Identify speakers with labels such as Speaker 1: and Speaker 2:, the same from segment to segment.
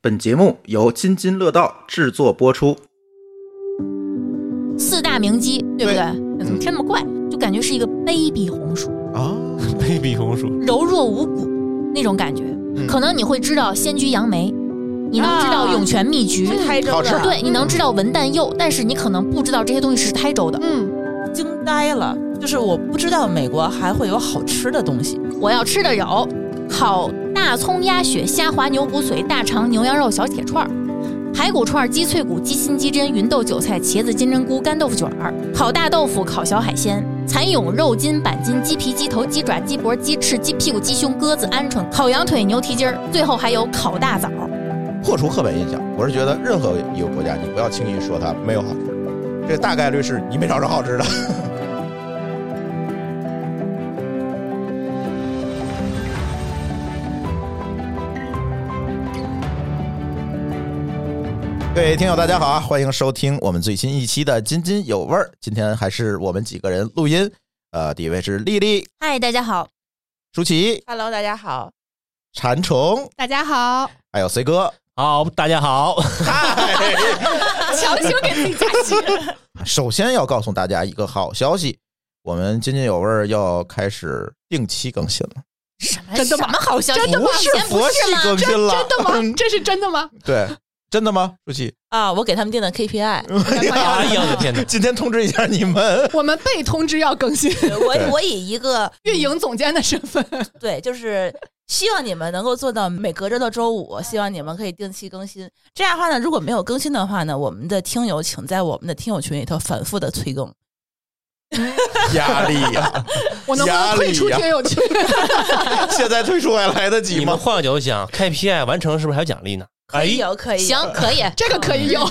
Speaker 1: 本节目由津津乐道制作播出。
Speaker 2: 四大名鸡，对不对？怎么
Speaker 3: 嗯
Speaker 2: 这么怪？就感觉是一个卑鄙红薯，
Speaker 3: 啊，卑鄙红薯，
Speaker 2: 柔弱无骨那种感觉。
Speaker 3: 嗯
Speaker 2: 可能你会知道仙居杨梅，你能知道
Speaker 4: 啊
Speaker 2: 涌泉蜜橘，
Speaker 4: 是台州
Speaker 3: 好吃
Speaker 4: 的，，
Speaker 2: 对，你能知道文旦柚，但是你可能不知道这些东西是台州的。
Speaker 4: 嗯，
Speaker 5: 惊呆了，就是我不知道美国还会有好吃的东西。
Speaker 2: 我要吃的有烤大葱、鸭血、虾滑牛骨髓、大肠牛羊肉、小铁串儿。排骨串儿、鸡脆骨、鸡心、鸡胗、芸豆、韭菜、茄子、金针菇、干豆腐卷儿、烤大豆腐、烤小海鲜、蚕蛹、肉筋、板筋、鸡皮、鸡头、鸡爪、鸡脖、鸡翅、鸡屁股、鸡胸、鸽子、鹌鹑、烤羊腿、牛蹄筋儿，最后还有烤大枣。
Speaker 3: 破除刻板印象。我是觉得任何一个国家，你不要轻易说它没有好吃的，这大概率是你没找着好吃的。 各位听友，大家好啊！欢迎收听我们最新一期的《津津有味儿》。今天还是我们几个人录音，呃，第一位是丽丽、
Speaker 4: 哎
Speaker 2: 嗨，大家好，
Speaker 3: 舒淇、
Speaker 5: Hello，大家好，
Speaker 3: 馋虫，
Speaker 4: 大家好，
Speaker 3: 还有随哥。
Speaker 6: 好，大家好，
Speaker 3: 嗨
Speaker 4: 强行给自己加戏，
Speaker 3: 首先要告诉大家一个好消息，我们津津有味儿要开始定期更新了，
Speaker 2: 什么
Speaker 4: 真的吗
Speaker 2: 什么好消息？啊
Speaker 4: 真的吗
Speaker 3: 不是
Speaker 2: 以前不
Speaker 3: 佛
Speaker 2: 是
Speaker 3: 系
Speaker 2: 吗？
Speaker 3: 更新了，
Speaker 4: 真的 吗？这是真的吗？
Speaker 3: 对，真的吗？舒淇，
Speaker 5: 啊，我给他们定的 KPI，
Speaker 6: 哎呀，我的天哪！
Speaker 3: 今天通知一下你们，
Speaker 4: 我们被通知要更新，
Speaker 3: 对
Speaker 5: 我我以一个
Speaker 4: 运营总监的身 份，
Speaker 5: 嗯对，就是希望你们能够做到每隔周的周五，希望你们可以定期更新。这样的话呢，如果没有更新的话呢，我们的听友请在我们的听友群里头反复的催更。
Speaker 3: 压力呀、
Speaker 4: 我能不能退出
Speaker 3: 压力呀
Speaker 4: 听友群？
Speaker 3: 现在退出还来得及
Speaker 6: 你们
Speaker 3: 吗？
Speaker 6: 换个角度想，KPI 完成是不是还有奖励呢？
Speaker 5: 可
Speaker 6: 哎，
Speaker 5: 以有，可以有
Speaker 2: 行，可以。
Speaker 4: 这个可以有，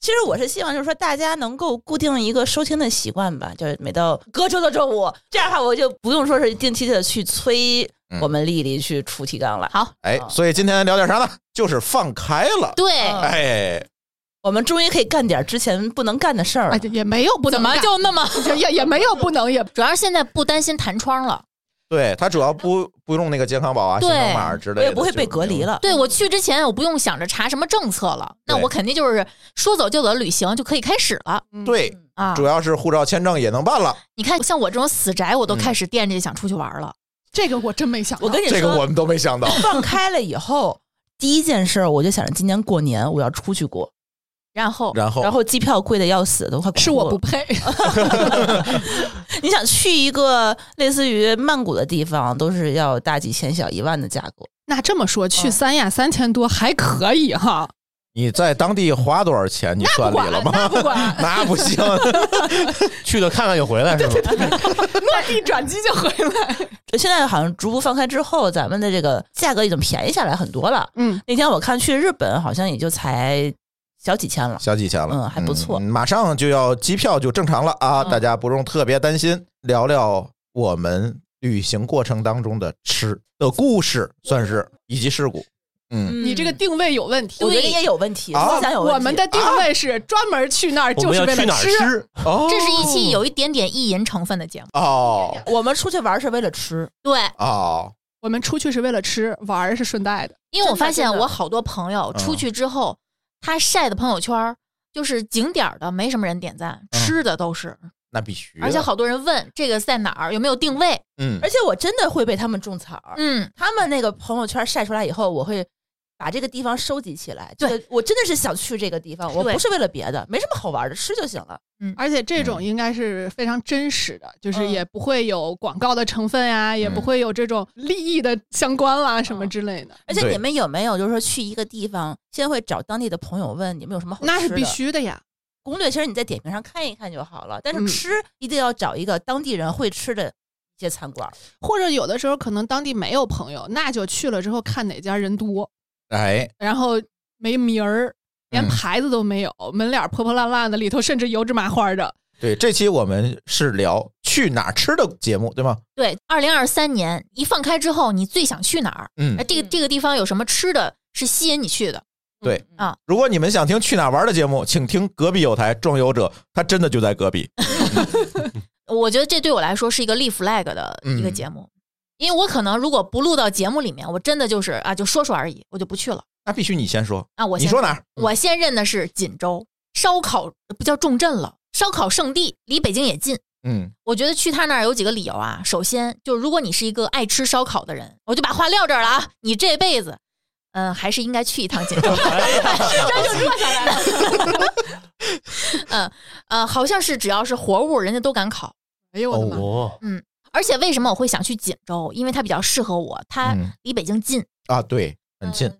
Speaker 5: 其实我是希望，就是说大家能够固定一个收听的习惯吧，就是每到隔周的周五，这样的话我就不用说是定期的去催
Speaker 3: 嗯
Speaker 5: 我们丽丽去出提纲了。
Speaker 2: 好，
Speaker 3: 哎，所以今天聊点啥呢？就是放开了，
Speaker 2: 对，
Speaker 5: 嗯
Speaker 3: 哎，
Speaker 5: 我们终于可以干点之前不能干的事儿
Speaker 3: 啊
Speaker 4: 哎
Speaker 5: 了。
Speaker 4: 也没有不
Speaker 2: 怎
Speaker 4: 能
Speaker 2: 么
Speaker 4: 干，
Speaker 2: 就那么？
Speaker 4: 也也也没有不能也
Speaker 2: 主要是现在不担心弹窗了。
Speaker 3: 对，它主要不不用那个健康宝啊、
Speaker 2: 对
Speaker 3: 行程码之
Speaker 5: 我
Speaker 3: 类的，
Speaker 5: 也不会被隔离
Speaker 3: 了。
Speaker 5: 了，
Speaker 2: 对我去之前，我不用想着查什么政策了，那
Speaker 3: 对
Speaker 2: 我肯定就是说走就走的旅行就可以开始了
Speaker 3: 嗯对，
Speaker 2: 啊！
Speaker 3: 主要是护照、签证也能办了，
Speaker 2: 你看，像我这种死宅，我都
Speaker 3: 嗯
Speaker 2: 开始惦记想出去玩了。
Speaker 4: 这个我真没想到。
Speaker 5: 我跟你说，
Speaker 3: 这个我们都没想到。
Speaker 5: 放开了以后，第一件事儿我就想着今年过年我要出去过，
Speaker 2: 然后，
Speaker 3: 然后
Speaker 5: 然后机票贵的要死，都快哭
Speaker 4: 是我
Speaker 5: 了
Speaker 4: 不配，
Speaker 5: 你想去一个类似于曼谷的地方，都是要大几千小一万的价格。
Speaker 4: 那这么说，去三亚三千多还可以哈，
Speaker 3: 你在当地花多少钱？你算理了吗？
Speaker 4: 那不啊管
Speaker 3: 那不行，
Speaker 6: 去了看看就回来是吗？
Speaker 4: 落地转机就回来。
Speaker 5: 现在好像逐步放开之后，咱们的这个价格已经便宜下来很多了。
Speaker 4: 嗯，
Speaker 5: 那天我看去日本好像也就才小几千了。
Speaker 3: 小几千了，
Speaker 5: 嗯还不错
Speaker 3: 马上就要机票就正常了啊，
Speaker 5: 嗯
Speaker 3: 大家不用特别担心。聊聊我们旅行过程当中的吃的故事，算是以及事故。嗯，
Speaker 4: 你这个定位有问题。
Speaker 5: 我觉得也有问题，
Speaker 3: 啊
Speaker 5: 思想有问题。
Speaker 4: 我们的定位是专门去那儿
Speaker 6: 我
Speaker 4: 就
Speaker 6: 们
Speaker 4: 是
Speaker 6: 要
Speaker 4: 为
Speaker 6: 去
Speaker 4: 了
Speaker 6: 哪儿
Speaker 4: 吃。啊
Speaker 6: 吃？
Speaker 3: 哦
Speaker 2: 这是一期有一点点意淫成分的节目。
Speaker 3: 哦
Speaker 5: 我们出去玩是为了吃，
Speaker 2: 对，
Speaker 3: 哦，
Speaker 4: 我们出去是为了吃，玩儿是顺带的。
Speaker 2: 因为我发现
Speaker 5: 真的真的
Speaker 2: 我好多朋友
Speaker 3: 嗯
Speaker 2: 出去之后，他晒的朋友圈儿就是景点儿的没什么人点赞，
Speaker 3: 嗯
Speaker 2: 吃的都是，
Speaker 3: 那必须，啊
Speaker 2: 而且，好多人问这个在哪儿，有没有定位。
Speaker 3: 嗯
Speaker 5: 而且我真的会被他们种草。
Speaker 2: 嗯，
Speaker 5: 他们那个朋友圈晒出来以后，我会把这个地方收集起来。
Speaker 2: 对
Speaker 5: 这个，我真的是想去这个地方，我
Speaker 2: 对
Speaker 5: 不是为了别的，没什么好玩的，吃就行了。
Speaker 4: 而且
Speaker 6: 嗯
Speaker 4: 这种应该是非常真实的，就是
Speaker 5: 嗯
Speaker 4: 也不会有广告的成分呀、也
Speaker 6: 嗯
Speaker 4: 不会有这种利益的相关啦、什么之类的。
Speaker 5: 而且
Speaker 3: 对
Speaker 5: 你们有没有就是说去一个地方，先会找当地的朋友问你们有什么好吃的？
Speaker 4: 那是必须的呀，
Speaker 5: 攻略，其实你在点评上看一看就好了。但
Speaker 4: 嗯
Speaker 5: 是吃一定要找一个当地人会吃的一些餐馆。
Speaker 4: 或者有的时候可能当地没有朋友，那就去了之后看哪家人多，
Speaker 3: 哎，
Speaker 4: 然后没名儿，连
Speaker 3: 嗯
Speaker 4: 牌子都没有，门脸儿破破烂烂的，里头甚至油脂麻花的。
Speaker 3: 对，这期我们是聊去哪儿吃的节目，对吗？
Speaker 2: 对，二零二三年一放开之后，你最想去哪儿？
Speaker 3: 嗯
Speaker 2: 哎，，这个这个地方有什么吃的是吸引你去的？
Speaker 3: 对
Speaker 2: 啊
Speaker 3: 如果你们想听去哪儿玩的节目，请听隔壁有台《壮游者》，他真的就在隔壁。
Speaker 2: 我觉得这对我来说是一个立 flag 的一
Speaker 3: 嗯
Speaker 2: 个节目，因为我可能如果不录到节目里面，我真的就是啊，就说说而已，我就不去了。
Speaker 3: 那必须你先说，
Speaker 2: 啊，我
Speaker 3: 你
Speaker 2: 先
Speaker 3: 说哪儿？
Speaker 2: 我先认的是锦州烧烤，不叫重镇了，烧烤圣地，离北京也近。
Speaker 3: 嗯，
Speaker 2: 我觉得去他那儿有几个理由啊。首先，就如果你是一个爱吃烧烤的人，我就把话撂这儿了啊。你这辈子，嗯、还是应该去一趟锦州。
Speaker 6: 哎
Speaker 5: 这就这下来了。
Speaker 2: 嗯呃，好像是只要是活物，人家都敢烤。
Speaker 4: 哎呦我的妈！
Speaker 6: 哦，
Speaker 2: 而且为什么我会想去锦州？因为它比较适合我，它
Speaker 3: 嗯
Speaker 2: 离北京近。
Speaker 3: 啊，对，很近，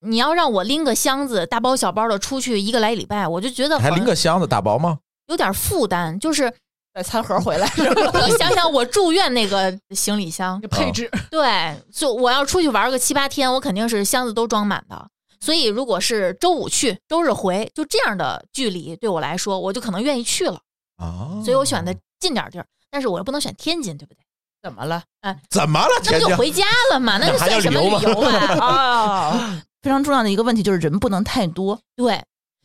Speaker 2: 你要让我拎个箱子，大包小包的出去一个来礼拜，我就觉得
Speaker 3: 还
Speaker 2: 好
Speaker 3: 拎
Speaker 2: 像
Speaker 3: 个箱子打包吗？
Speaker 2: 有点负担。 就是
Speaker 5: 带餐盒回来是吧？
Speaker 2: 你想想，我住院那个行李箱
Speaker 4: 这，配置，
Speaker 6: 哦
Speaker 2: 对，就我要出去玩个七八天，我肯定是箱子都装满的。所以如果是周五去，周日回，就这样的距离对我来说，我就可能愿意去了。
Speaker 3: 啊，
Speaker 2: 所以我选的近点儿地儿，但是我又不能选天津，对不对？
Speaker 5: 怎么了？
Speaker 3: 怎么了？
Speaker 2: 那不
Speaker 3: 天
Speaker 2: 就
Speaker 3: 津
Speaker 2: 回家了 嘛？那
Speaker 6: 那
Speaker 2: 就
Speaker 6: 还
Speaker 2: 算
Speaker 6: 叫
Speaker 2: 什么
Speaker 6: 旅
Speaker 2: 旅
Speaker 6: 游吗
Speaker 2: 游啊？
Speaker 5: 哦， 非常重要的一个问题就是人不能太多。
Speaker 2: 对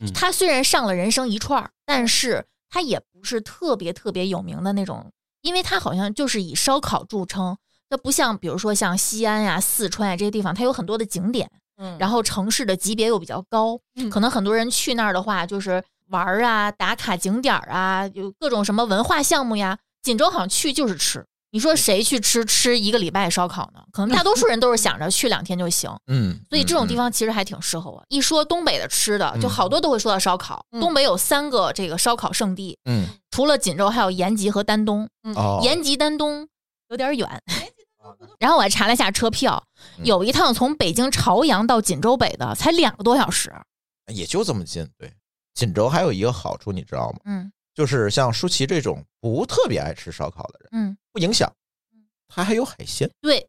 Speaker 6: 嗯，
Speaker 2: 他虽然上了人生一串儿，但是他也不是特别特别有名的那种，因为他好像就是以烧烤著称。那不像，比如说像西安呀、四川呀这些地方，它有很多的景点，
Speaker 5: 嗯
Speaker 2: 然后城市的级别又比较高，
Speaker 4: 嗯
Speaker 2: 可能很多人去那儿的话，就是玩儿啊、打卡景点儿啊，有各种什么文化项目呀。锦州好像去就是吃，你说谁去吃吃一个礼拜烧烤呢？可能大多数人都是想着去两天就行。
Speaker 3: 嗯，
Speaker 2: 所以这种地
Speaker 3: 嗯
Speaker 2: 方其实还挺适合我。一说东北的吃的，就
Speaker 3: 嗯
Speaker 2: 好多都会说到烧烤。
Speaker 4: 嗯
Speaker 2: 东北有三个这个烧烤圣地，
Speaker 3: 嗯
Speaker 2: 除了锦州，还有延吉和丹东。
Speaker 4: 嗯
Speaker 3: 哦，
Speaker 2: 延吉、丹东有点远。 然后我还查了一下车票，
Speaker 3: 嗯
Speaker 2: 有一趟从北京朝阳到锦州北的才两个多小时。
Speaker 3: 也就这么近。对，锦州还有一个好处，你知道吗？
Speaker 2: 嗯
Speaker 3: 就是像舒淇这种不特别爱吃烧烤的人，
Speaker 2: 嗯，
Speaker 3: 不影响。它还有海鲜，
Speaker 2: 对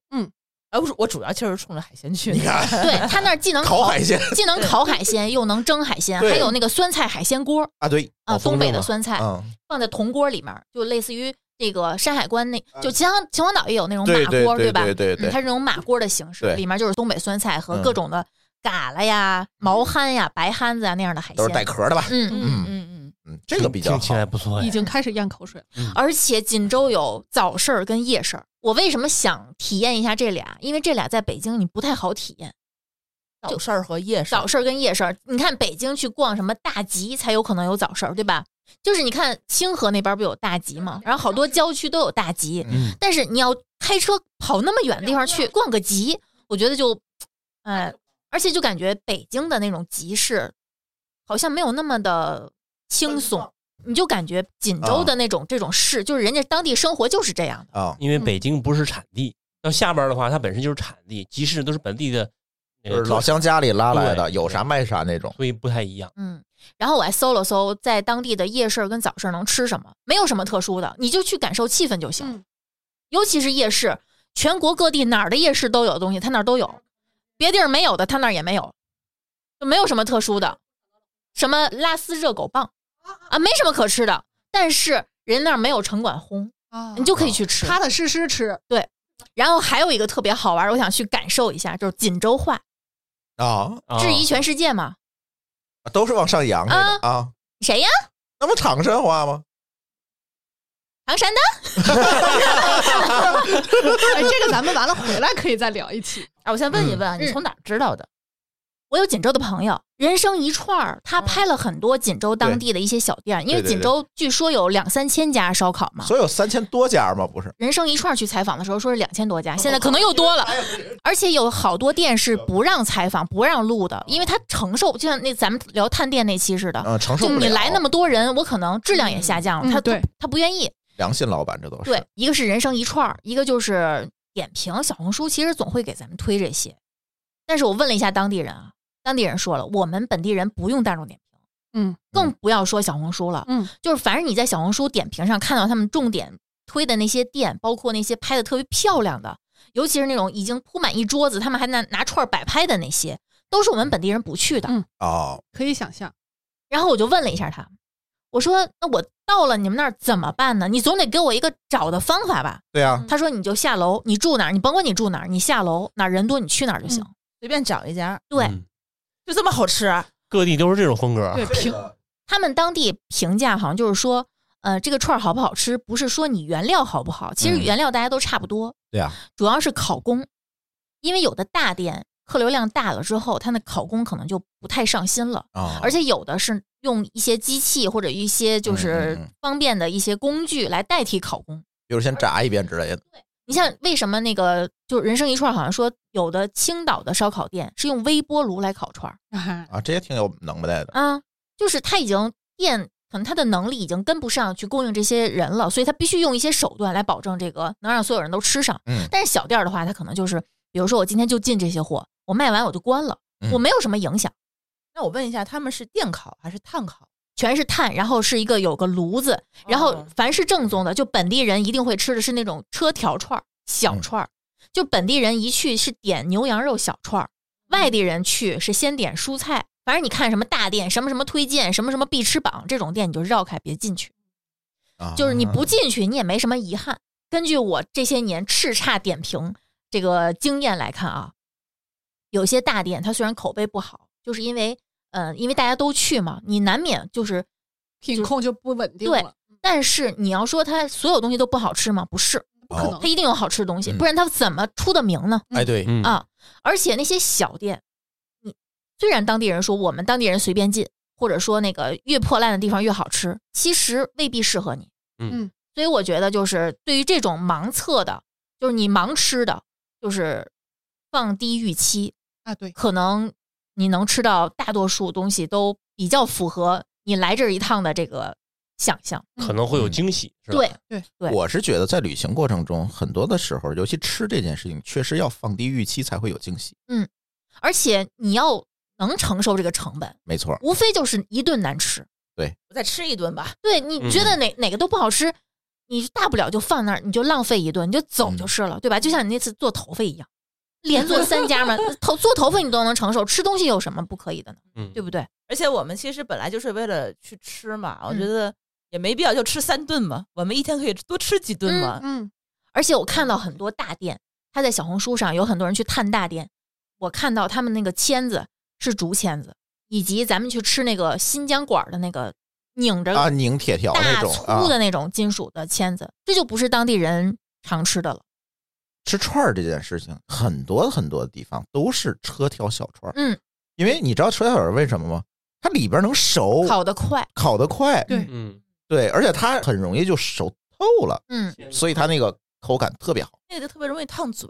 Speaker 5: 哎，我主我主要就是冲着海鲜去
Speaker 3: 你
Speaker 5: 的。
Speaker 3: 看
Speaker 2: 对，嗯他那儿既能
Speaker 3: 烤海鲜
Speaker 2: 既 能烤海鲜，又能蒸海鲜，
Speaker 3: 对
Speaker 2: 还有那个酸菜海鲜锅
Speaker 3: 啊，对，
Speaker 2: 啊，
Speaker 6: 哦风筝
Speaker 2: 东北的
Speaker 6: 嘛
Speaker 2: 酸菜
Speaker 3: 嗯，
Speaker 2: 放在铜锅里面，就类似于那个山海关那，就秦皇秦皇岛也有那种
Speaker 3: 嗯对
Speaker 2: 马
Speaker 3: 对
Speaker 2: 锅，
Speaker 3: 对
Speaker 2: 吧？
Speaker 3: 对
Speaker 2: 嗯，它
Speaker 3: 对，
Speaker 2: 是那种马锅的形式，
Speaker 3: 对
Speaker 2: 里面就是东北酸菜和
Speaker 3: 嗯
Speaker 2: 各种的嘎啦呀、毛蚶呀、白蚶子啊那样的海
Speaker 3: 都是带
Speaker 2: 鲜。
Speaker 3: 壳的吧？
Speaker 2: 嗯，
Speaker 5: 嗯嗯
Speaker 3: 嗯，这个比较
Speaker 6: 听起
Speaker 3: 好。
Speaker 6: 来不错哎
Speaker 4: 已
Speaker 6: 呀。
Speaker 4: 经开始咽口水了。
Speaker 2: 而且锦州有早市儿跟夜市儿。我为什么想体验一下这俩？因为这俩在北京你不太好体验，
Speaker 5: 嗯，早市儿和夜
Speaker 3: 啊
Speaker 5: 市儿
Speaker 2: 早市儿跟夜市儿。你看北京去逛什么大集才有可能有早市儿，对吧？就是你看清河那边不有大集吗？然后好多郊区都有大集，
Speaker 3: 嗯
Speaker 2: 但是你要开车跑那么远的地方去逛个集，我觉得就，哎，而且就感觉北京的那种集市好像没有那么的轻松，你就感觉锦州的那种、这种市，就是人家当地生活就是这样的。
Speaker 3: 啊，
Speaker 6: 因为北京不是产地，到下边的话，它本身就是产地，集市都是本地的，呃
Speaker 3: 就是老，乡家里拉来的，
Speaker 6: 对
Speaker 3: 有啥卖啥那种。
Speaker 6: 所以不太一样。
Speaker 2: 嗯，然后我还搜了搜，在当地的夜市儿跟早市儿能吃什么，没有什么特殊的，你就去感受气氛就行。
Speaker 4: 嗯
Speaker 2: 尤其是夜市，全国各地哪儿的夜市都有东西，他那儿都有，别地儿没有的，他那儿也没有，就没有什么特殊的，什么拉丝热狗棒啊，没什么可吃的，但是人那儿没有城管轰，
Speaker 4: 啊
Speaker 2: 你就可以去吃。
Speaker 4: 踏踏实实吃，
Speaker 2: 然后还有一个特别好玩儿，我想去感受一下，就是锦州话，
Speaker 3: 啊，
Speaker 6: 啊
Speaker 2: 质疑全世界嘛，
Speaker 3: 都是往上扬
Speaker 2: 嗯
Speaker 3: 那种啊，
Speaker 2: 谁呀？
Speaker 3: 那不唐山话吗？
Speaker 2: 唐山的。
Speaker 4: 哎，这个咱们完了回来可以再聊一期。
Speaker 5: 哎，我先问一问啊，
Speaker 2: 嗯
Speaker 5: 你从哪儿知道的？
Speaker 2: 我有锦州的朋友，人生一串儿，他
Speaker 5: 嗯
Speaker 2: 拍了很多锦州当地的一些小店儿，因为
Speaker 3: 哦对对
Speaker 2: 锦州据说有两三千家烧烤嘛。
Speaker 3: 所以有三千多家吗？不是
Speaker 2: 人生一串儿去采访的时候说是两千多家，现
Speaker 3: 哦
Speaker 2: 在可能又多 了，而且有好多店是不让采访、不让录的，因为他承受，就像那咱们聊探店那期似的，
Speaker 3: 嗯，承受
Speaker 2: 就
Speaker 3: 不了。
Speaker 2: 你来那么多人，我可能质量也下降
Speaker 6: 啊
Speaker 2: 了，
Speaker 4: 嗯
Speaker 2: 他
Speaker 4: 对
Speaker 2: 他他不愿意。
Speaker 3: 良心老板，这都是
Speaker 2: 对，一个是人生一串儿，一个就是点评。小红书其实总会给咱们推这些，但是我问了一下当地人啊，当地人说了，我们本地人不用大众点评，
Speaker 4: 嗯
Speaker 2: 更不要说小红书了。
Speaker 4: 嗯，
Speaker 2: 就是凡是你在小红书点评上看到他们重点推的那些店，包括那些拍的特别漂亮的，尤其是那种已经铺满一桌子，他们还拿拿串儿摆拍的那些，都是我们本地人不去的。
Speaker 4: 嗯
Speaker 3: 哦，
Speaker 4: 可以想象，
Speaker 2: 然后我就问了一下他，我说：“那我到了你们那儿怎么办呢？你总得给我一个找的方法吧？”
Speaker 3: 对啊，
Speaker 2: 他说：“你就下楼，你住哪儿，你甭管你住哪儿，你下楼哪儿人多你去哪儿就行。
Speaker 3: 嗯
Speaker 5: 随便找一家，
Speaker 2: 对、
Speaker 6: 嗯
Speaker 5: 就这么好吃啊？
Speaker 6: 各地啊都是这种风格。
Speaker 4: 对评
Speaker 2: 他们当地评价好像就是说，呃，这个串儿好不好吃，不是说你原料好不好，其实
Speaker 3: 嗯
Speaker 2: 原料大家都差不多，
Speaker 3: 对啊，
Speaker 2: 主要是烤工，因为有的大店客流量大了之后，他那考公可能就不太上心了。
Speaker 3: 啊，
Speaker 2: 而且有的是用一些机器或者一些就
Speaker 3: 嗯嗯
Speaker 2: 是
Speaker 3: 嗯
Speaker 2: 方便的一些工具来代替考公。
Speaker 3: 比如先炸一遍之类的，
Speaker 2: 你像为什么那个就人生一串，好像说有的青岛的烧烤店是用微波炉来烤串儿
Speaker 4: 啊
Speaker 3: 啊，这也挺有能耐的。
Speaker 2: 啊，就是他已经店可能他的能力已经跟不上去供应这些人了，所以他必须用一些手段来保证这个能让所有人都吃上。
Speaker 3: 嗯
Speaker 2: 但是小店儿的话，他可能就是比如说我今天就进这些货，我卖完我就关了，
Speaker 3: 嗯
Speaker 2: 我没有什么影响，
Speaker 5: 那我问一下，他们是电烤还是炭烤？
Speaker 2: 全是碳，然后是一个有个炉子，然后
Speaker 5: 哦
Speaker 2: 凡是正宗的，就本地人一定会吃的是那种车条串儿、小
Speaker 3: 嗯
Speaker 2: 串儿。就本地人一去是点牛羊肉小
Speaker 3: 嗯
Speaker 2: 串儿，外地人去是先点蔬菜。反正你看什么大店、什么什么推荐、什么什么必吃榜这种店，你就绕开，别进去。
Speaker 3: 啊，
Speaker 2: 就是你不进去，你也没什么遗憾。根据我这些年叱咤点评这个经验来看啊，有些大店它虽然口碑不好，就是因为嗯、呃因为大家都去嘛，你难免就是
Speaker 4: 品控就不稳定
Speaker 2: 对
Speaker 4: 了，
Speaker 2: 但是你要说它所有东西都不好吃吗？不是，
Speaker 4: 不可
Speaker 3: 哦
Speaker 4: 能
Speaker 2: 它一定有好吃的东西，
Speaker 3: 嗯
Speaker 2: 不然它怎么出的名呢？
Speaker 3: 哎，对，
Speaker 6: 嗯
Speaker 2: 啊，而且那些小店，你虽然当地人说我们当地人随便进，或者说那个越破烂的地方越好吃，其实未必适合你。
Speaker 6: 嗯，
Speaker 2: 所以我觉得就是对于这种盲测的，就是你盲吃的，就是放低预期，
Speaker 4: 啊，对，
Speaker 2: 可能你能吃到大多数东西都比较符合你来这儿一趟的这个想象。
Speaker 6: 可能会有惊喜，是吧？
Speaker 2: 嗯对，对
Speaker 3: 我是觉得在旅行过程中，很多的时候，尤其吃这件事情，确实要放低预期才会有惊喜。
Speaker 2: 而且你要能承受这个成本，
Speaker 3: 没错，
Speaker 2: 无非就是一顿难吃。
Speaker 5: 我再吃一顿吧。
Speaker 2: 对，你觉得哪、哪个都不好吃，你大不了就放那儿，你就浪费一顿，你就走
Speaker 3: 嗯
Speaker 2: 就是了，对吧？就像你那次做头发一样，连做三家嘛，头做头发你都能承受，吃东西有什么不可以的呢？
Speaker 6: 嗯，
Speaker 2: 对不对？
Speaker 5: 而且我们其实本来就是为了去吃嘛，我
Speaker 2: 嗯
Speaker 5: 觉得也没必要就吃三顿嘛，我们一天可以多吃几顿嘛。
Speaker 4: 嗯，
Speaker 2: 而且我看到很多大店，他在小红书上有很多人去探大店，我看到他们那个签子是竹签子，以及咱们去吃那个新疆馆儿的那个拧着
Speaker 3: 啊，拧铁条那
Speaker 2: 大
Speaker 3: 种啊
Speaker 2: 粗，的那种金属的签子，这就不是当地人常吃的了。
Speaker 3: 吃串儿这件事情，很多很多地方都是车条小串儿。
Speaker 2: 嗯，
Speaker 3: 因为你知道车条小串儿为什么吗？它里边能熟，
Speaker 2: 烤得快，
Speaker 3: 烤得快，
Speaker 4: 对
Speaker 6: 嗯，
Speaker 3: 对，而且它很容易就熟透了，
Speaker 2: 嗯，
Speaker 3: 所以它那个口感特别好
Speaker 5: 那个特别容易烫嘴，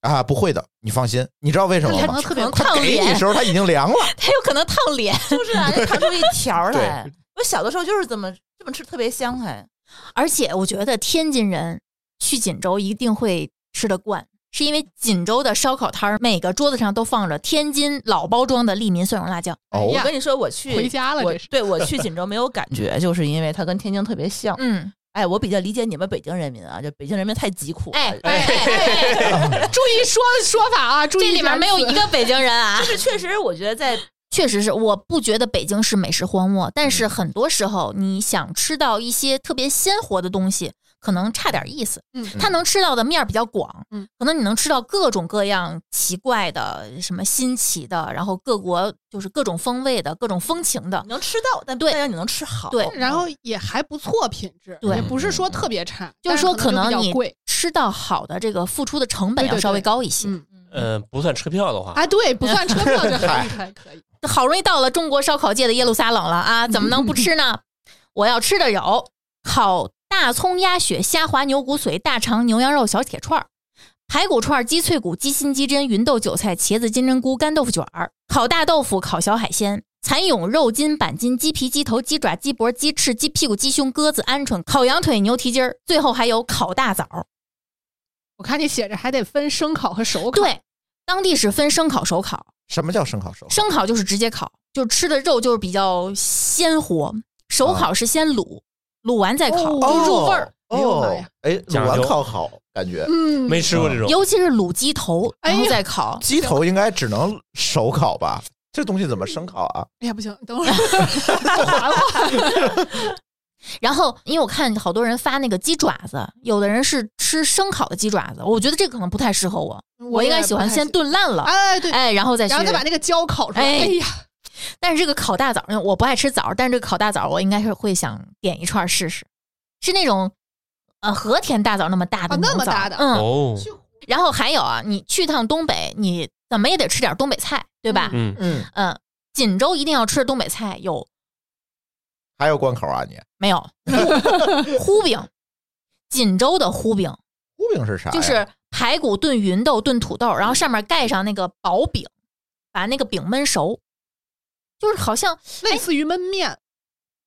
Speaker 3: 啊。不会的，你放心。你知道为什么
Speaker 2: 它
Speaker 4: 它
Speaker 3: 吗？
Speaker 2: 可
Speaker 4: 特别
Speaker 2: 能
Speaker 3: 它
Speaker 2: 烫
Speaker 3: 给你
Speaker 2: 脸
Speaker 3: 的，时候它已经凉 了，
Speaker 2: 它有可能烫脸。
Speaker 5: 是不是啊？就烫出一条 儿来。我小的时候就是这么这么吃，特别香哎还。
Speaker 2: 而且我觉得天津人去锦州一定会吃得惯，是因为锦州的烧烤摊儿每个桌子上都放着天津老包装的利民蒜蓉辣酱。
Speaker 3: 哦
Speaker 4: 哎
Speaker 5: 我
Speaker 4: 呀
Speaker 5: 跟，你说，我去
Speaker 4: 回家了
Speaker 5: 我
Speaker 4: 这是
Speaker 5: 对我去锦州没有感觉，就是因为它跟天津特别像。
Speaker 2: 嗯，
Speaker 5: 哎，我比较理解你们北京人民啊，就北京人民太疾苦了。
Speaker 2: 哎哎哎哎，哎
Speaker 4: 注意说说法啊，注意
Speaker 2: 这里面没有一
Speaker 4: 个
Speaker 2: 个北京人啊
Speaker 5: 就。是确实，我觉得在
Speaker 2: 确实是，我不觉得北京是美食荒漠，但是很多时候你想吃到一些特别鲜活的东西，可能差点意思。
Speaker 4: 嗯
Speaker 2: 它能吃到的面儿比较广，
Speaker 4: 嗯，
Speaker 2: 可能你能吃到各种各样奇怪的、什么新奇的，然后各国就是各种风味的、各种风情的
Speaker 5: 你，能吃到，但不
Speaker 2: 对
Speaker 5: 代表你能吃好。
Speaker 2: 对
Speaker 4: 然后也还不错，品质
Speaker 2: 对嗯
Speaker 4: 也不是说特别差，
Speaker 2: 就是说
Speaker 4: 但是可
Speaker 2: 能
Speaker 4: 就比
Speaker 2: 你
Speaker 4: 较贵，
Speaker 2: 吃到好的这个付出的成本
Speaker 4: 对对
Speaker 2: 要稍微
Speaker 4: 对
Speaker 2: 高一些。
Speaker 4: 嗯，
Speaker 6: 呃，不算车票的话，
Speaker 4: 啊，对，不算车票就还还可以，
Speaker 2: 好容易到了中国烧烤界的耶路撒冷了啊，怎么能不吃呢？我要吃的有烤大葱、鸭血、虾滑牛骨髓、大肠牛羊肉小铁串儿、排骨串儿、鸡脆骨、鸡心、鸡胗、芸豆、韭菜、茄子、金针菇、干豆腐卷儿、烤大豆腐、烤小海鲜。蚕蛹、肉筋、板筋、鸡皮、鸡头、鸡爪、鸡脖、鸡翅、鸡屁股、鸡胸、鸽子、鹌鹑、烤羊腿、牛蹄筋儿，最后还有烤大枣。
Speaker 4: 我看你写着还得分生烤和熟烤，
Speaker 2: 对，当地是分生烤、熟烤，
Speaker 3: 什么叫生烤熟？
Speaker 2: 生烤就是直接烤，就吃的肉就是比较鲜活；手烤是先卤，卤完再烤，
Speaker 4: 啊哦
Speaker 2: 就入味儿。
Speaker 3: 哦
Speaker 4: 哎呦妈呀！
Speaker 3: 哎，
Speaker 6: 讲
Speaker 3: 卤完
Speaker 6: 究
Speaker 3: 烤好，感觉
Speaker 4: 嗯，
Speaker 6: 没吃过这种，
Speaker 2: 尤其是卤鸡头，
Speaker 4: 哎
Speaker 2: 然
Speaker 4: 呀
Speaker 2: 后再烤。
Speaker 3: 鸡头应该只能手烤吧？这东西怎么生烤啊？
Speaker 4: 哎呀，不行，等会 儿划了，
Speaker 2: 然后，因为我看好多人发那个鸡爪子，有的人是吃生烤的鸡爪子，我觉得这个可能不太适合我，我应该喜欢先炖
Speaker 4: 炖，
Speaker 2: 烂了，
Speaker 4: 哎，对，
Speaker 2: 哎，然后再去
Speaker 4: 然。后再把那个胶烤出来，
Speaker 2: 哎
Speaker 4: 哎呀，
Speaker 2: 但是这个烤大枣，因为我不爱吃枣，但是这个烤大枣我应该是会想点一串试试，是那种呃和田大枣那么大的
Speaker 4: 啊那
Speaker 2: 萌
Speaker 4: 么
Speaker 2: 枣
Speaker 4: 大的
Speaker 2: 嗯，
Speaker 6: 哦，
Speaker 2: 然后还有啊，你去趟东北，你怎么也得吃点东北菜，对吧？
Speaker 6: 嗯，
Speaker 3: 嗯，
Speaker 2: 嗯，锦州一定要吃的东北菜有
Speaker 3: 还有关口啊你？
Speaker 2: 没有？ 糊饼，锦州的糊饼
Speaker 3: 糊饼是啥呀？
Speaker 2: 就是排骨炖芸豆炖土豆，然后上面盖上那个薄饼，把那个饼焖熟，就是好像
Speaker 4: 类似于焖面，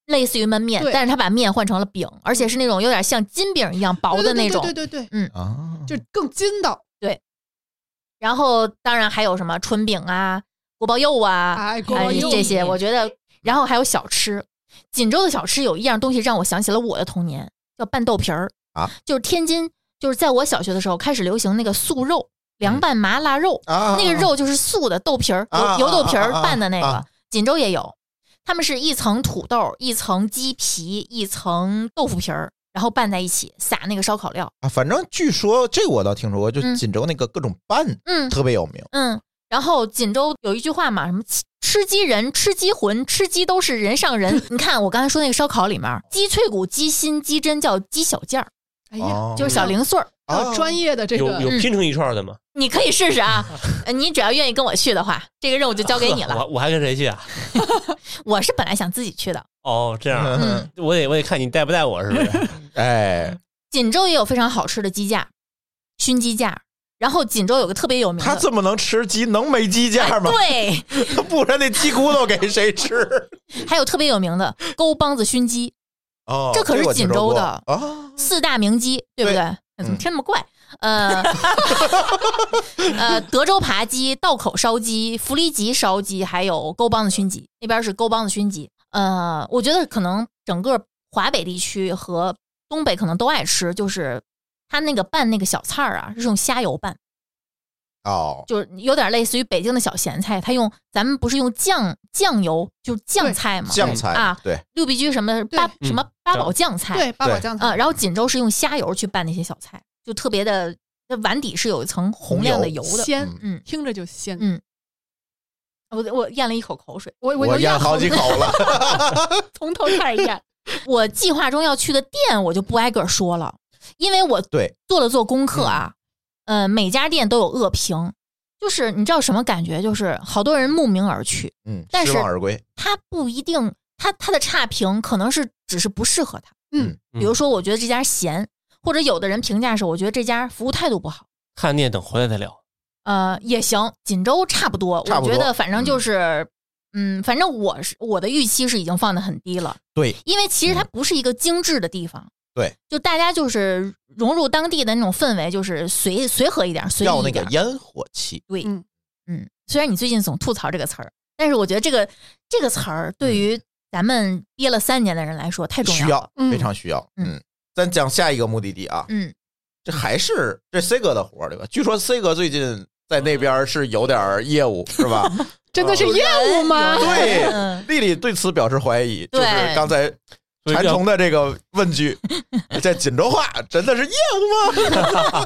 Speaker 2: 类似于焖面，
Speaker 4: 对嗯
Speaker 2: 但是他把面换成了饼，而且是那种有点像筋饼一样薄的那种。
Speaker 4: 对对对对
Speaker 3: 啊，
Speaker 4: 对，就更筋道。
Speaker 2: 然后当然还有什么春饼啊、锅包肉啊，
Speaker 4: 哎，锅
Speaker 2: 哎
Speaker 4: 包肉
Speaker 2: 这些我觉得，然后还有小吃。锦州的小吃有一样东西让我想起了我的童年，叫拌豆皮儿
Speaker 3: 啊，
Speaker 2: 就是天津，就是在我小学的时候开始流行那个素肉，凉拌麻辣肉，
Speaker 3: 嗯啊，
Speaker 2: 那个肉就是素的豆皮儿，油、
Speaker 3: 啊
Speaker 2: 油豆皮儿
Speaker 3: 啊啊啊
Speaker 2: 拌的那个，
Speaker 3: 啊
Speaker 2: 锦州也有。他们是一层土豆，一层鸡皮，一层豆腐皮儿，然后拌在一起，撒那个烧烤料。
Speaker 3: 啊，反正据说这我倒听说过，就
Speaker 2: 嗯
Speaker 3: 锦州那个各种拌
Speaker 2: 嗯
Speaker 3: 特别有名。
Speaker 2: 嗯。然后锦州有一句话嘛，什么吃吃鸡人、吃鸡魂、吃鸡都是人上人。 你看我刚才说那个烧烤里面，鸡脆骨、鸡心、鸡胗叫鸡小件儿，
Speaker 4: 哎呀，
Speaker 3: 哦啊
Speaker 2: 就是小零碎儿。
Speaker 4: 还有呃专业的这
Speaker 6: 有
Speaker 4: 个
Speaker 6: 有
Speaker 2: 嗯
Speaker 6: 拼成一串的吗？
Speaker 2: 你可以试试啊，呃你只要愿意跟我去的话，这个任务就交给你
Speaker 6: 呵
Speaker 2: 了。
Speaker 6: 我我还跟谁去啊？
Speaker 2: 我是本来想自己去的，
Speaker 6: 哦，这样啊，
Speaker 2: 嗯，
Speaker 6: 我得我得看你带不带我，是不是？
Speaker 3: 哎，
Speaker 2: 锦州也有非常好吃的鸡架，熏鸡架。然后锦州有个特别有名的，哎
Speaker 3: 他这么能吃鸡，能没鸡架吗？
Speaker 2: 对，
Speaker 3: 不然那鸡骨头给 谁吃？
Speaker 2: 还有特别有名的勾帮子熏鸡，
Speaker 3: 哦，
Speaker 2: 这可是
Speaker 3: 我听
Speaker 2: 锦
Speaker 3: 说
Speaker 2: 州
Speaker 3: 过
Speaker 2: 的
Speaker 3: 啊。
Speaker 2: 四大名鸡，对不对？哎怎么听那么怪？呃，呃，德州扒鸡、道口烧鸡、福利吉烧鸡，还有勾帮子熏鸡，那边是勾帮子熏鸡。呃，我觉得可能整个华北地区和东北可能都爱吃，就是它那个拌那个小菜儿啊，是用虾油拌。
Speaker 3: 哦，
Speaker 2: 就是有点类似于北京的小咸菜，它用咱们不是用酱酱油，就是酱菜嘛，
Speaker 3: 酱菜
Speaker 2: 啊
Speaker 3: 对，
Speaker 2: 六必居什么八
Speaker 6: 嗯
Speaker 2: 什么八宝酱菜，
Speaker 4: 对八宝
Speaker 3: 对
Speaker 4: 酱
Speaker 2: 啊，
Speaker 4: 菜，
Speaker 2: 然后锦州是用虾油去拌那些小菜，就特别的，那碗底是有一层红亮的油的。
Speaker 4: 鲜，
Speaker 3: 嗯
Speaker 2: 嗯，
Speaker 4: 听着就鲜。
Speaker 2: 我我咽了一口口水，
Speaker 4: 我
Speaker 3: 我
Speaker 4: 就
Speaker 3: 咽好几 口了。
Speaker 2: 从头开始咽。我计划中要去的店，我就不挨个说了，因为我
Speaker 3: 对嗯
Speaker 2: 做了做功课啊，呃，每家店都有恶评，就是你知道什么感觉？就是好多人慕名而去，
Speaker 3: 嗯，
Speaker 2: 但
Speaker 3: 失
Speaker 2: 是
Speaker 3: 望而归。
Speaker 2: 他不一定，他他的差评可能是只是不适合他。
Speaker 4: 嗯
Speaker 6: 嗯
Speaker 2: 比如说我觉得这家咸，或者有的人评价是我觉得这家服务态度不好，
Speaker 6: 看店等回来再 聊。
Speaker 2: 呃，也行，锦州差不多，
Speaker 3: 差不多
Speaker 2: 我觉得反正就是，嗯反正我是我的预期是已经放的很低了，
Speaker 3: 对，
Speaker 2: 因为其实它不是一个精致的地方。
Speaker 3: 嗯对，
Speaker 2: 就大家就是融入当地的那种氛围，就是随随和一点，随
Speaker 3: 要
Speaker 2: 意一
Speaker 3: 那个
Speaker 2: 点。
Speaker 3: 烟火气。
Speaker 2: 对，
Speaker 4: 嗯
Speaker 2: 嗯，虽然你最近总吐槽这个词儿，但是我觉得这个这个词儿对于咱们憋了三年的人来说太重
Speaker 3: 需
Speaker 2: 要了。
Speaker 3: 要，
Speaker 4: 嗯
Speaker 3: 非常需要。
Speaker 2: 嗯
Speaker 3: 嗯，咱讲下一个目的地啊，
Speaker 2: 嗯，
Speaker 3: 这还是这 C 哥的活儿对吧？据说 C 哥最近在那边是有点儿业务是吧？
Speaker 4: 真的是业务吗？
Speaker 2: 有人
Speaker 3: 对
Speaker 2: 嗯
Speaker 3: 丽丽对此表示怀疑，就是
Speaker 2: 对
Speaker 3: 刚才
Speaker 6: 所以
Speaker 3: 馋
Speaker 6: 要
Speaker 3: 虫的这个问句，这锦州话真的是业务吗？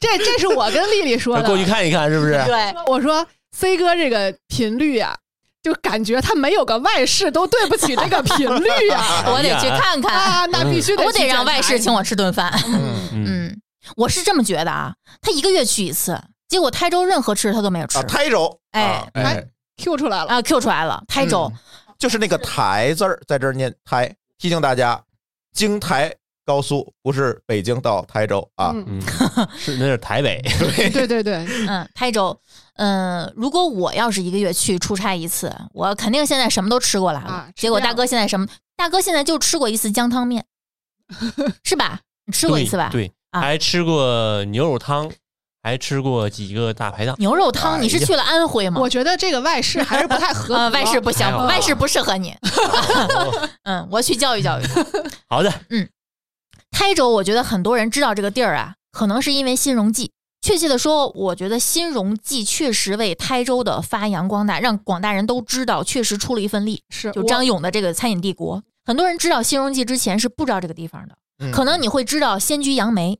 Speaker 4: 这这是我跟丽丽说
Speaker 6: 要
Speaker 4: 的。
Speaker 6: 过去看一看，是不是？
Speaker 2: 对，
Speaker 4: 我说 C 哥这个频率啊，就感觉他没有个外事都对不起这个频率 啊
Speaker 6: 哎呀
Speaker 2: 我得去看看，
Speaker 4: 啊，那必须得
Speaker 2: 嗯我
Speaker 4: 去
Speaker 2: 得让
Speaker 4: 检查
Speaker 2: 外事请我吃顿饭。
Speaker 3: 嗯
Speaker 6: 嗯，
Speaker 2: 嗯，我是这么觉得啊，他一个月去一次，结果台州任何吃的他都没有吃
Speaker 3: 啊，。台州，
Speaker 2: 哎
Speaker 3: 啊哎，
Speaker 4: Q 出来了。
Speaker 2: 啊，Q 出来了，台州
Speaker 3: 就是那个台字儿，在这儿念台。提醒大家，京台高速不是北京到台州啊，
Speaker 4: 嗯，
Speaker 6: 嗯，是那是台北，
Speaker 4: 对对对，
Speaker 2: 嗯，台州，嗯，如果我要是一个月去出差一次，我肯定现在什么都吃过来了
Speaker 4: 啊。
Speaker 2: 结果
Speaker 4: 吃遍
Speaker 2: 大哥现在什么？大哥现在就吃过一次姜汤面，是吧？你吃过一次吧？
Speaker 6: 对，对
Speaker 2: 啊
Speaker 6: 还吃过牛肉汤，还吃过几个大排档。
Speaker 2: 牛肉汤，你是
Speaker 3: 哎呀
Speaker 2: 去了安徽吗
Speaker 4: 我？觉得这个外事还是不太合
Speaker 2: 呃，
Speaker 4: 格。
Speaker 2: 外事不行
Speaker 6: 还，
Speaker 3: 哎
Speaker 6: 好
Speaker 2: 外事不适合你。嗯，我去教育 教育他。
Speaker 6: 哦好的，
Speaker 2: 台州，我觉得很多人知道这个地儿啊，可能是因为新荣记。确切的说，我觉得新荣记确实为台州的发扬光大，让广大人都知道，确实出了一份力。
Speaker 4: 是
Speaker 2: 就
Speaker 4: 我
Speaker 2: 张勇的这个餐饮帝国，很多人知道新荣记之前是不知道这个地方的，
Speaker 3: 嗯
Speaker 2: 可能你会知道仙居杨梅，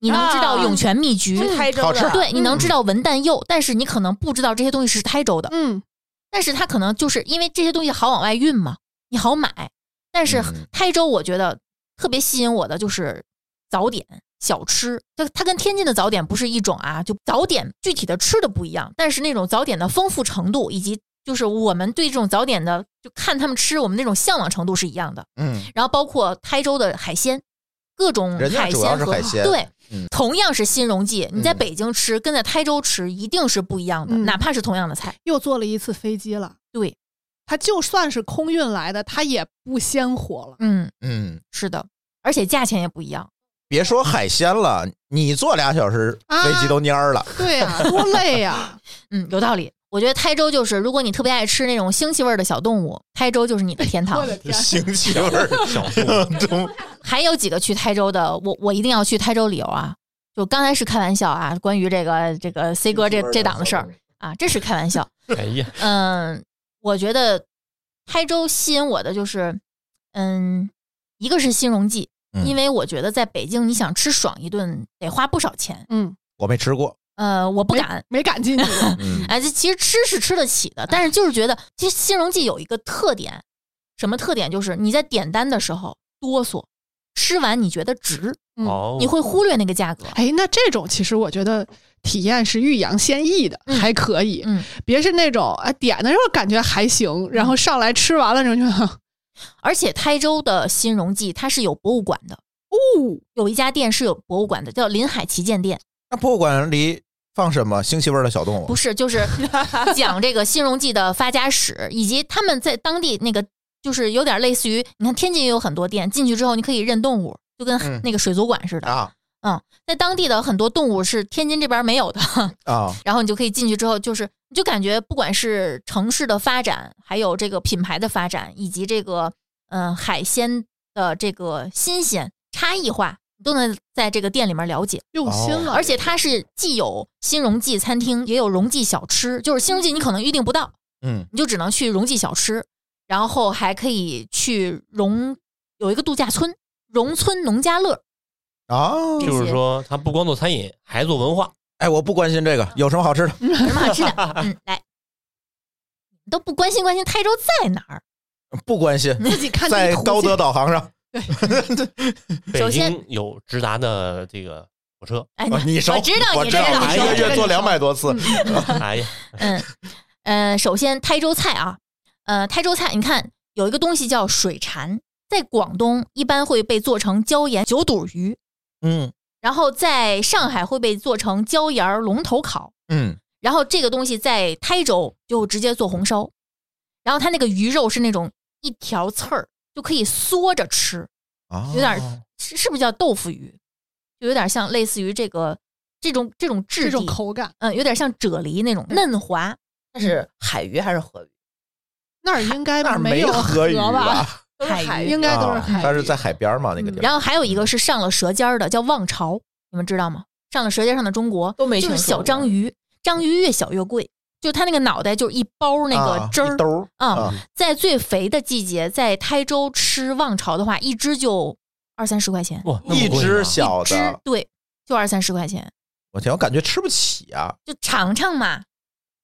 Speaker 2: 你能知道
Speaker 5: 啊
Speaker 2: 涌泉蜜橘，
Speaker 5: 是台州
Speaker 3: 好吃
Speaker 5: 的，
Speaker 2: 对，你能知道文旦柚，但是你可能不知道这些东西是台州的。
Speaker 4: 嗯，
Speaker 2: 但是它可能就是因为这些东西好往外运嘛，你好买。但是
Speaker 3: 嗯
Speaker 2: 台州我觉得特别吸引我的就是早点，小吃，就它跟天津的早点不是一种啊，就早点具体的吃的不一样，但是那种早点的丰富程度以及就是我们对这种早点的就看他们吃我们那种向往程度是一样的。
Speaker 3: 嗯，
Speaker 2: 然后包括台州的海鲜，各种
Speaker 3: 人家
Speaker 2: 海
Speaker 3: 主要
Speaker 2: 鲜
Speaker 3: 是
Speaker 2: 和
Speaker 3: 海鲜，
Speaker 2: 对，
Speaker 3: 嗯
Speaker 2: 同样是新荣记，你在
Speaker 3: 嗯
Speaker 2: 北京吃跟在台州吃一定是不一样的，
Speaker 4: 嗯
Speaker 2: 哪怕是同样的菜。
Speaker 4: 又坐了一次飞机了。
Speaker 2: 对，
Speaker 4: 它就算是空运来的，它也不鲜活了。
Speaker 2: 嗯，
Speaker 3: 嗯，
Speaker 2: 是的，而且价钱也不一样。
Speaker 3: 别说海鲜了，你坐俩小时
Speaker 4: 啊
Speaker 3: 飞机都蔫 儿了，
Speaker 4: 对呀、多累啊呀、
Speaker 2: 嗯，有道理。我觉得台州就是，如果你特别爱吃那种腥气味儿的小动物，台州就是你的天堂
Speaker 4: 我。的天，
Speaker 3: 腥气味儿
Speaker 6: 小
Speaker 3: 这
Speaker 6: 树
Speaker 3: 种东西
Speaker 2: 还有几个去台州的，我我一定要去台州旅游啊！就刚才是开玩笑啊，关于这个这个 C 哥这这档子事儿啊，这是开玩笑。
Speaker 6: 哎呀，
Speaker 2: 嗯，我觉得台州吸引我的就是，嗯，一个是新荣记，
Speaker 3: 嗯
Speaker 2: 因为我觉得在北京你想吃爽一顿得花不少钱。
Speaker 4: 嗯，
Speaker 3: 我没吃过，
Speaker 2: 呃，我不
Speaker 4: 没
Speaker 2: 敢，
Speaker 4: 没敢进去。
Speaker 3: 嗯
Speaker 2: 哎，这其实吃是吃得起的，但是就是觉得，其实新荣记有一个特点，什么特点？就是你在点单的时候哆嗦，吃完你觉得值，
Speaker 4: 嗯
Speaker 6: 哦，
Speaker 2: 你会忽略那个价格。
Speaker 4: 哎，那这种其实我觉得体验是欲扬先抑的，
Speaker 2: 嗯
Speaker 4: 还可以。
Speaker 2: 嗯，
Speaker 4: 别是那种啊点的时候感觉还行，然后上来吃完了之 后就呵
Speaker 2: 而且台州的新荣记它是有博物馆的，
Speaker 4: 哦，
Speaker 2: 有一家店是有博物馆的，叫临海旗舰店。
Speaker 3: 那博物馆里放什么腥气味儿的小动物？
Speaker 2: 不是，就是讲这个新荣记的发家史，以及他们在当地那个，就是有点类似于，你看天津也有很多店，进去之后你可以认动物，就
Speaker 3: 嗯
Speaker 2: 跟那个水族馆似的。
Speaker 3: 啊
Speaker 2: 在当地的很多动物是天津这边没有的，
Speaker 3: 啊，
Speaker 2: 然后你就可以进去之后，就是你就感觉不管是城市的发展，还有这个品牌的发展，以及这个嗯、呃海鲜的这个新鲜差异化，你都能在这个店里面了解。
Speaker 4: 用心了。
Speaker 2: 哦而且它是既有新荣记餐厅，也有荣记小吃，就是新荣记你可能预定不到，
Speaker 3: 嗯
Speaker 2: 你就只能去荣记小吃，然后还可以去荣有一个度假村，荣村农家乐。
Speaker 3: 啊，
Speaker 6: 就是说他不光做餐饮，还做文化，
Speaker 3: 哎，我不关心这个，有什么好吃的？
Speaker 2: 有什么好吃 的？嗯，来，都不关心关心台州在哪儿？
Speaker 3: 不关心，
Speaker 4: 自己看
Speaker 3: 在
Speaker 4: 地图
Speaker 3: 高
Speaker 4: 去
Speaker 3: 德导航上，
Speaker 2: 首
Speaker 6: 北
Speaker 2: 先
Speaker 6: 京有直达的这个 火车。
Speaker 2: 哎，
Speaker 3: 啊你熟，
Speaker 2: 我知道
Speaker 3: 我
Speaker 2: 你
Speaker 3: 知
Speaker 2: 这
Speaker 3: 道，
Speaker 2: 个
Speaker 3: 我一个
Speaker 2: 人。
Speaker 3: 月做两百多次，
Speaker 6: 哎呀，
Speaker 2: 嗯，呃，首先台州菜啊，呃，台州菜，你看有一个东西叫水蝉，在广东一般会被做成椒盐九肚鱼，
Speaker 3: 嗯
Speaker 2: 然后在上海会被做成椒盐儿龙头烤，
Speaker 3: 嗯，
Speaker 2: 然后这个东西在台州就直接做红烧，然后它那个鱼肉是那种一条刺儿，就可以缩着吃，
Speaker 3: 啊，
Speaker 2: 有点是是不是叫豆腐鱼？就有点像类似于这个这种这种质
Speaker 4: 这
Speaker 2: 地，
Speaker 4: 种口感，
Speaker 2: 嗯，有点像啫喱那种嫩滑。
Speaker 5: 那是海鱼还是河鱼？
Speaker 4: 那儿应该
Speaker 3: 那儿
Speaker 4: 没有
Speaker 3: 河鱼
Speaker 4: 吧？？
Speaker 5: 都是海
Speaker 2: 海
Speaker 5: 鱼
Speaker 4: 应。该都是
Speaker 3: 啊
Speaker 4: 海鱼。
Speaker 3: 它是在 海边儿嘛，那个
Speaker 4: 嗯
Speaker 3: 地儿。
Speaker 2: 然后还有一个是上了舌尖儿的，叫望潮，你们知道吗？上了舌尖上的中国
Speaker 5: 都没
Speaker 2: 就
Speaker 5: 听
Speaker 2: 是
Speaker 5: 说
Speaker 2: 小
Speaker 5: 过
Speaker 2: 章鱼，章鱼越小越贵，就它那个脑袋就是一包那
Speaker 3: 啊
Speaker 2: 个汁
Speaker 3: 一
Speaker 2: 儿
Speaker 3: 兜儿
Speaker 2: 啊、
Speaker 3: 啊
Speaker 2: 在最肥的季节，在台州吃望潮的话，一只就二三十块钱，
Speaker 6: 哇，那么
Speaker 3: 一
Speaker 6: 贵
Speaker 3: 只
Speaker 6: 吗
Speaker 3: 小
Speaker 2: 只
Speaker 3: 的，
Speaker 2: 对，就二三十块钱，
Speaker 3: 我天，我感觉吃不起啊！
Speaker 2: 就尝尝嘛。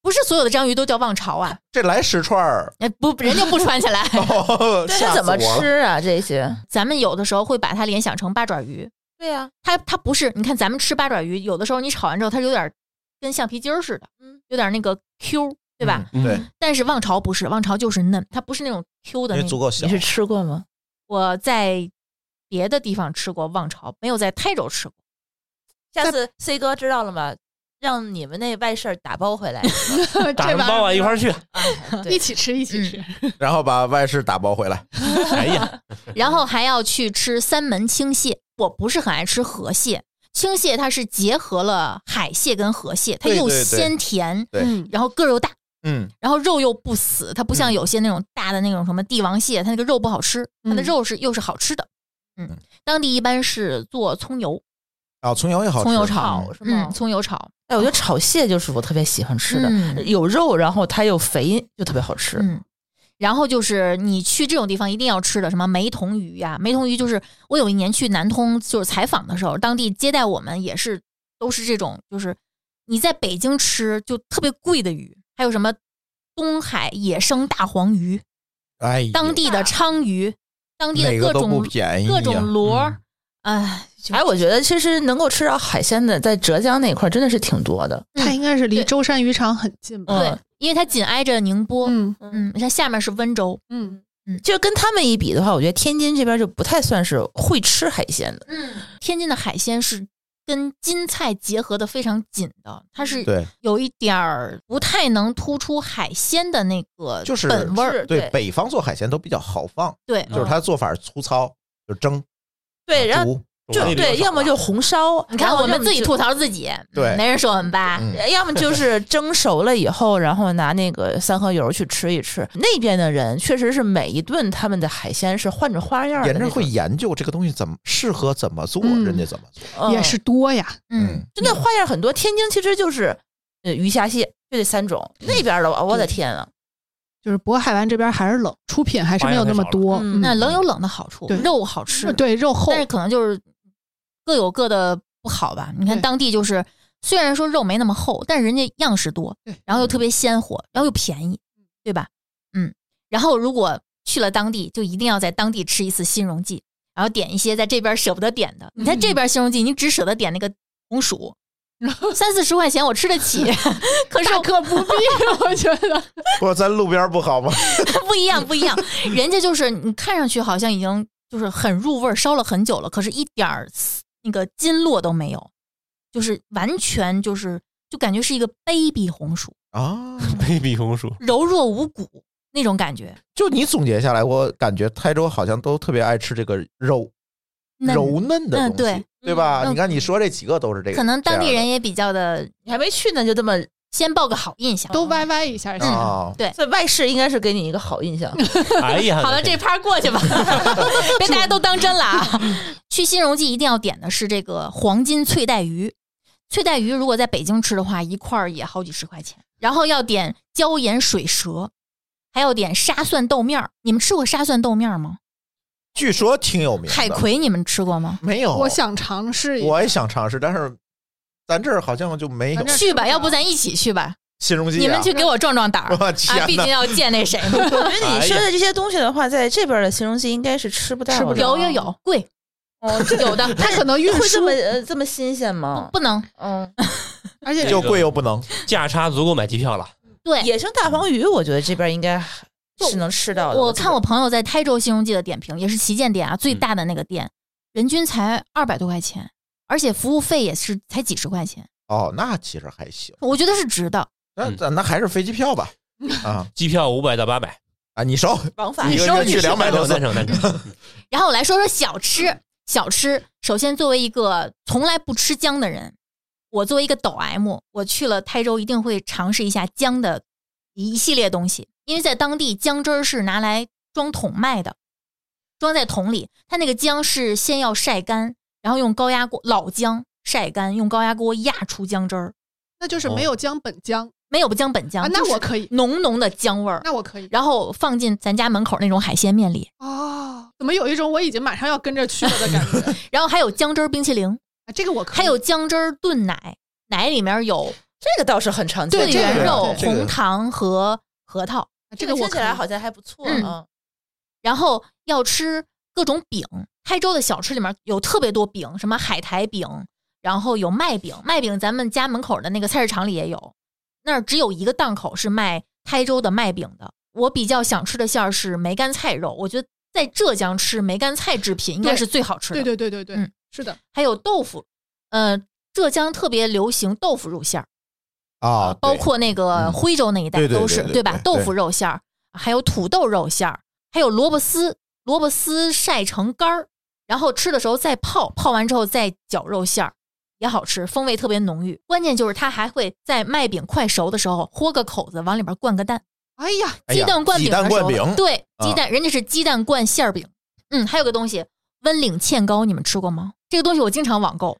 Speaker 2: 不是所有的章鱼都叫望潮啊，
Speaker 3: 这来十串 儿，。
Speaker 2: 哎，不，人家不穿起来
Speaker 3: 哦
Speaker 5: 对，
Speaker 3: 吓
Speaker 5: 这
Speaker 3: 死
Speaker 5: 怎么
Speaker 3: 我了
Speaker 5: 吃啊？这些？
Speaker 2: 咱们有的时候会把它联想成八爪鱼，
Speaker 5: 对啊呀、
Speaker 2: 它它不是，你看咱们吃八爪鱼，有的时候你炒完之后，它有点跟橡皮筋儿似的，
Speaker 5: 嗯
Speaker 2: 有点那个 Q，对吧？
Speaker 3: 嗯对，
Speaker 2: 但是望潮不是，望潮就是嫩，它不是那种 Q 的
Speaker 3: 因为
Speaker 2: 那
Speaker 3: 足
Speaker 2: 种。
Speaker 3: 够小
Speaker 5: 你。是吃过吗？
Speaker 2: 我在别的地方吃过望潮，没有在台州吃过。
Speaker 5: 下次 C 哥知道了吗？让你们那外事儿打包回来，
Speaker 6: 打
Speaker 4: 这
Speaker 6: 上包啊，一块
Speaker 4: 儿
Speaker 6: 儿去。
Speaker 5: 对
Speaker 4: 一起吃，一起吃。
Speaker 3: 然后把外事打包回来。
Speaker 6: 哎呀，
Speaker 2: 然后还要去吃三门青蟹，我不是很爱吃河蟹。青蟹它是结合了海蟹跟河蟹，它
Speaker 3: 对
Speaker 2: 又
Speaker 3: 对对
Speaker 2: 鲜甜，
Speaker 3: 对
Speaker 4: 嗯，
Speaker 2: 然后个儿又大，
Speaker 3: 嗯，
Speaker 2: 然后肉又不死，它不像
Speaker 3: 嗯
Speaker 2: 有些那种大的那种什么帝王蟹，它那个肉不好吃，它的
Speaker 4: 嗯
Speaker 2: 肉是又是好吃的。嗯
Speaker 3: 嗯，
Speaker 2: 当地一般是做葱油，
Speaker 3: 啊，葱油也好吃，
Speaker 2: 葱油炒
Speaker 3: 嗯
Speaker 5: 是吗
Speaker 2: 嗯，葱油炒，
Speaker 5: 哎，我觉得炒蟹就是我特别喜欢吃的，
Speaker 2: 嗯
Speaker 5: 有肉，然后它又肥，就特别好吃。
Speaker 2: 嗯，然后就是你去这种地方一定要吃的什么梅童鱼呀、梅童鱼就是我有一年去南通就是采访的时候，当地接待我们也是都是这种，就是你在北京吃就特别贵的鱼，还有什么东海野生大黄鱼、
Speaker 3: 哎呀，
Speaker 2: 当地的鲳鱼、当地的
Speaker 3: 哪个
Speaker 2: 各
Speaker 3: 都
Speaker 2: 种
Speaker 3: 不哎便宜呀，
Speaker 2: 各种螺儿
Speaker 3: 嗯，
Speaker 2: 哎，就
Speaker 5: 哎，我觉得其实能够吃到海鲜的，在浙江那块儿真的是挺多的。
Speaker 4: 它应该是离
Speaker 2: 对
Speaker 4: 舟山渔场很近吧？
Speaker 2: 对
Speaker 5: 嗯，
Speaker 2: 因为它紧挨着宁波，
Speaker 4: 嗯
Speaker 2: 嗯，它下面是温州，
Speaker 4: 嗯，
Speaker 5: 就跟他们一比的话，我觉得天津这边就不太算是会吃海鲜的。
Speaker 2: 嗯，天津的海鲜是跟津菜结合的非常紧的，它是
Speaker 3: 对
Speaker 2: 有一点儿不太能突出海鲜的那个
Speaker 3: 就是
Speaker 2: 本味儿，
Speaker 3: 对，北嗯方做海鲜都比较豪放，
Speaker 2: 对
Speaker 3: 就是它做法粗糙，就蒸、啊
Speaker 5: 对，然后
Speaker 3: 煮，
Speaker 5: 就对，要么就红烧，
Speaker 2: 你看，
Speaker 5: 然后
Speaker 2: 我们
Speaker 5: 要么
Speaker 2: 自己
Speaker 5: 就
Speaker 2: 吐槽自己，嗯
Speaker 3: 对
Speaker 2: 没人说我们吧？
Speaker 3: 嗯，
Speaker 5: 要么就是蒸熟了以后，然后拿那个三合油去吃一吃。那边的人确实是每一顿他们的海鲜是换着花样儿的
Speaker 3: 人
Speaker 5: 那
Speaker 3: 家
Speaker 5: 种，
Speaker 3: 会研究这个东西怎么适合怎么做，
Speaker 4: 嗯
Speaker 3: 人家怎么做，
Speaker 5: 嗯
Speaker 4: 也是多呀。
Speaker 2: 嗯，
Speaker 5: 真的花样很多。天津其实就是呃鱼虾蟹就这三种，那边的我的天啊，
Speaker 4: 就是渤海湾这边还是冷，出品还是没有那么
Speaker 5: 花
Speaker 4: 多。
Speaker 5: 样太少了
Speaker 4: 嗯
Speaker 2: 那冷有冷的好处
Speaker 4: 对，
Speaker 2: 肉好吃，
Speaker 4: 对肉厚
Speaker 2: 但，是可能就是各有各的不好吧。你看
Speaker 4: 对
Speaker 2: 当地就是，虽然说肉没那么厚，但人家样式多
Speaker 4: 对，嗯
Speaker 2: 然后又特别鲜活，然后又便宜，对吧？嗯，然后如果去了当地，就一定要在当地吃一次新荣记，然后点一些在这边舍不得点的。你在
Speaker 4: 嗯
Speaker 2: 这边新荣记，你只舍得点那个红薯，三四十块钱我吃得 起，可是
Speaker 4: 大可不必，我觉得。
Speaker 3: 不咱路边不 好吗？
Speaker 2: 不一
Speaker 5: 嗯
Speaker 2: 样，不一样。人家就是你看上去好像已经就是很入味儿，烧了很久了，可是一点儿丝那个筋络都没有，就是完全就是就感觉是一个 baby 红薯，
Speaker 3: 啊，
Speaker 6: baby 红薯，
Speaker 2: 柔弱无骨那种感觉。
Speaker 3: 就你总结下来，我感觉台州好像都特别爱吃这个肉
Speaker 2: 嫩
Speaker 3: 柔嫩的东西，
Speaker 2: 嗯对
Speaker 3: 对吧？
Speaker 2: 嗯
Speaker 3: 你看你说这几个都是这个，
Speaker 2: 可能当地
Speaker 3: 这样
Speaker 2: 人也比较的，
Speaker 5: 你还没去呢就这么，
Speaker 2: 先报个好印象。
Speaker 4: 都歪歪一下
Speaker 3: 的
Speaker 4: 先。
Speaker 3: 啊，
Speaker 2: 对
Speaker 5: 所以外事应该是给你一个好印象。
Speaker 6: 哎呀，
Speaker 2: 好了，这趴过去吧，别大家都当真了啊！去新荣记一定要点的是这个黄金脆带鱼，脆带鱼如果在北京吃的话，一块儿也好几十块钱。然后要点椒盐水蛇，还要点沙蒜豆面儿。你们吃过沙蒜豆面儿吗？
Speaker 3: 据说挺有名的。
Speaker 2: 海葵你们吃过吗？
Speaker 3: 没有，
Speaker 4: 我想尝试一下，
Speaker 3: 哦我也想尝试，但是咱这儿好像就没有
Speaker 4: 反正
Speaker 2: 去
Speaker 4: 吃
Speaker 2: 吧，
Speaker 4: 不
Speaker 2: 要不
Speaker 4: 着
Speaker 2: 咱一起去吧？
Speaker 3: 新荣记、啊。
Speaker 2: 你们去给我壮壮胆儿
Speaker 3: 我天哪
Speaker 2: 啊！毕竟要见那 谁嘛。
Speaker 5: 我觉得
Speaker 6: 哎
Speaker 5: 你说的这些东西的话，在这边的形容词应该是吃不到的，
Speaker 4: 吃不着
Speaker 2: 有有有，贵
Speaker 5: 哦，
Speaker 2: 有 的，
Speaker 4: 它可能运
Speaker 5: 会这
Speaker 4: 输
Speaker 5: 么，呃这么新鲜吗？
Speaker 2: 不能
Speaker 5: 嗯，
Speaker 4: 而且
Speaker 3: 又贵又不能，
Speaker 6: 价差足够买机票了。
Speaker 2: 对。
Speaker 5: 野生大黄鱼，我觉得这边应该
Speaker 2: 哎就是
Speaker 5: 能吃到的。
Speaker 2: 我看我
Speaker 5: 我
Speaker 2: 朋友在台州新荣记的点评，也是旗舰店啊，最大的那个店，人均才二百多块钱，而且服务费也是才几十块钱，
Speaker 3: 哦，那其实还行。
Speaker 2: 我觉得是值的。
Speaker 3: 那
Speaker 6: 嗯
Speaker 3: 咱那还是飞机票吧，啊
Speaker 6: 机票五百到八百，
Speaker 3: 啊，你收
Speaker 5: 记得往返
Speaker 3: 一个
Speaker 4: 收
Speaker 3: 月
Speaker 4: 你
Speaker 3: 去两百多次
Speaker 6: 单，程单 程。
Speaker 2: 然后我来说说小吃，小吃，首先作为一个从来不吃姜的人，我作为一个抖 M，我去了台州一定会尝试一下姜的一系列东西，因为在当地姜汁儿是拿来装桶卖的，装在桶里，它那个姜是先要晒干，然后用高压锅老姜晒干，用高压锅压出姜汁儿，
Speaker 4: 那就是没有姜本姜
Speaker 2: 没有不姜本姜，
Speaker 4: 啊，那
Speaker 2: 就是
Speaker 4: 我可以，
Speaker 2: 浓浓的姜味儿，
Speaker 4: 那我可以
Speaker 2: 然后放进咱家门口那种海鲜面里，
Speaker 4: 哦，怎么有一种我已经马上要跟着去了的感 觉？
Speaker 2: 然后还有姜汁儿冰淇淋。
Speaker 4: 啊这个我可以，
Speaker 2: 还有姜汁儿炖奶，奶里面有
Speaker 5: 这个倒是很常见
Speaker 2: 桂
Speaker 5: 的，
Speaker 4: 这个
Speaker 2: 圆肉、
Speaker 3: 这个
Speaker 2: 红糖和核桃，
Speaker 4: 啊
Speaker 5: 这
Speaker 4: 这
Speaker 5: 个
Speaker 4: 个我
Speaker 5: 听起
Speaker 4: 可
Speaker 5: 来
Speaker 4: 以
Speaker 5: 好像还不错
Speaker 2: 嗯
Speaker 5: 啊。
Speaker 2: 然后要吃各种饼。台州的小吃里面有特别多饼，什么海苔饼，然后有麦饼，麦饼咱们家门口的那个菜市场里也有，那儿只有一个档口是卖台州的麦饼的。我比较想吃的馅儿是梅干菜肉，我觉得在浙江吃梅干菜制品应该
Speaker 4: 对
Speaker 2: 是最好吃的。
Speaker 4: 对对对对对
Speaker 2: 嗯，
Speaker 4: 是的，
Speaker 2: 还有豆腐，呃，浙江特别流行豆腐肉馅儿。
Speaker 3: 啊，
Speaker 2: 包
Speaker 3: 对
Speaker 2: 括那个
Speaker 3: 嗯
Speaker 2: 徽州那一带
Speaker 3: 对对
Speaker 2: 都
Speaker 3: 对
Speaker 2: 是，
Speaker 3: 对
Speaker 2: 对吧
Speaker 3: 对？
Speaker 2: 豆
Speaker 3: 对
Speaker 2: 腐肉馅儿，还有土豆肉馅儿，还有萝卜丝，萝卜丝晒成干儿，然后吃的时候再泡，泡完之后再绞肉馅儿，也好吃，风味特别浓郁。关键就是它还会在麦饼快熟的时候豁个口子，往里边灌个蛋，
Speaker 4: 哎呀，
Speaker 3: 哎呀
Speaker 2: 蛋灌饼
Speaker 3: 鸡
Speaker 2: 的
Speaker 3: 蛋
Speaker 2: 时
Speaker 3: 灌
Speaker 2: 候，
Speaker 3: 饼，
Speaker 2: 对，鸡
Speaker 3: 啊
Speaker 2: 蛋，人家是鸡蛋灌馅儿饼。嗯，还有个东西，温岭芡糕，你们吃过吗？这个东西我经常网购，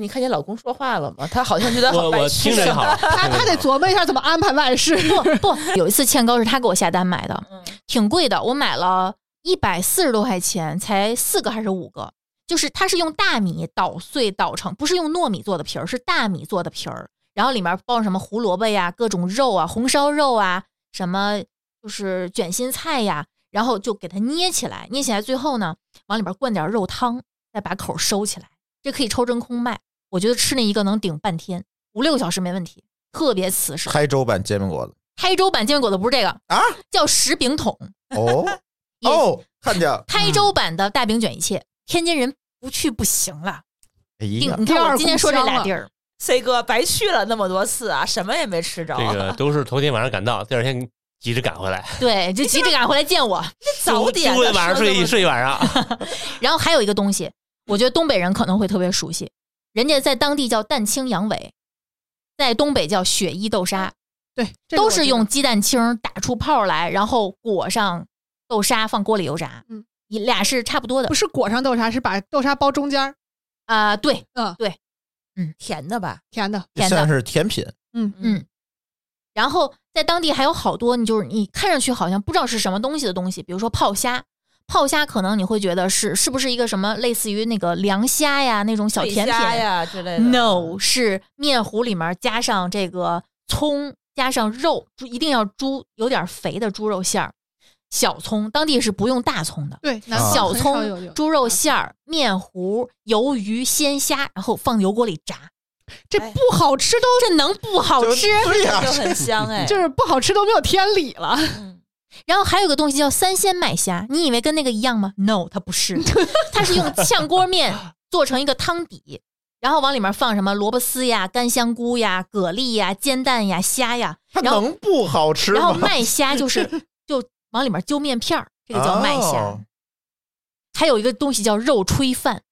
Speaker 5: 你看见老公说话了吗？他好像觉得
Speaker 6: 我
Speaker 5: 好白
Speaker 6: 我
Speaker 5: 痴
Speaker 6: 听着就好了，
Speaker 4: 哎啊他他得琢磨一下怎么安排 外事。
Speaker 2: 不不，有一次芡糕是他给我下单买的，
Speaker 5: 嗯
Speaker 2: 挺贵的，我买了一百四十多块钱，才四个还是五个？就是它是用大米捣碎捣成，不是用糯米做的皮儿，是大米做的皮儿，然后里面包什么胡萝卜呀、各种肉啊、红烧肉啊、什么就是卷心菜呀，然后就给它捏起来，捏起来最后呢，往里边灌点肉汤，再再把口收起来，这可以抽真空卖。我觉得吃那一个能顶半天，五六个小时没问题，特别瓷实。
Speaker 3: 台州版煎饼 果子
Speaker 2: 台州版煎饼果子不是这个
Speaker 3: 啊，
Speaker 2: 叫石饼桶，
Speaker 3: 哦
Speaker 2: 也
Speaker 3: 哦，看见了，
Speaker 2: 台
Speaker 6: 嗯
Speaker 2: 州版的大饼卷一切，天津人不去不行了。
Speaker 3: 哎
Speaker 2: 定
Speaker 3: 呀，
Speaker 2: 你看我今天说这
Speaker 4: 第二
Speaker 2: 俩
Speaker 4: 故乡了
Speaker 2: 地儿，
Speaker 5: C 哥白去了那么多次啊，什么也没吃着。
Speaker 6: 这 个都是头天晚上赶到，第二天急着赶回来，
Speaker 2: 对，就急着赶回来见我。
Speaker 5: 早点
Speaker 6: 就为
Speaker 5: 的
Speaker 6: 晚上睡一睡一晚上。
Speaker 2: 然后还有一个东西，我觉得东北人可能会特别熟悉，人家在当地叫蛋清羊尾，在东北叫雪衣豆沙，
Speaker 4: 啊对，这个
Speaker 2: 都
Speaker 4: 我
Speaker 2: 是
Speaker 4: 知
Speaker 2: 用
Speaker 4: 道
Speaker 2: 鸡蛋清打出泡来，然后裹上豆沙，放锅里油炸。
Speaker 4: 嗯，
Speaker 2: 俩是差不多的
Speaker 4: 不。是裹上豆沙，是把豆沙包中间儿，
Speaker 2: 啊、对，
Speaker 4: 嗯，
Speaker 5: 甜的吧？
Speaker 4: 甜的，
Speaker 2: 甜
Speaker 3: 算
Speaker 2: 的。
Speaker 3: 是甜品，
Speaker 4: 嗯
Speaker 2: 嗯，然后在当地还有好多，你就是你看上去好像不知道是什么东西的东西，比如说泡虾。泡虾可能你会觉得是是不是一个什么类似于那个凉虾呀那种小
Speaker 5: 桂
Speaker 2: 甜品
Speaker 5: 虾呀之类的。
Speaker 2: No，是面糊里面加上这个葱，加上肉，猪一定要猪有点肥的猪肉馅儿，小葱，当地是不用大葱的，
Speaker 4: 对，南
Speaker 3: 啊
Speaker 4: 方
Speaker 2: 小
Speaker 4: 很少有啊
Speaker 2: 葱、
Speaker 4: 有
Speaker 2: 猪肉馅儿、面糊、鱿鱼、鲜虾，然后放油锅里炸，
Speaker 4: 这
Speaker 5: 哎
Speaker 4: 不好吃都
Speaker 2: 这能不好
Speaker 3: 就
Speaker 2: 吃？
Speaker 3: 对呀
Speaker 5: 就，很香 哎。
Speaker 4: 就是不好吃都没有天理了。
Speaker 5: 嗯
Speaker 2: 然后还有个东西叫三鲜麦虾，你以为跟那个一样吗？No，它不 是，它是用炝锅面做成一个汤底，然后往里面放什么萝卜丝呀、干香菇呀、蛤蜊呀、煎蛋呀、虾呀，
Speaker 3: 它
Speaker 2: 然后
Speaker 3: 能不好吃
Speaker 2: 然后
Speaker 3: 吗？
Speaker 2: 麦虾 就是就往里面揪面片儿，这个叫麦虾。
Speaker 3: 哦
Speaker 2: 还有一个东西叫肉炊饭，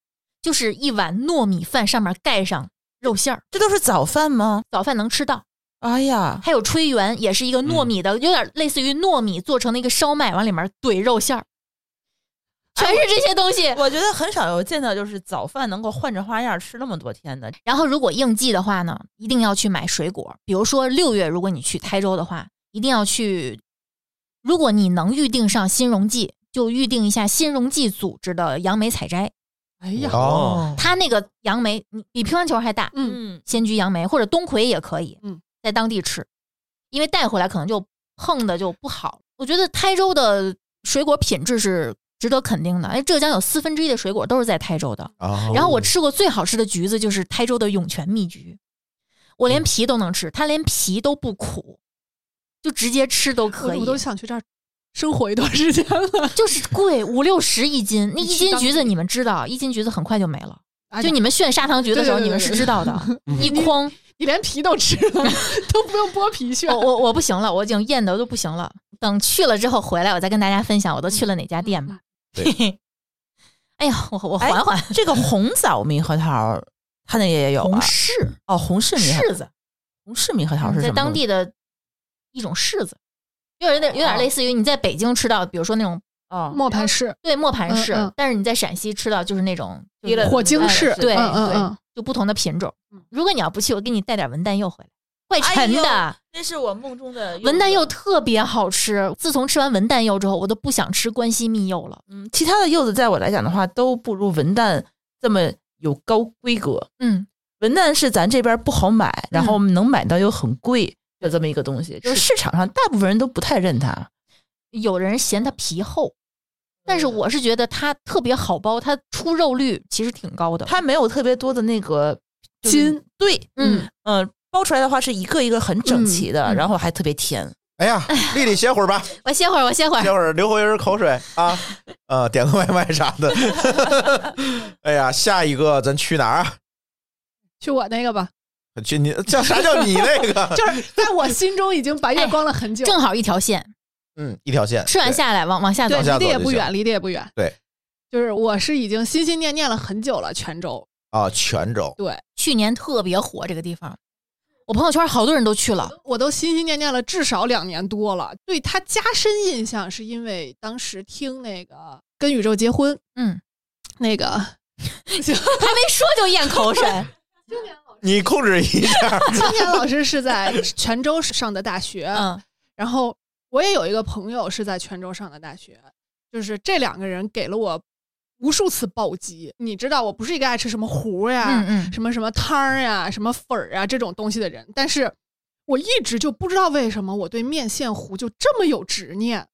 Speaker 2: 就是一碗糯米饭上面盖上肉馅儿，
Speaker 5: 这都是早饭吗？
Speaker 2: 早饭能吃到。
Speaker 5: 哎呀，
Speaker 2: 还有炊圆，也是一个糯米
Speaker 5: 嗯
Speaker 2: 的，有点类似于糯米做成的一个烧麦，往里面怼肉馅儿，全是这些东西。
Speaker 5: 哎我觉得很少有见到就是早饭能够换着花样吃那么多天的。
Speaker 2: 然后如果应季的话呢，一定要去买水果，比如说六月，如果你去台州的话，一定要去。如果你能预定上新荣记，就预定一下新荣记组织的杨梅采摘。
Speaker 4: 哎呀，
Speaker 3: 哦，
Speaker 2: 它那个杨梅你比乒乓球还大，
Speaker 4: 嗯，
Speaker 5: 嗯，
Speaker 2: 仙居杨梅或者冬葵也可以，
Speaker 4: 嗯，
Speaker 2: 在当地吃，因为带回来可能就碰的就不好。我觉得台州的水果品质是值得肯定的。哎，浙江有四分之一的水果都是在台州的。
Speaker 3: 哦
Speaker 2: 然后我吃过最好吃的橘子就是台州的涌泉蜜橘，我连皮都能吃，它连皮都不苦，就直接吃都
Speaker 4: 我
Speaker 2: 可以
Speaker 4: 我。都想去这儿生活一段时间了。
Speaker 2: 就是贵五六十一斤，那
Speaker 4: 你
Speaker 2: 一
Speaker 4: 去
Speaker 2: 斤
Speaker 4: 当
Speaker 2: 橘子
Speaker 4: 地
Speaker 2: 你们知道，一斤橘子很快就没了。
Speaker 4: 哎
Speaker 2: 就你们炫砂糖橘的时候，
Speaker 4: 对对对
Speaker 2: 你们
Speaker 4: 对
Speaker 2: 是
Speaker 4: 对
Speaker 2: 知道的， 一筐。
Speaker 4: 你连皮都吃 了，都不用剥皮去
Speaker 2: 我。我我不行了，我已经咽的都不行了。等去了之后回来，我再跟大家分享我都去了哪家店吧。哎呀，我我
Speaker 5: 哎
Speaker 2: 缓缓。
Speaker 5: 这个红枣猕核桃，它那也有啊
Speaker 2: 红。柿
Speaker 5: 哦，红柿猕核
Speaker 2: 柿子，
Speaker 5: 红柿猕核桃
Speaker 2: 嗯
Speaker 5: 是什
Speaker 2: 在
Speaker 5: 么？
Speaker 2: 当地的一种柿子，就有点有点类似于你在北京吃到，比如说那种
Speaker 5: 哦，
Speaker 4: 磨盘式、
Speaker 2: 对磨盘柿，
Speaker 4: 嗯嗯
Speaker 2: 但是你在陕西吃到就是那种就
Speaker 5: 提了
Speaker 2: 是
Speaker 4: 火晶式，
Speaker 2: 哎对
Speaker 4: 嗯嗯嗯
Speaker 2: 对，就不同的品种。如果你要不去，我给你带点文旦柚回来，会沉的。
Speaker 5: 哎呦这是我梦中的
Speaker 2: 文旦柚，特别好吃，自从吃完文旦柚之后，我都不想吃关西蜜柚了。
Speaker 5: 嗯，其他的柚子在我来讲的话，都不如文旦这么有高规格。
Speaker 2: 嗯，
Speaker 5: 文旦是咱这边不好买，然后能买到又很贵的这么一个东西，就是市场上大部分人都不太认它。
Speaker 2: 有的人嫌它皮厚，但
Speaker 3: 嗯
Speaker 2: 是我是觉得它特别好剥，它出肉率其实挺高的。
Speaker 5: 它没有特别多的那个就是
Speaker 4: 筋
Speaker 5: 对，
Speaker 2: 嗯，
Speaker 5: 嗯、包出来的话是一个一个很整齐的，
Speaker 2: 嗯嗯
Speaker 5: 然后还特别甜。
Speaker 3: 哎 呀，丽丽歇会儿吧，
Speaker 2: 我歇会儿，我歇会
Speaker 3: 歇
Speaker 2: 儿。
Speaker 3: 会儿流回一人口水啊，呃，点个外卖啥 的。哎呀，下一个咱去哪儿啊？
Speaker 4: 去我那个吧，
Speaker 3: 去你叫啥叫你 那个？
Speaker 4: 就是在我心中已经白月光了很久。
Speaker 2: 哎正好一条线，
Speaker 3: 嗯，一条线。
Speaker 2: 吃完
Speaker 3: 对
Speaker 2: 下来往往下走
Speaker 4: 对，
Speaker 3: 往。下
Speaker 4: 离
Speaker 3: 走
Speaker 4: 得也
Speaker 3: 就
Speaker 4: 不
Speaker 3: 行
Speaker 4: 远，离得也不远。
Speaker 3: 对，
Speaker 4: 就是我是已经心心念念了很久了，泉州。
Speaker 3: 啊，泉州
Speaker 4: 对
Speaker 2: 去年特别火这个地方，我朋友圈好多人都去了。
Speaker 4: 我都心心念念了至少两年多了，对他加深印象是因为当时听那个《跟宇宙结婚》
Speaker 2: 嗯，
Speaker 4: 那个，
Speaker 2: 还没说就咽口水。
Speaker 3: 你控制一下。
Speaker 4: 青年老师是在泉州上的 大学，
Speaker 2: 嗯，
Speaker 4: 然后我也有一个朋友是在泉州上的大学，就是这两个人给了我无数次暴击。你知道，我不是一个爱吃什么糊呀、
Speaker 2: 嗯嗯
Speaker 4: 什么什么汤儿呀、什么粉儿啊这种东西的人，但是我一直就不知道为什么我对面线糊就这么有执念。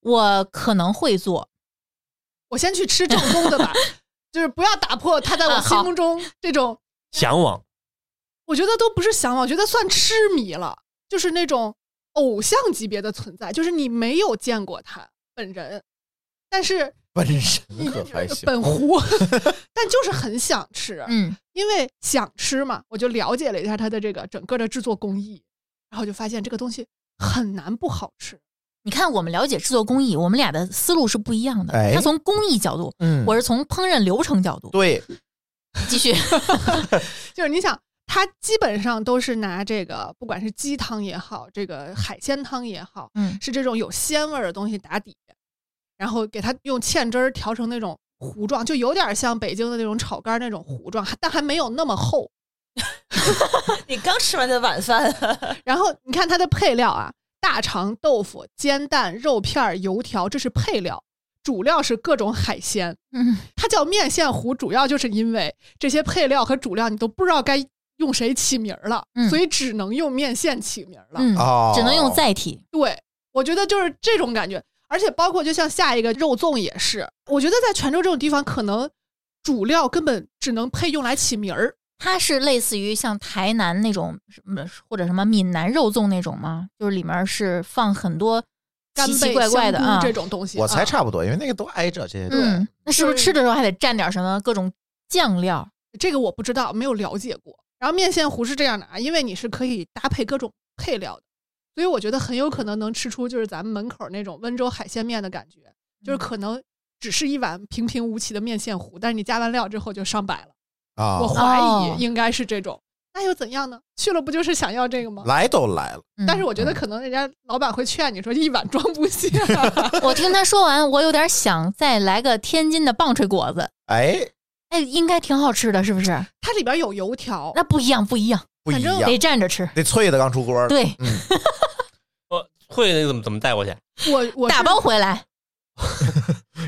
Speaker 2: 我可能会做，
Speaker 4: 我先去吃正宗的吧。就是不要打破他在我
Speaker 2: 啊
Speaker 4: 心
Speaker 2: 好
Speaker 4: 目中这种，
Speaker 6: 向往。
Speaker 4: 我觉得都不是向往，我觉得算痴迷了，就是那种偶像级别的存在，就是你没有见过他本人，但是
Speaker 3: 本身
Speaker 4: 你
Speaker 3: 可还行，
Speaker 4: 本狐，但就是很想吃，
Speaker 2: 嗯，
Speaker 4: 因为想吃嘛，我就了解了一下它的这个整个的制作工艺，然后就发现这个东西很难不好吃。
Speaker 2: 你看我们了解制作工艺，我们俩的思路是不一样的。
Speaker 3: 哎
Speaker 2: 他从工艺角度，
Speaker 3: 嗯，
Speaker 2: 我是从烹饪流程角度。
Speaker 3: 对
Speaker 2: 继 续，
Speaker 4: 就是你想，它基本上都是拿这个，不管是鸡汤也好，这个海鲜汤也好，
Speaker 2: 嗯，
Speaker 4: 是这种有鲜味儿的东西打底，然后给它用芡汁儿调成那种糊状，就有点像北京的那种炒肝儿那种糊状，但还没有那么厚。
Speaker 5: 你刚吃完的晚饭，
Speaker 4: 然后你看它的配料啊，大肠、豆腐、煎蛋、肉片儿、油条，这是配料，主料是各种海鲜。
Speaker 2: 嗯，
Speaker 4: 它叫面线糊，主要就是因为这些配料和主料你都不知道该用谁起名儿了，
Speaker 2: 嗯
Speaker 4: 所以只能用面线起名儿了。
Speaker 2: 嗯，
Speaker 3: 哦，
Speaker 2: 只能用载体。
Speaker 4: 对，我觉得就是这种感觉，而且包括就像下一个肉粽也是，我觉得在泉州这种地方，可能主料根本只能配用来起名儿，
Speaker 2: 它是类似于像台南那种什么或者什么闽南肉粽那种吗？就是里面是放很多
Speaker 4: 干
Speaker 2: 奇
Speaker 4: 贝
Speaker 2: 奇怪怪的
Speaker 4: 香菇
Speaker 2: 啊。
Speaker 4: 这种东西。
Speaker 3: 我猜
Speaker 4: 啊
Speaker 3: 差不多，因为那个都挨着这些东西。
Speaker 2: 嗯，那是不是吃的时候还得蘸点什么各种酱料？
Speaker 4: 这个我不知道，没有了解过。然后面线糊是这样的啊，因为你是可以搭配各种配料的，所以我觉得很有可能能吃出就是咱们门口那种温州海鲜面的感觉，
Speaker 2: 嗯
Speaker 4: 就是可能只是一碗平平无奇的面线糊，但是你加完料之后就上百了。
Speaker 3: 啊
Speaker 4: 我，怀
Speaker 2: 哦
Speaker 4: 疑应该是这种，那又怎样呢？去了不就是想要这个吗？
Speaker 3: 来都来了，
Speaker 2: 嗯
Speaker 4: 但是我觉得可能人家老板会劝你说一碗装不下，
Speaker 2: 我听他说完，我有点想再来个天津的棒槌果子，
Speaker 3: 哎，
Speaker 2: 哎，应该挺好吃的，是不是？
Speaker 4: 它里边有油条，
Speaker 2: 那不一样，不一样，
Speaker 3: 不一样，
Speaker 2: 得蘸着吃。
Speaker 3: 那脆的刚出锅，，
Speaker 2: 对，
Speaker 3: 嗯，
Speaker 6: 我呃会那个怎么怎么带过去？
Speaker 4: 我我是
Speaker 2: 打包回来，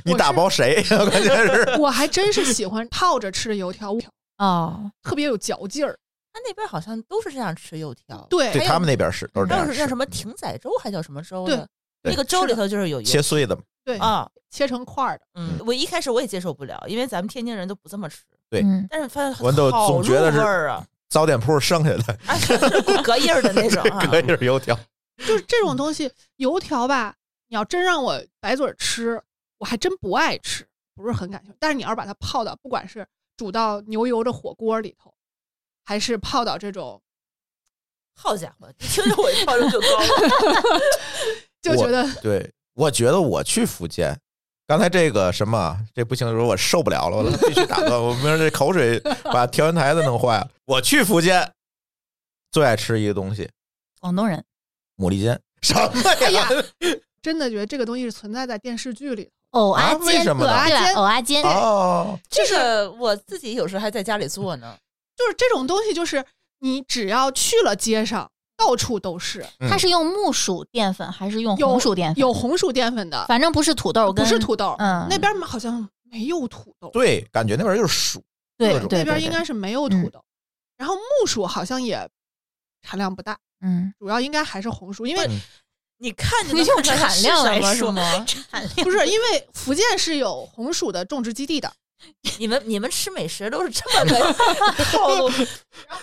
Speaker 3: 你打包谁？关键是，
Speaker 4: 我还真是喜欢泡着吃的油条，
Speaker 2: 哦，
Speaker 4: 特别有嚼劲儿。
Speaker 5: 他那边好像都是这样吃油条。
Speaker 4: 对，
Speaker 3: 对他们那边是都是这
Speaker 5: 还
Speaker 3: 样
Speaker 5: 有叫
Speaker 3: 吃
Speaker 5: 什，么艇仔粥，还叫什么粥
Speaker 4: 对
Speaker 5: 的？
Speaker 3: 对
Speaker 5: 那个粥里头就是有
Speaker 3: 切
Speaker 5: 油
Speaker 3: 碎的嘛，
Speaker 4: 对
Speaker 5: 啊。
Speaker 4: 切成块儿的。
Speaker 5: 嗯，我一开始我也接受不了，因为咱们天津人都不这么吃，
Speaker 3: 对
Speaker 2: 嗯，
Speaker 5: 但是发现
Speaker 3: 我都
Speaker 5: 好
Speaker 3: 总觉得
Speaker 5: 入
Speaker 3: 是
Speaker 5: 味儿啊，
Speaker 3: 早点铺剩下的
Speaker 5: 啊，是是骨骼印儿的那种
Speaker 3: 隔
Speaker 5: 啊。
Speaker 3: 夜油条，
Speaker 4: 就是这种东西，油条吧，你要真让我白嘴儿吃，我还真不爱吃，不是很感兴趣。但是你要是把它泡到，不管是煮到牛油的火锅里头，还是泡到这种，
Speaker 5: 好家伙，一听着我一跳就高了。
Speaker 4: 就觉得
Speaker 3: 对，我觉得我去福建，刚才这个什么，啊这不行，我受不了了，我必须打断，我明儿这口水把调音台都弄坏了。我去福建，最爱吃一个东西，
Speaker 2: 广东
Speaker 3: 啊
Speaker 2: 人
Speaker 3: 牡蛎煎。什么呀？
Speaker 4: 真的觉得这个东西是存在在电视剧里头。
Speaker 2: 藕
Speaker 3: 啊
Speaker 2: 阿
Speaker 3: 为
Speaker 2: 煎，
Speaker 3: 什么呢
Speaker 2: 对吧
Speaker 4: 藕阿煎
Speaker 2: 藕阿 煎，
Speaker 3: 哦，
Speaker 5: 这个我自己有时候还在家里做呢。
Speaker 4: 就是这种东西，就是你只要去了街上，到处都是
Speaker 3: 嗯
Speaker 2: 它是用木薯淀粉还是用
Speaker 4: 有
Speaker 2: 红薯淀粉？
Speaker 4: 有红薯淀粉的，
Speaker 2: 反正不是土豆跟
Speaker 4: 不是土豆。
Speaker 2: 嗯，
Speaker 4: 那边好像没有土豆，
Speaker 3: 对，感觉那边就是 薯，
Speaker 2: 对
Speaker 3: 各
Speaker 2: 对
Speaker 3: 种
Speaker 2: 对
Speaker 4: 那边
Speaker 2: 对
Speaker 4: 应该是没有
Speaker 2: 嗯
Speaker 4: 土豆。然后木薯好像也产量不大，
Speaker 2: 嗯，
Speaker 4: 主要应该还是红薯，因为
Speaker 5: 你看就
Speaker 2: 你
Speaker 5: 能
Speaker 2: 用
Speaker 5: 看出来
Speaker 2: 产
Speaker 5: 是
Speaker 2: 量
Speaker 5: 什
Speaker 2: 来
Speaker 5: 么
Speaker 2: 说
Speaker 5: 是吗？
Speaker 2: 产量
Speaker 4: 不是因为福建是有红薯的种植 基地的，
Speaker 5: 你们你们吃美食都是这么个套路，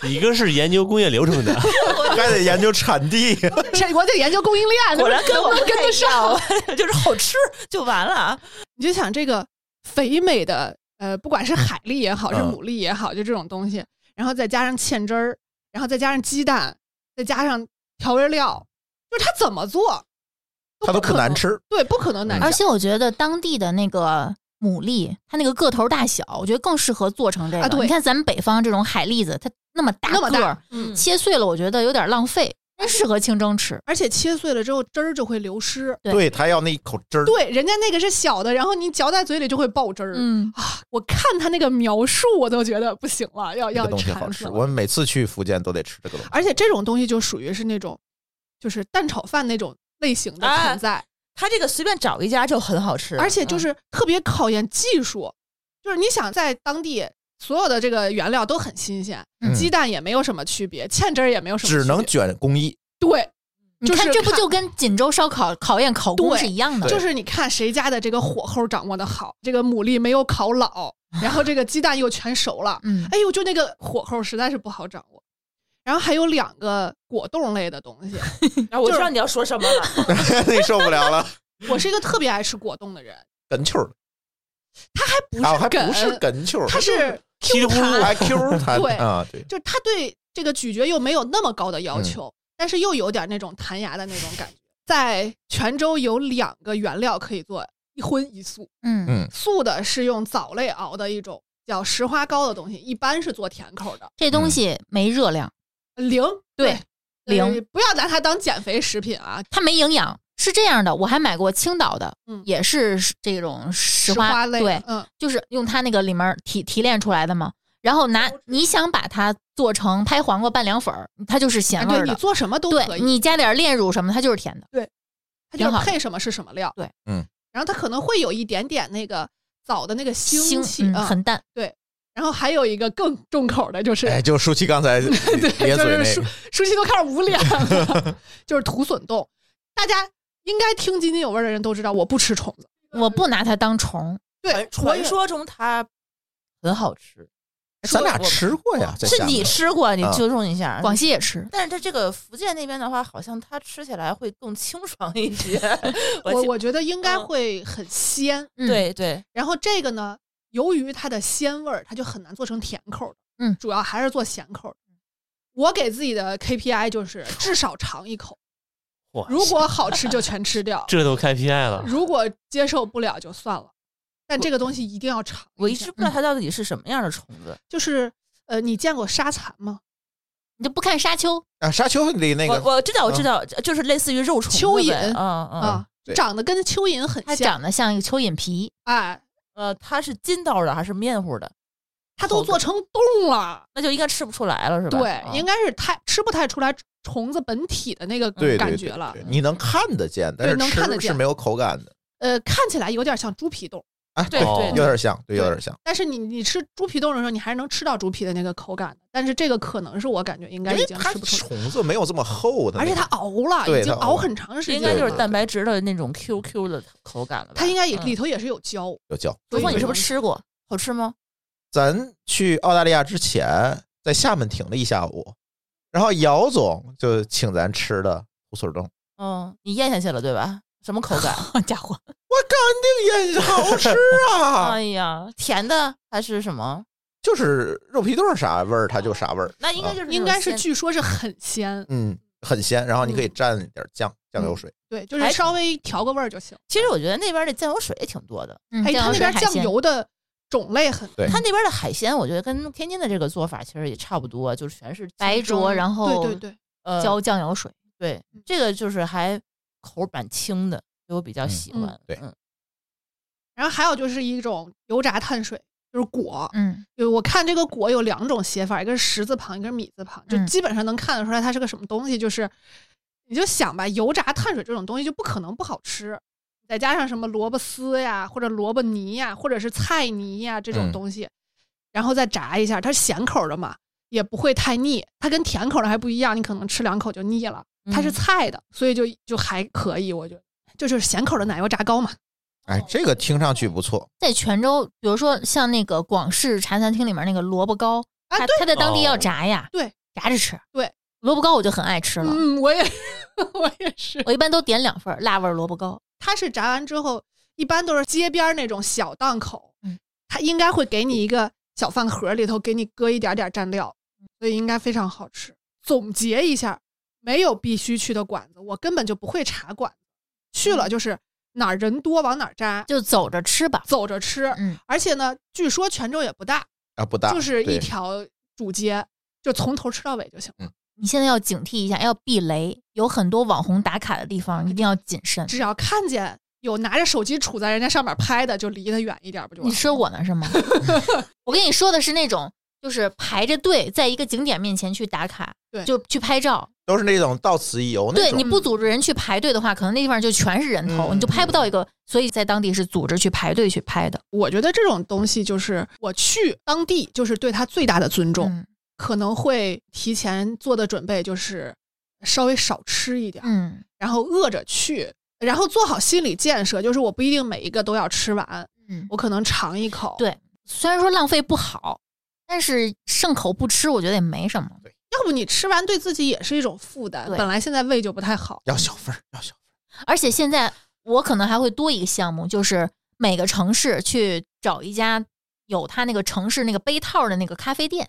Speaker 6: 一个是研究工业流程的，
Speaker 3: 还得研究产 地。
Speaker 4: 这我得研究供应链，
Speaker 5: 果然跟我
Speaker 4: 能
Speaker 5: 们
Speaker 4: 不能跟得上。
Speaker 5: 上， 就是好吃就完了啊。
Speaker 4: 你就想这个肥美的，呃，不管是海蛎也好，是
Speaker 3: 嗯
Speaker 4: 牡蛎也好，就这种东西，然后再加上芡汁儿，然后再加上鸡蛋，再加上调味料，就是它怎么做，
Speaker 3: 它都
Speaker 4: 不可
Speaker 3: 不难
Speaker 4: 能，
Speaker 3: 吃，嗯
Speaker 4: 对，不可能难
Speaker 2: 而
Speaker 4: 吃。
Speaker 2: 且我觉得当地的那个牡蛎，它那个个头大小，我觉得更适合做成这个。
Speaker 4: 啊对
Speaker 2: 你看咱们北方这种海蛎子，它那么大
Speaker 4: 那么
Speaker 2: 个
Speaker 4: 大
Speaker 2: 儿，，
Speaker 4: 嗯，
Speaker 2: 切碎了我觉得有点浪费，真适合清蒸吃。
Speaker 4: 而且切碎了之后汁儿就会流失。
Speaker 2: 对
Speaker 3: 对，它要那一口汁儿。
Speaker 4: 对，人家那个是小的，然后你嚼在嘴里就会爆汁儿。
Speaker 2: 嗯，
Speaker 4: 我看他那个描述，我都觉得不行了，要
Speaker 3: 这
Speaker 4: 要
Speaker 3: 个东西
Speaker 4: 馋
Speaker 3: 好
Speaker 4: 死
Speaker 3: 吃，
Speaker 4: 了
Speaker 3: 我们每次去福建都得吃这个东西。
Speaker 4: 而且这种东西就属于是那种，就是蛋炒饭那种类型的
Speaker 5: 哎
Speaker 4: 存在，
Speaker 5: 他这个随便找一家就很好吃，
Speaker 4: 而且就
Speaker 5: 嗯
Speaker 4: 是特别考验技术，就是你想在当地。所有的这个原料都很新鲜，
Speaker 2: 嗯
Speaker 4: 鸡蛋也没有什么区别，芡汁儿也没有什么区别，
Speaker 3: 只能卷工 艺，
Speaker 4: 对，
Speaker 2: 你
Speaker 4: 就是
Speaker 2: 看这不
Speaker 4: 看
Speaker 2: 就跟锦州烧烤考验考工
Speaker 4: 对
Speaker 2: 是一样的？
Speaker 3: 对
Speaker 4: 就是你看谁家的这个火候掌握的好，这个牡蛎没有烤老，然后这个鸡蛋又全熟了，
Speaker 2: 嗯，
Speaker 4: 哎呦，就那个火候实在是不好掌握。然后还有两个果冻类的东西，
Speaker 5: 然后哎我
Speaker 4: 就
Speaker 5: 知
Speaker 4: 是
Speaker 5: 道你要说什么了，
Speaker 3: 你受不了了，
Speaker 4: 我是一个特别爱吃果冻的人，
Speaker 3: 梗球儿
Speaker 4: 不
Speaker 3: 啊，还
Speaker 4: 梗，
Speaker 3: 不是梗球儿，
Speaker 4: 它是
Speaker 6: 稀里糊涂
Speaker 3: 还 Q 弹
Speaker 4: 对
Speaker 3: 啊，对，
Speaker 4: 就是它对这个咀嚼又没有那么高的
Speaker 3: 嗯
Speaker 4: 要求，但是又有点那种弹牙的那种感觉。在泉州有两个原料可以做一荤一素，
Speaker 2: 嗯
Speaker 3: 嗯
Speaker 4: 素的是用藻类熬的一种叫石花膏的东西，一般是做甜口的，
Speaker 2: 这东西没热量，
Speaker 4: 零
Speaker 2: 对
Speaker 4: 就是
Speaker 2: 零
Speaker 4: 不要拿它当减肥食品啊，
Speaker 2: 它没营养。是这样的，我还买过青岛的，
Speaker 4: 嗯
Speaker 2: 也是这种石
Speaker 4: 石
Speaker 2: 花，
Speaker 4: 类的
Speaker 2: 对，
Speaker 4: 嗯，
Speaker 2: 就是用它那个里面提提炼出来的嘛。然后拿你想把它做成拍黄瓜拌凉粉儿，它就是
Speaker 4: 啊
Speaker 2: 咸味
Speaker 4: 对
Speaker 2: 儿
Speaker 4: 你
Speaker 2: 的。
Speaker 4: 做什么都可
Speaker 2: 对
Speaker 4: 以，
Speaker 2: 你加点炼乳什么的，它就是甜的。
Speaker 4: 它就
Speaker 2: 挺
Speaker 4: 是
Speaker 2: 好的
Speaker 4: 配什么是什么料，
Speaker 2: 对，
Speaker 3: 嗯，
Speaker 4: 然后它可能会有一点点那个藻的那个腥
Speaker 2: 腥
Speaker 4: 气
Speaker 2: 嗯
Speaker 4: 啊，
Speaker 2: 很淡，
Speaker 4: 然后还有一个更重口的就是
Speaker 3: 哎，就舒淇刚 才咧嘴
Speaker 4: 就
Speaker 3: 那
Speaker 4: 是舒
Speaker 3: 个，
Speaker 4: 舒淇都开始捂脸了， 就是土笋冻。大家应该听津津有味的人都知道，我不吃虫子。
Speaker 2: 我不拿它当虫。
Speaker 4: 对，我也
Speaker 5: 传说中它很好吃，
Speaker 3: 咱俩
Speaker 5: 我
Speaker 3: 吃过呀，在
Speaker 5: 是
Speaker 3: 厦门
Speaker 5: 你吃过，你
Speaker 3: 啊
Speaker 5: 纠正一
Speaker 4: 嗯
Speaker 5: 下。
Speaker 2: 广西也吃，
Speaker 5: 但是它这个福建那边的话，好像它吃起来会更清爽一 些。
Speaker 4: 我
Speaker 5: 记
Speaker 4: 我觉得应该
Speaker 5: 嗯
Speaker 4: 会很鲜。
Speaker 2: 嗯，
Speaker 5: 对对，
Speaker 4: 然后这个呢，由于它的鲜味儿，它就很难做成甜口的。
Speaker 2: 嗯
Speaker 4: 主要还是做咸口的。我给自己的 KPI 就是至少尝一口，
Speaker 6: 哇，，
Speaker 4: 如果好吃就全吃掉
Speaker 6: 这都开 PI 了，
Speaker 4: 如果接受不了就算了。但这个东西一定要尝
Speaker 5: 我一
Speaker 4: 一下
Speaker 5: 直不知道它到底是什么样的虫子。
Speaker 4: 就是呃，你见过沙蚕吗？
Speaker 2: 你就不看沙丘，
Speaker 3: 啊，沙丘里那个
Speaker 5: 我我知道我知道，就是类似于肉虫
Speaker 4: 蚯
Speaker 5: 子呗嗯
Speaker 4: 蚓
Speaker 5: 嗯
Speaker 4: 啊，
Speaker 3: 对
Speaker 4: 长得跟蚯蚓很
Speaker 2: 它
Speaker 4: 像，
Speaker 2: 长得像一个蚯蚓 皮，
Speaker 4: 哎，
Speaker 5: 呃，它是筋道的还是面糊的？
Speaker 4: 它都做成冻了，
Speaker 5: 那就应该吃不出来了，是吧？嗯
Speaker 4: 对，应
Speaker 5: 该
Speaker 4: 该是太吃不太出来虫子本体的那个
Speaker 3: 对对
Speaker 4: 感
Speaker 3: 对
Speaker 4: 觉了
Speaker 3: 对，你能看得见，但
Speaker 4: 对
Speaker 3: 是
Speaker 4: 能看得
Speaker 3: 吃
Speaker 4: 见
Speaker 3: 是没有口感的，
Speaker 4: 呃，看起来有点像猪皮冻，
Speaker 3: 啊，
Speaker 5: 对对
Speaker 3: 有点像，对，有点像，
Speaker 4: 但是你你吃猪皮冻的时候，你还是能吃到猪皮的那个口感的，但是这个可能是我感觉应该
Speaker 3: 因
Speaker 4: 已
Speaker 3: 为
Speaker 4: 经
Speaker 3: 哎它
Speaker 4: 吃不出来，
Speaker 3: 虫子没有这么厚的那
Speaker 4: 而
Speaker 3: 种，
Speaker 4: 且它熬了，
Speaker 3: 对
Speaker 4: 已经
Speaker 3: 它熬
Speaker 4: 熬
Speaker 3: 了
Speaker 4: 很长时间
Speaker 5: 应
Speaker 4: 了，
Speaker 5: 该就是蛋白质的那种 QQ 的口感了吧。
Speaker 4: 它应该也
Speaker 5: 嗯
Speaker 4: 里头也是有胶，
Speaker 3: 有胶。
Speaker 5: 不过你是不
Speaker 4: 所以
Speaker 5: 是吃过？好吃吗？
Speaker 3: 咱去澳大利亚之前，在厦门停了一下午，然后姚总就请咱吃的土笋冻，
Speaker 5: 嗯，你咽下去了对吧？什么口 感？
Speaker 2: 好家伙，
Speaker 3: 我肯定也好吃啊，
Speaker 5: 哎呀，甜的还是什么？
Speaker 3: 就是肉皮冻啥味儿它就啥味
Speaker 4: 哦
Speaker 3: 儿，
Speaker 5: 那应该就是那种
Speaker 4: 应该是
Speaker 5: 鲜
Speaker 4: 据说是很鲜，
Speaker 3: 嗯，很鲜，然后你
Speaker 4: 嗯
Speaker 3: 可以蘸点酱、酱油水，
Speaker 4: 对，就是
Speaker 5: 还
Speaker 4: 稍微调个味儿就行。
Speaker 5: 其实我觉得那边儿的酱油水也挺多的，
Speaker 2: 嗯，
Speaker 4: 哎，
Speaker 2: 酱
Speaker 4: 它
Speaker 2: 油
Speaker 4: 那
Speaker 2: 水
Speaker 4: 边
Speaker 2: 海
Speaker 4: 酱
Speaker 2: 鲜
Speaker 4: 油的种类很
Speaker 3: 对
Speaker 5: 它那边儿的海鲜，我觉得跟天津的这个做法其实也差不多，就是全是
Speaker 2: 白灼，然后
Speaker 4: 对对对，
Speaker 5: 呃
Speaker 2: 浇酱油水，
Speaker 5: 对，这个就是还口儿蛮轻的，所以我比较喜
Speaker 4: 嗯
Speaker 5: 欢。
Speaker 3: 对
Speaker 5: 嗯
Speaker 4: 然后还有就是一种油炸碳水，就是果。
Speaker 2: 嗯，
Speaker 4: 有我看这个果有两种写法，一个是石字旁，一个是米字旁，就
Speaker 2: 嗯
Speaker 4: 基本上能看得出来它是个什么东西。就是你就想吧，油炸碳水这种东西就不可能不好吃，再加上什么萝卜丝呀，或者萝卜泥呀，或者是菜泥呀这种
Speaker 3: 嗯
Speaker 4: 东西，然后再炸一下，它是咸口的嘛。也不会太腻，它跟甜口的还不一样，你可能吃两口就腻了。它是
Speaker 5: 嗯
Speaker 4: 菜的，所以就就还可以，我觉得就是咸口的奶油炸糕嘛。嗯
Speaker 3: 哎，
Speaker 4: 哦
Speaker 3: 这个听上去不错，
Speaker 2: 在泉州，比如说像那个广式茶餐厅里面那个萝卜糕，
Speaker 4: 啊
Speaker 2: 它它在当地要
Speaker 6: 哦
Speaker 2: 炸呀，
Speaker 4: 对，
Speaker 2: 炸着吃，
Speaker 4: 对，
Speaker 2: 萝卜糕我就很爱吃了，
Speaker 4: 嗯，我也 我也是。
Speaker 2: 我一般都点两份儿辣味儿萝卜糕，
Speaker 4: 它是炸完之后，一般都是街边儿那种小档口，
Speaker 2: 嗯，
Speaker 4: 它应该会给你一个小饭盒，里头给你搁一点点蘸料，所以应该非常好吃。总结一下，没有必须去的馆子，我根本就不会查馆子，去
Speaker 2: 嗯
Speaker 4: 了就是哪儿人多往哪儿扎，
Speaker 2: 就走着吃吧。
Speaker 4: 走着吃。
Speaker 2: 嗯，
Speaker 4: 而且呢，据说泉州也不大，
Speaker 3: 啊，不大，
Speaker 4: 就是一
Speaker 3: 对
Speaker 4: 条主街，就从头吃到尾就行，
Speaker 2: 你现在要警惕一下，要避雷，有很多网红打卡的地方一定要谨慎。
Speaker 4: 只要看见。有拿着手机杵在人家上面拍的，就离他远一点，不就完了
Speaker 2: 你
Speaker 4: 吗？
Speaker 2: 说我呢是 吗？我跟你说的是那种，就是排着队在一个景点面前去打卡，
Speaker 4: 对
Speaker 2: 就去拍照。
Speaker 3: 都是那种到此一游那
Speaker 2: 对，
Speaker 3: 种
Speaker 2: 你不组织人去排队的话，可能那地方就全是人头，
Speaker 3: 嗯
Speaker 2: 你就拍不到一个。所以在当地是组织去排队去拍的。
Speaker 4: 我觉得这种东西就是我去当地，就是对他最大的尊重，
Speaker 2: 嗯
Speaker 4: 可能会提前做的准备就是稍微少吃一点，
Speaker 2: 嗯，
Speaker 4: 然后饿着去，然后做好心理建设，就是我不一定每一个都要吃完，
Speaker 2: 嗯
Speaker 4: 我可能尝一口，
Speaker 2: 对，虽然说浪费不好，但是剩口不吃，我觉得也没什么。
Speaker 4: 要不你吃完对自己也是一种负担。
Speaker 2: 对
Speaker 4: 本来现在胃就不太好，
Speaker 3: 要小份儿，要小份
Speaker 2: 而且现在我可能还会多一个项目，就是每个城市去找一家有它那个城市那个杯套的那个咖啡店，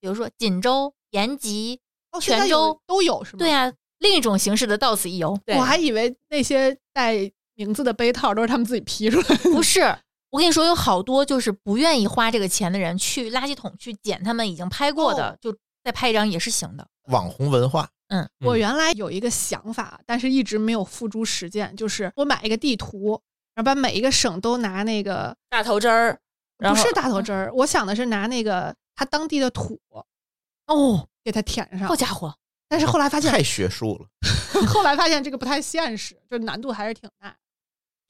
Speaker 2: 比如说锦州、延吉，
Speaker 4: 哦，
Speaker 2: 泉
Speaker 4: 现在有
Speaker 2: 州
Speaker 4: 都有是吗？
Speaker 2: 对啊，另一种形式的到此一游。
Speaker 5: 对
Speaker 4: 我还以为那些带名字的杯套都是他们自己批出来的。
Speaker 2: 不是，我跟你说，有好多就是不愿意花这个钱的人，去垃圾桶去捡他们已经拍过的，
Speaker 4: 哦
Speaker 2: 就再拍一张也是行的。
Speaker 3: 儿。网红文化，
Speaker 4: 我原来有一个想法，但是一直没有付诸实践，就是我买一个地图，然后把每一个省都拿那个
Speaker 5: 大头针儿，然
Speaker 4: 不
Speaker 5: 后
Speaker 4: 是大头针儿，我想的是拿那个它当地的土
Speaker 2: 哦，
Speaker 4: 给它填上
Speaker 2: 好。家伙，
Speaker 4: 但是后来发现，
Speaker 3: 太学术了。
Speaker 4: 后来发现这个不太现实，就是难度还是挺大。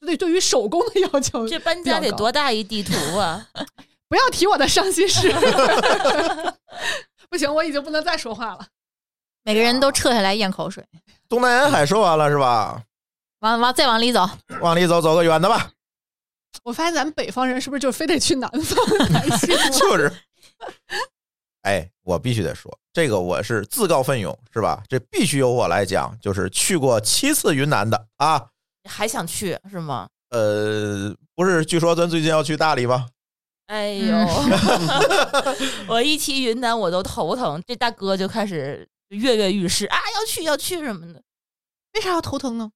Speaker 4: 对，对于手工的要求，
Speaker 5: 这搬家得多大一地图啊！
Speaker 4: 不要提我的伤心事。 不行，我已经不能再说话了。
Speaker 2: 每个人都撤下来咽口水，
Speaker 3: 东南沿海说完了是吧？
Speaker 2: 往往再往里走，
Speaker 3: 往里走，走个远的 吧，
Speaker 4: 我发现咱们北方人是不是就非得去南方才行？
Speaker 3: 就是。哎，我必须得说，这个我是自告奋勇，是吧？这必须由我来讲，就是去过七次云南的啊。
Speaker 5: 还想去是吗？
Speaker 3: 呃，不是，据说咱最近要去大理吗？
Speaker 5: 哎 呦， 我一提云南我都头疼，这大哥就开始跃跃欲试啊，要去要去什么的。
Speaker 4: 为啥要头疼呢？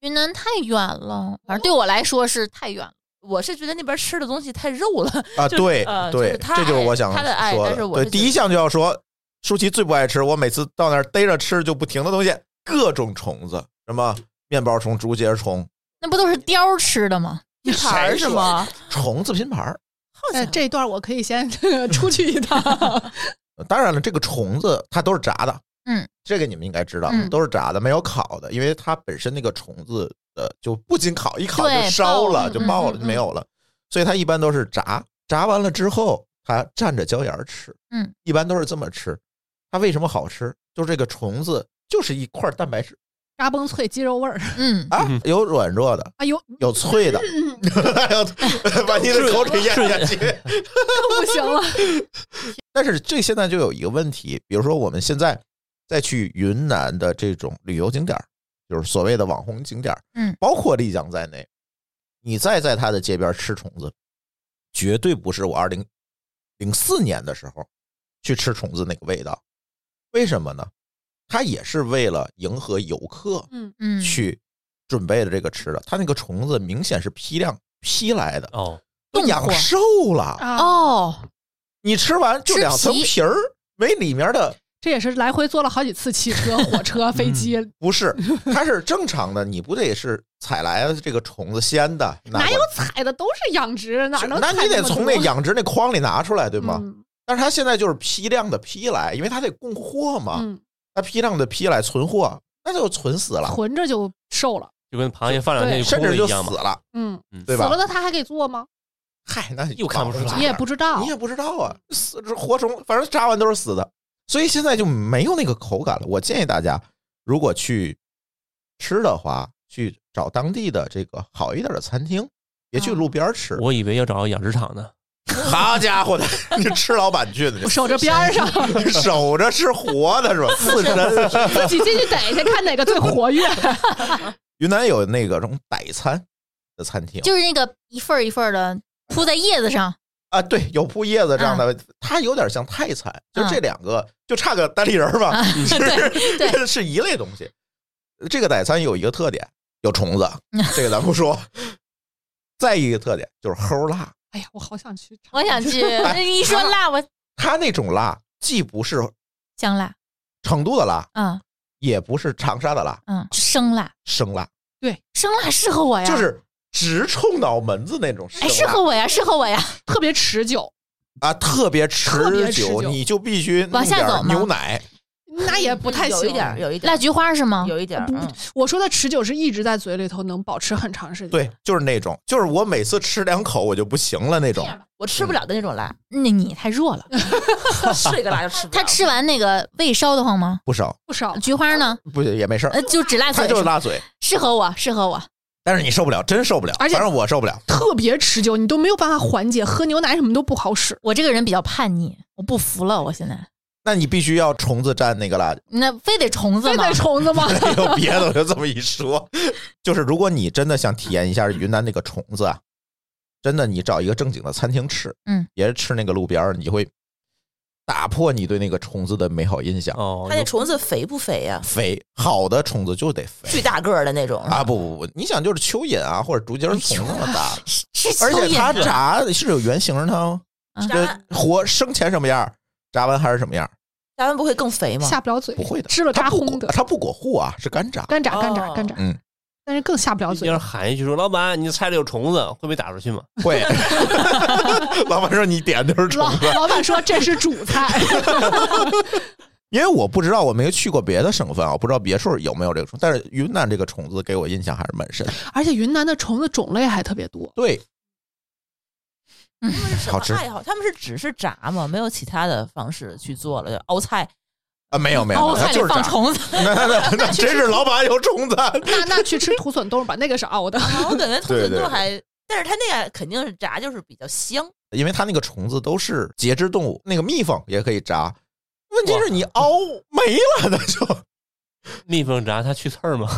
Speaker 2: 云南太远了，反正对我来说是太远了。
Speaker 5: 我是觉得那边吃的东西太肉了，
Speaker 3: 啊，
Speaker 5: 就是
Speaker 3: 对
Speaker 5: 呃
Speaker 3: 对，
Speaker 5: 就是他
Speaker 3: 这就是
Speaker 5: 爱
Speaker 3: 我想
Speaker 5: 他的爱
Speaker 3: 说
Speaker 5: 但是我
Speaker 3: 对，
Speaker 5: 是
Speaker 3: 第
Speaker 5: 觉
Speaker 3: 一
Speaker 5: 得
Speaker 3: 项就要说，舒淇最不爱吃，我每次到那儿逮着吃就不停的东西，各种虫子，什么面包虫、竹节虫、
Speaker 2: 那不都是貂儿吃的吗？
Speaker 5: 拼盘儿
Speaker 3: 谁
Speaker 5: 是
Speaker 3: 说
Speaker 5: 吗？
Speaker 3: 虫子拼盘儿。
Speaker 5: 好家
Speaker 4: 哎，
Speaker 5: 伙
Speaker 4: 这一段我可以先 出去一趟。
Speaker 3: 呃当然了，这个虫子它都是炸的，
Speaker 2: 嗯，
Speaker 3: 这个你们应该知道，
Speaker 2: 嗯
Speaker 3: 都是炸的，没有烤的，因为它本身那个虫子的就不仅烤，一烤
Speaker 2: 对
Speaker 3: 就烧
Speaker 2: 爆
Speaker 3: 了，
Speaker 2: 了
Speaker 3: 就
Speaker 2: 嗯嗯
Speaker 3: 爆了，
Speaker 2: 嗯
Speaker 3: 就没有了，所以它一般都是炸，炸完了之后它蘸着椒盐儿吃，
Speaker 2: 嗯，
Speaker 3: 一般都是这么吃。它为什么好吃？就是这个虫子就是一块蛋白质
Speaker 4: 嘎嘣脆鸡肉味儿
Speaker 2: 嗯，
Speaker 3: 啊
Speaker 6: 嗯，
Speaker 3: 有软弱的，
Speaker 4: 哎呦，
Speaker 3: 有 脆的， 还有
Speaker 2: 嗯
Speaker 3: 把你的口水咽下去。
Speaker 4: 更不行了。
Speaker 3: 但是这现在就有一个问题，比如说我们现在再去云南的这种旅游景点儿，就是所谓的网红景点儿，
Speaker 2: 嗯
Speaker 3: 包括丽江在内，你再在它的街边吃虫子，绝对不是我二零零四年的时候去吃虫子那个味道。为什么呢？它也是为了迎合游客
Speaker 4: 嗯，
Speaker 2: 嗯，
Speaker 3: 去准备的这个吃的，它那个虫子明显是批量批来的，
Speaker 6: 哦，
Speaker 3: 都
Speaker 2: 冻
Speaker 3: 养
Speaker 2: 货
Speaker 3: 瘦了，
Speaker 4: 啊，
Speaker 2: 哦，
Speaker 3: 你吃完就
Speaker 2: 吃
Speaker 3: 两层
Speaker 2: 皮
Speaker 3: 皮儿，没里面的。
Speaker 4: 这也是来回坐了好几次汽车、火车、飞机，
Speaker 3: 不是，它是正常的，你不得是采来的这个虫子鲜的？拿
Speaker 4: 哪有
Speaker 3: 过
Speaker 4: 采的都是养殖，哪
Speaker 3: 来
Speaker 4: 能
Speaker 3: 那
Speaker 4: 采么多？嗯
Speaker 3: 你得从那养殖那筐里拿出来，对
Speaker 4: 对
Speaker 3: 吗？但是它现在就是批量的批来，因为它得供货嘛，
Speaker 4: 嗯，
Speaker 3: 它批量的批来存货，那就存死了，
Speaker 4: 囤着就瘦了。
Speaker 6: 就跟螃蟹放两天
Speaker 4: 对
Speaker 6: 就
Speaker 3: 甚
Speaker 6: 空了
Speaker 3: 至就
Speaker 6: 一
Speaker 3: 死
Speaker 6: 样嘛，
Speaker 3: 了，
Speaker 4: 嗯，
Speaker 3: 对
Speaker 4: 死
Speaker 3: 吧
Speaker 4: 了？的它还给做吗？
Speaker 3: 嗨，那
Speaker 6: 又看不出来
Speaker 4: 你也不知道
Speaker 3: 你。也不知道啊，死这活虫，反正扎完都是死的，所以现在就没有那个口感了。我建议大家，如果去吃的话，去找当地的这个好一点的餐厅，别
Speaker 4: 嗯
Speaker 3: 去路边儿吃。
Speaker 6: 我以为要找养殖场呢，
Speaker 3: 好家伙的， 你吃老板去的，
Speaker 4: 我守着边儿上，
Speaker 3: 你守着吃活的是 吧？刺身。啊
Speaker 4: 自己进去逮去，看哪个最活跃。哎
Speaker 3: 云南有那个种傣餐的餐厅
Speaker 2: 就是那个一份儿一份儿的铺在叶子上，
Speaker 3: 啊，对，有铺叶子这样的，
Speaker 2: 嗯
Speaker 3: 它有点像泰餐，就这两个就差个单立人儿吧，
Speaker 2: 啊对对
Speaker 3: 是 是一类东西。这个傣餐有一个特点，有 虫子，这个咱不说。再一个特点就是齁辣，
Speaker 4: 哎呀，我好想去尝尝，
Speaker 2: 我想 去。哎你一说辣，我
Speaker 3: 它那种辣既不是
Speaker 2: 香辣，
Speaker 3: 成都的辣，
Speaker 2: 嗯
Speaker 3: 也不是长沙的辣，
Speaker 2: 嗯，生辣，
Speaker 3: 生辣。
Speaker 2: 生辣适合哎我呀，
Speaker 3: 就是直冲脑门子那种生辣，
Speaker 2: 哎，适合我呀，适合我 呀，
Speaker 4: 特别持久，
Speaker 3: 啊，特别持
Speaker 4: 特别持
Speaker 3: 久，
Speaker 4: 久
Speaker 3: 你就必须
Speaker 2: 往下
Speaker 3: 弄点
Speaker 2: 走吗
Speaker 3: 牛奶，
Speaker 4: 那也不太行。
Speaker 5: 有一点儿，有一点
Speaker 2: 辣
Speaker 5: 儿，
Speaker 2: 菊花是吗？
Speaker 5: 有一点儿，嗯，
Speaker 4: 我说的持久是一直在嘴里头能保持很长时间。，
Speaker 3: 对，就是那种，就是我每次吃两口我就不行了那种。
Speaker 2: 啊
Speaker 5: 我吃不了的那种 辣，
Speaker 2: 那你太弱了。
Speaker 5: 睡个辣就吃不了。
Speaker 2: 他吃完那个胃烧得慌吗？
Speaker 3: 不少，
Speaker 4: 不少
Speaker 2: 菊花呢？
Speaker 3: 不也没事儿
Speaker 2: 呃，，就只辣
Speaker 3: 它
Speaker 2: 嘴
Speaker 3: 就是是
Speaker 2: 吗，
Speaker 3: 辣嘴。
Speaker 2: 适合我，适合我。
Speaker 3: 但是你受不了，真受不了，
Speaker 4: 而且
Speaker 3: 反正我受不了。
Speaker 4: 特别持久，你都没有办法缓解，喝牛奶什么都不好使。
Speaker 2: 我这个人比较叛逆，我不服了，我现在
Speaker 3: 那你必须要虫子蘸那个辣椒。
Speaker 2: 那非得虫子
Speaker 4: 再
Speaker 2: 吗？
Speaker 4: 带虫子吗？
Speaker 3: 没有别的，我就这么一说， 就是如果你真的想体验一下云南那个虫子啊，真的你找一个正经的餐厅吃，
Speaker 2: 嗯，
Speaker 3: 别吃那个路边儿，你会打破你对那个虫子的美好印象。
Speaker 6: 哦，
Speaker 5: 它那虫子肥不肥呀、
Speaker 3: 肥，好的虫子就得肥
Speaker 5: 巨大个儿的那种
Speaker 3: 啊！不不不，你想就是蚯蚓啊，或者竹节虫那么大，
Speaker 2: 是 是
Speaker 3: 而
Speaker 2: 蚯
Speaker 3: 且它
Speaker 2: 蚓吗
Speaker 3: 炸是有原型的哦，
Speaker 2: 嗯
Speaker 3: 这活生前什么样儿，炸完还是什么样儿，
Speaker 5: 咱们不会更肥吗？
Speaker 4: 下不了嘴，
Speaker 3: 不会的，
Speaker 4: 吃了扎
Speaker 3: 它不
Speaker 4: 轰
Speaker 3: 裹
Speaker 4: 的，
Speaker 3: 它不裹糊啊，是干炸。
Speaker 4: 干炸干炸
Speaker 5: 哦
Speaker 4: 干炸。
Speaker 3: 嗯，
Speaker 4: 但是更下不了
Speaker 6: 一
Speaker 4: 嘴
Speaker 6: 边。喊一句说：“老板，你的菜里有虫子，会被打出去吗
Speaker 3: 会， 老板说你点的就是
Speaker 4: 老
Speaker 3: 虫子，
Speaker 4: 老板说这是主 菜，
Speaker 3: 因为我不知道，我没去过别的省份啊，我不知道别处有没有这个虫，但是云南这个虫子给我印象还是蛮深。
Speaker 4: 而且云南的虫子种类还特别多。
Speaker 3: 对，
Speaker 5: 他们是什
Speaker 3: 好
Speaker 5: 么
Speaker 3: 吃
Speaker 5: 爱好？他们是只是炸吗？没有其他的方式去做了，就熬菜。
Speaker 3: 啊，没有没有，
Speaker 2: 哦，
Speaker 3: 没有它
Speaker 2: 菜里
Speaker 3: 就是
Speaker 2: 放
Speaker 3: 炸。
Speaker 2: 虫子，
Speaker 3: 那那那那真是老板有虫子，
Speaker 4: 那那去吃土笋冻吧，那个是熬的。
Speaker 5: 啊我感觉兔
Speaker 3: 对
Speaker 5: 子
Speaker 3: 对
Speaker 5: 炖还，但是它那个肯定是炸，就是比较香。
Speaker 3: 因为它那个虫子都是节肢动物，那个蜜蜂也可以炸。问题是你熬没了，那就？”
Speaker 6: 蜜蜂炸它去刺儿吗？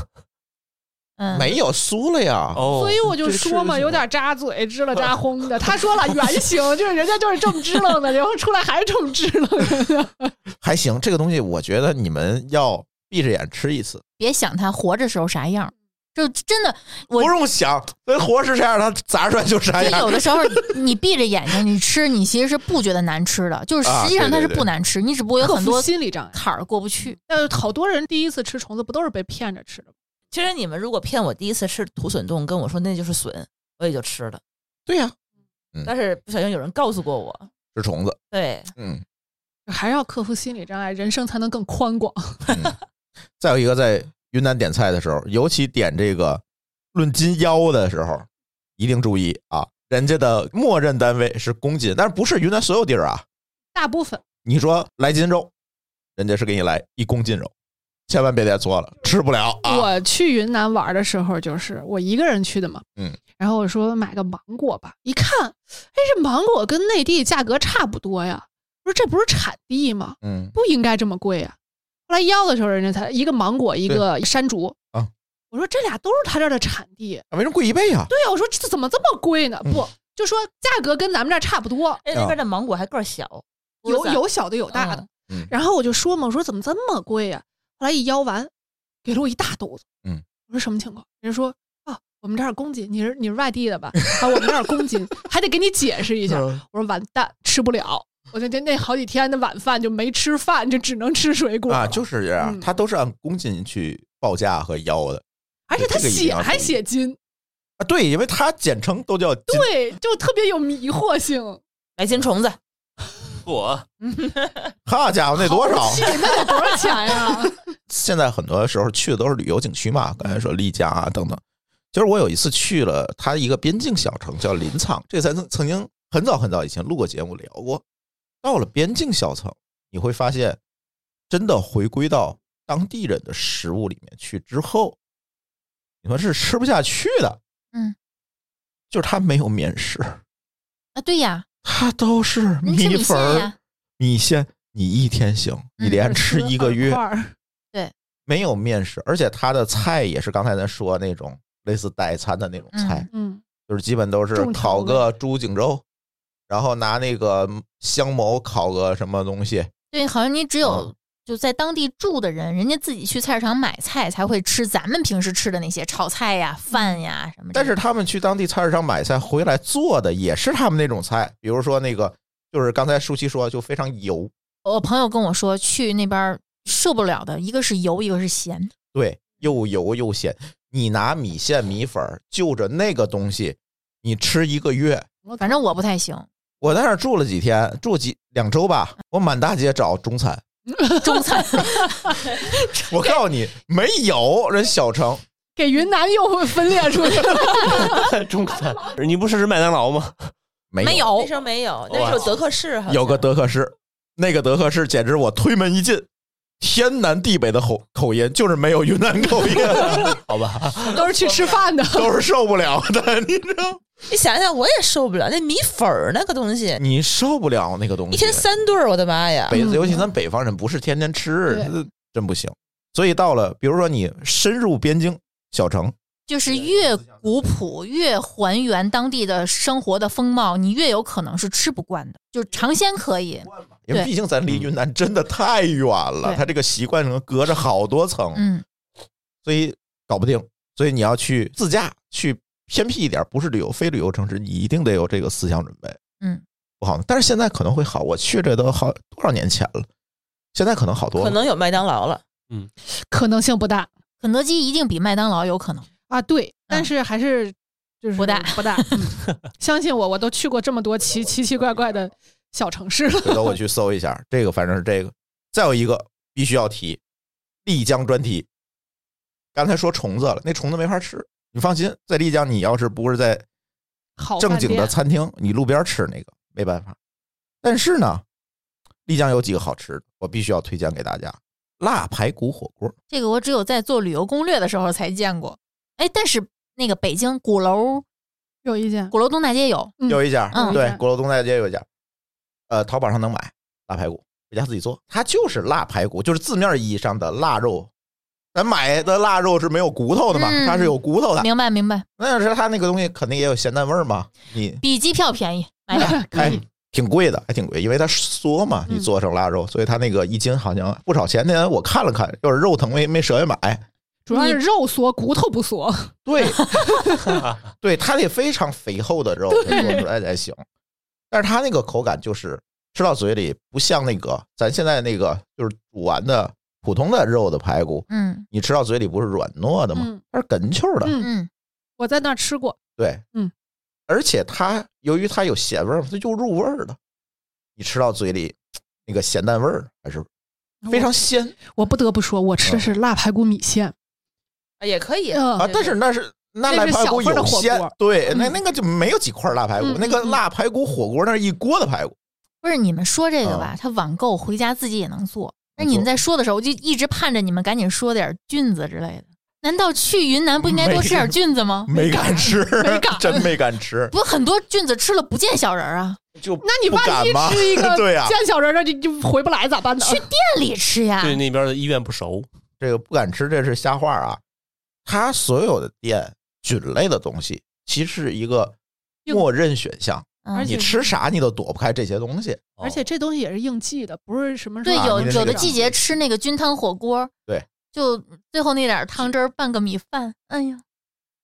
Speaker 2: 嗯，
Speaker 3: 没有酥了呀。
Speaker 6: 哦
Speaker 4: 所以，我就
Speaker 3: 这吃
Speaker 4: 说
Speaker 3: 就
Speaker 4: 嘛，
Speaker 3: 行
Speaker 4: 有点扎嘴，支了扎轰 的。他说了原型，就是人家就是这么支棱的，然后出来还是这么支棱的。
Speaker 3: 还行，这个东西我觉得你们要闭着眼吃一次，
Speaker 2: 别想它活着时候啥样，就真的我
Speaker 3: 不用想，那活是啥样，它砸出来就啥
Speaker 2: 就
Speaker 3: 样
Speaker 2: 有。的时 候你闭着眼睛你吃，你其实是不觉得难吃的，就是
Speaker 3: 啊
Speaker 2: 实际上它
Speaker 3: 对对
Speaker 2: 是
Speaker 3: 对
Speaker 2: 不难吃，你只不过有很多
Speaker 4: 心理障碍，
Speaker 2: 坎儿过不去。
Speaker 4: 呃，好多人第一次吃虫子不都是被骗着吃的吗？
Speaker 5: 其实你们如果骗我第一次吃土笋冻，跟我说那就是笋，我也就吃了。
Speaker 3: 对呀、
Speaker 5: 但是不小心有人告诉过我，
Speaker 3: 是虫子。
Speaker 5: 对，
Speaker 3: 嗯，
Speaker 4: 还是要克服心理障碍，人生才能更宽广。
Speaker 3: 嗯再有一个，在云南点菜的时候，尤其点这个论斤腰的时候，一定注意啊，人家的默认单位是公斤，但是不是云南所有地儿啊？
Speaker 4: 大部分
Speaker 3: 你说来斤肉，人家是给你来一公斤肉，千万别点错了，吃不了啊！
Speaker 4: 我去云南玩的时候，就是我一个人去的嘛，
Speaker 3: 嗯，
Speaker 4: 然后我说买个芒果吧，一看，哎，这芒果跟内地价格差不多呀，我说这不是产地吗？
Speaker 3: 嗯，
Speaker 4: 不应该这么贵呀、后来要的时候，人家才一个芒果，一个山竹
Speaker 3: 啊。
Speaker 4: 我说这俩都是他这儿的产地，
Speaker 3: 为什么贵一倍啊？
Speaker 4: 对呀、我说这怎么这么贵呢？
Speaker 3: 嗯
Speaker 4: 不，就说价格跟咱们这儿差不多，
Speaker 5: 哎，
Speaker 3: 啊
Speaker 5: 那边的芒果还个儿小，
Speaker 4: 有
Speaker 5: 有
Speaker 4: 有小的有大的。
Speaker 3: 嗯嗯
Speaker 4: 然后我就说嘛，我说怎么这么贵呀、后来一腰完，给了我一大兜子。
Speaker 3: 嗯，
Speaker 4: 我说什么情况？人家说啊，我们这儿公斤，你是你是外地的吧？啊，我们这儿公斤，还得给你解释一下。
Speaker 3: 嗯
Speaker 4: 我说完蛋，吃不了。我就那那好几天的晚饭就没吃饭，就只能吃水果
Speaker 3: 啊，
Speaker 4: 了
Speaker 3: 就是这样，
Speaker 4: 嗯
Speaker 3: 它都是按公斤去报价和腰的
Speaker 4: 而且他
Speaker 3: 这个一定
Speaker 4: 写
Speaker 3: 要注意
Speaker 4: 还写斤，
Speaker 3: 啊。对，因为它简称都叫斤。
Speaker 4: 对，就特别有迷 惑性。
Speaker 5: 来金虫子，
Speaker 6: 我
Speaker 3: 好家伙，那多少？
Speaker 4: 气那得多少钱呀？
Speaker 3: 现在很多时候去的都是旅游景区嘛，刚才说丽江啊等等。其实我有一次去了它一个边境小城叫临沧，这咱曾曾经很早很早以前录过节目聊过。到了边境小城，你会发现，真的回归到当地人的食物里面去之后，你们是吃不下去的。
Speaker 2: 嗯，
Speaker 3: 就是它没有面食，
Speaker 2: 啊，对呀，
Speaker 3: 它都是
Speaker 2: 你吃
Speaker 3: 米
Speaker 2: 米
Speaker 3: 粉
Speaker 2: 线
Speaker 3: 儿、
Speaker 2: 呀，
Speaker 3: 米线。你一天行，你
Speaker 2: 啊嗯
Speaker 3: 连吃一个月
Speaker 4: 二，块儿
Speaker 3: 没有面食，而且它的菜也是刚才咱说那种类似代餐的那种菜，
Speaker 4: 嗯，
Speaker 3: 就是基本都是
Speaker 4: 重调
Speaker 3: 烤
Speaker 4: 味
Speaker 3: 个猪颈肉，然后拿那个香茅烤个什么东西，
Speaker 2: 对，好像你只
Speaker 3: 嗯
Speaker 2: 有就在当地住的人，人家自己去菜市场买菜才会吃咱们平时吃的那些炒菜呀、饭呀什么这
Speaker 3: 但
Speaker 2: 种。
Speaker 3: 是他们去当地菜市场买菜回来做的也是他们那种菜，比如说那个就是刚才舒淇说就非常油，
Speaker 2: 我朋友跟我说，去那边儿受不了的一个是油，一个是咸。
Speaker 3: 对，又油又咸。你拿米线米粉儿就着那个东西，你吃一个月，
Speaker 2: 反正我不太行，
Speaker 3: 我在那儿住了几天，住几两周吧，我满大街找中餐。
Speaker 2: 中餐
Speaker 3: 我告诉你，没有人小城，
Speaker 4: 给云南又会分裂出去 了。
Speaker 6: 中餐，你不试试麦当劳吗？
Speaker 3: 没
Speaker 2: 没
Speaker 5: 那
Speaker 2: 有
Speaker 5: 时候没有，那时候德克士好像
Speaker 3: 有个德克士，那个德克士简直我推门一进，天南地北的口口音，就是没有云南口音，
Speaker 6: 好吧？
Speaker 4: 都是去吃饭的。
Speaker 3: 都是受不了的。你知道，
Speaker 5: 你想想，我也受不了那米粉儿那个东西，
Speaker 3: 你受不了那个东西。
Speaker 5: 一天三顿儿，我的妈呀！
Speaker 3: 北，
Speaker 4: 嗯
Speaker 3: 尤其咱北方人不是天天吃，
Speaker 4: 对
Speaker 3: 这真不行。所以到了，比如说你深入边境小城，
Speaker 2: 就是越古朴越还原当地的生活的风貌，你越有可能是吃不惯的。就是尝鲜可以，
Speaker 3: 因为
Speaker 2: 对
Speaker 3: 毕竟咱离云南真的太远了，
Speaker 2: 对
Speaker 3: 它这个习惯能隔着好多层，
Speaker 2: 嗯，
Speaker 3: 所以搞不定。所以你要去自驾，去偏僻一点，不是旅游非旅游城市，你一定得有这个思想准备。
Speaker 2: 嗯，
Speaker 3: 不好。但是现在可能会好，我去这都好多少年前了，现在可能好多了。
Speaker 5: 可能有麦当劳了，
Speaker 4: 可能性不大
Speaker 2: 肯德基一定比麦当劳有可能。
Speaker 4: 啊，对，但是还是就是
Speaker 2: 嗯不大
Speaker 4: 不大。嗯 相信我，我都去过这么多奇奇奇怪怪的小城市了。
Speaker 3: 回头我去搜一下，这个反正是这个。再有一个必须要提，丽江专题。刚才说虫子了，那虫子没法吃。你放心，在丽江，你要是不是在
Speaker 4: 好
Speaker 3: 正
Speaker 4: 饭
Speaker 3: 经的
Speaker 4: 店
Speaker 3: 餐厅，你路边吃那个没办法。但是呢，丽江有几个好吃的，我必须要推荐给大家：辣排骨火锅。
Speaker 2: 这个我只有在做旅游攻略的时候才见过。哎，但是那个北京鼓楼
Speaker 4: 有意见，
Speaker 2: 鼓楼东大街有，
Speaker 4: 嗯
Speaker 3: 有一家，
Speaker 2: 嗯
Speaker 3: 对
Speaker 4: 嗯，
Speaker 3: 鼓楼东大街有一家，呃，淘宝上能买辣排骨，回家自己做，它就是辣排骨，就是字面意义上的腊肉。咱买的腊肉是没有骨头的嘛，
Speaker 2: 嗯
Speaker 3: 它是有骨头的。
Speaker 2: 明白明白，
Speaker 3: 那要是它那个东西肯定也有咸淡味儿嘛，你
Speaker 2: 比机票便宜，买点儿
Speaker 3: 哎挺贵的，还挺贵，因为它缩嘛，
Speaker 2: 嗯
Speaker 3: 你做成腊肉，所以它那个一斤好像不少钱。那天我看了看，要是肉疼没没舍得买。
Speaker 4: 主要是肉缩，骨头不缩。
Speaker 3: 对， 对，它得非常肥厚的肉才做出来才行。但是它那个口感就是吃到嘴里不像那个咱现在那个就是煮完的普通的肉的排骨，
Speaker 2: 嗯
Speaker 3: 你吃到嘴里不是软糯的吗
Speaker 4: 嗯？
Speaker 3: 它是哏啾的，
Speaker 4: 嗯，
Speaker 2: 嗯，
Speaker 4: 我在那儿吃过，
Speaker 3: 对，
Speaker 4: 嗯。
Speaker 3: 而且它由于它有咸味儿嘛，它就入味儿了。你吃到嘴里那个咸淡味儿还是非常鲜
Speaker 4: 我不得不说，我
Speaker 3: 嗯
Speaker 4: 吃的是腊排骨米线，
Speaker 5: 啊也可以
Speaker 4: 嗯
Speaker 3: 啊，但是那是。那
Speaker 4: 那
Speaker 3: 腊
Speaker 4: 是
Speaker 3: 排骨
Speaker 4: 小份儿的
Speaker 3: 有
Speaker 4: 火锅
Speaker 3: 鲜，对，那
Speaker 4: 嗯
Speaker 3: 那个就没有几块腊排骨，
Speaker 4: 嗯
Speaker 3: 那个
Speaker 4: 嗯嗯
Speaker 3: 腊排骨火锅那是一锅的排骨，
Speaker 2: 不是你们说这个吧？他网购回家自己也能做。但是你们在说的时候，我就一直盼着你们赶紧说点菌子之类的。难道去云南不应该多吃点菌子吗？
Speaker 3: 没敢吃，
Speaker 4: 哦没敢
Speaker 3: 真没敢吃，
Speaker 2: 不是很多菌子吃了不见小人儿啊，
Speaker 3: 就
Speaker 4: 那你
Speaker 3: 不
Speaker 4: 万
Speaker 3: 敢
Speaker 4: 一
Speaker 3: 吗？
Speaker 4: 吃一 个
Speaker 3: 对呀、啊
Speaker 4: 见小人儿，你就回不来咋办呢？
Speaker 2: 去店里吃呀。
Speaker 6: 对那边的医院不熟，
Speaker 3: 这个不敢吃，这是瞎话啊。它所有的店菌类的东西，其实是一个
Speaker 4: 硬
Speaker 3: 默认选项，
Speaker 2: 嗯
Speaker 4: 而且
Speaker 3: 你吃啥你都躲不开这些东西。
Speaker 6: 哦
Speaker 4: 而且这东西也是应季的，不是什么啊
Speaker 2: 对
Speaker 4: 时候
Speaker 2: 有
Speaker 3: 你的那
Speaker 2: 有的
Speaker 3: 个
Speaker 2: 季节吃那个菌汤火锅，
Speaker 3: 对，
Speaker 2: 就最后那点儿汤汁儿拌个米饭，哎呀，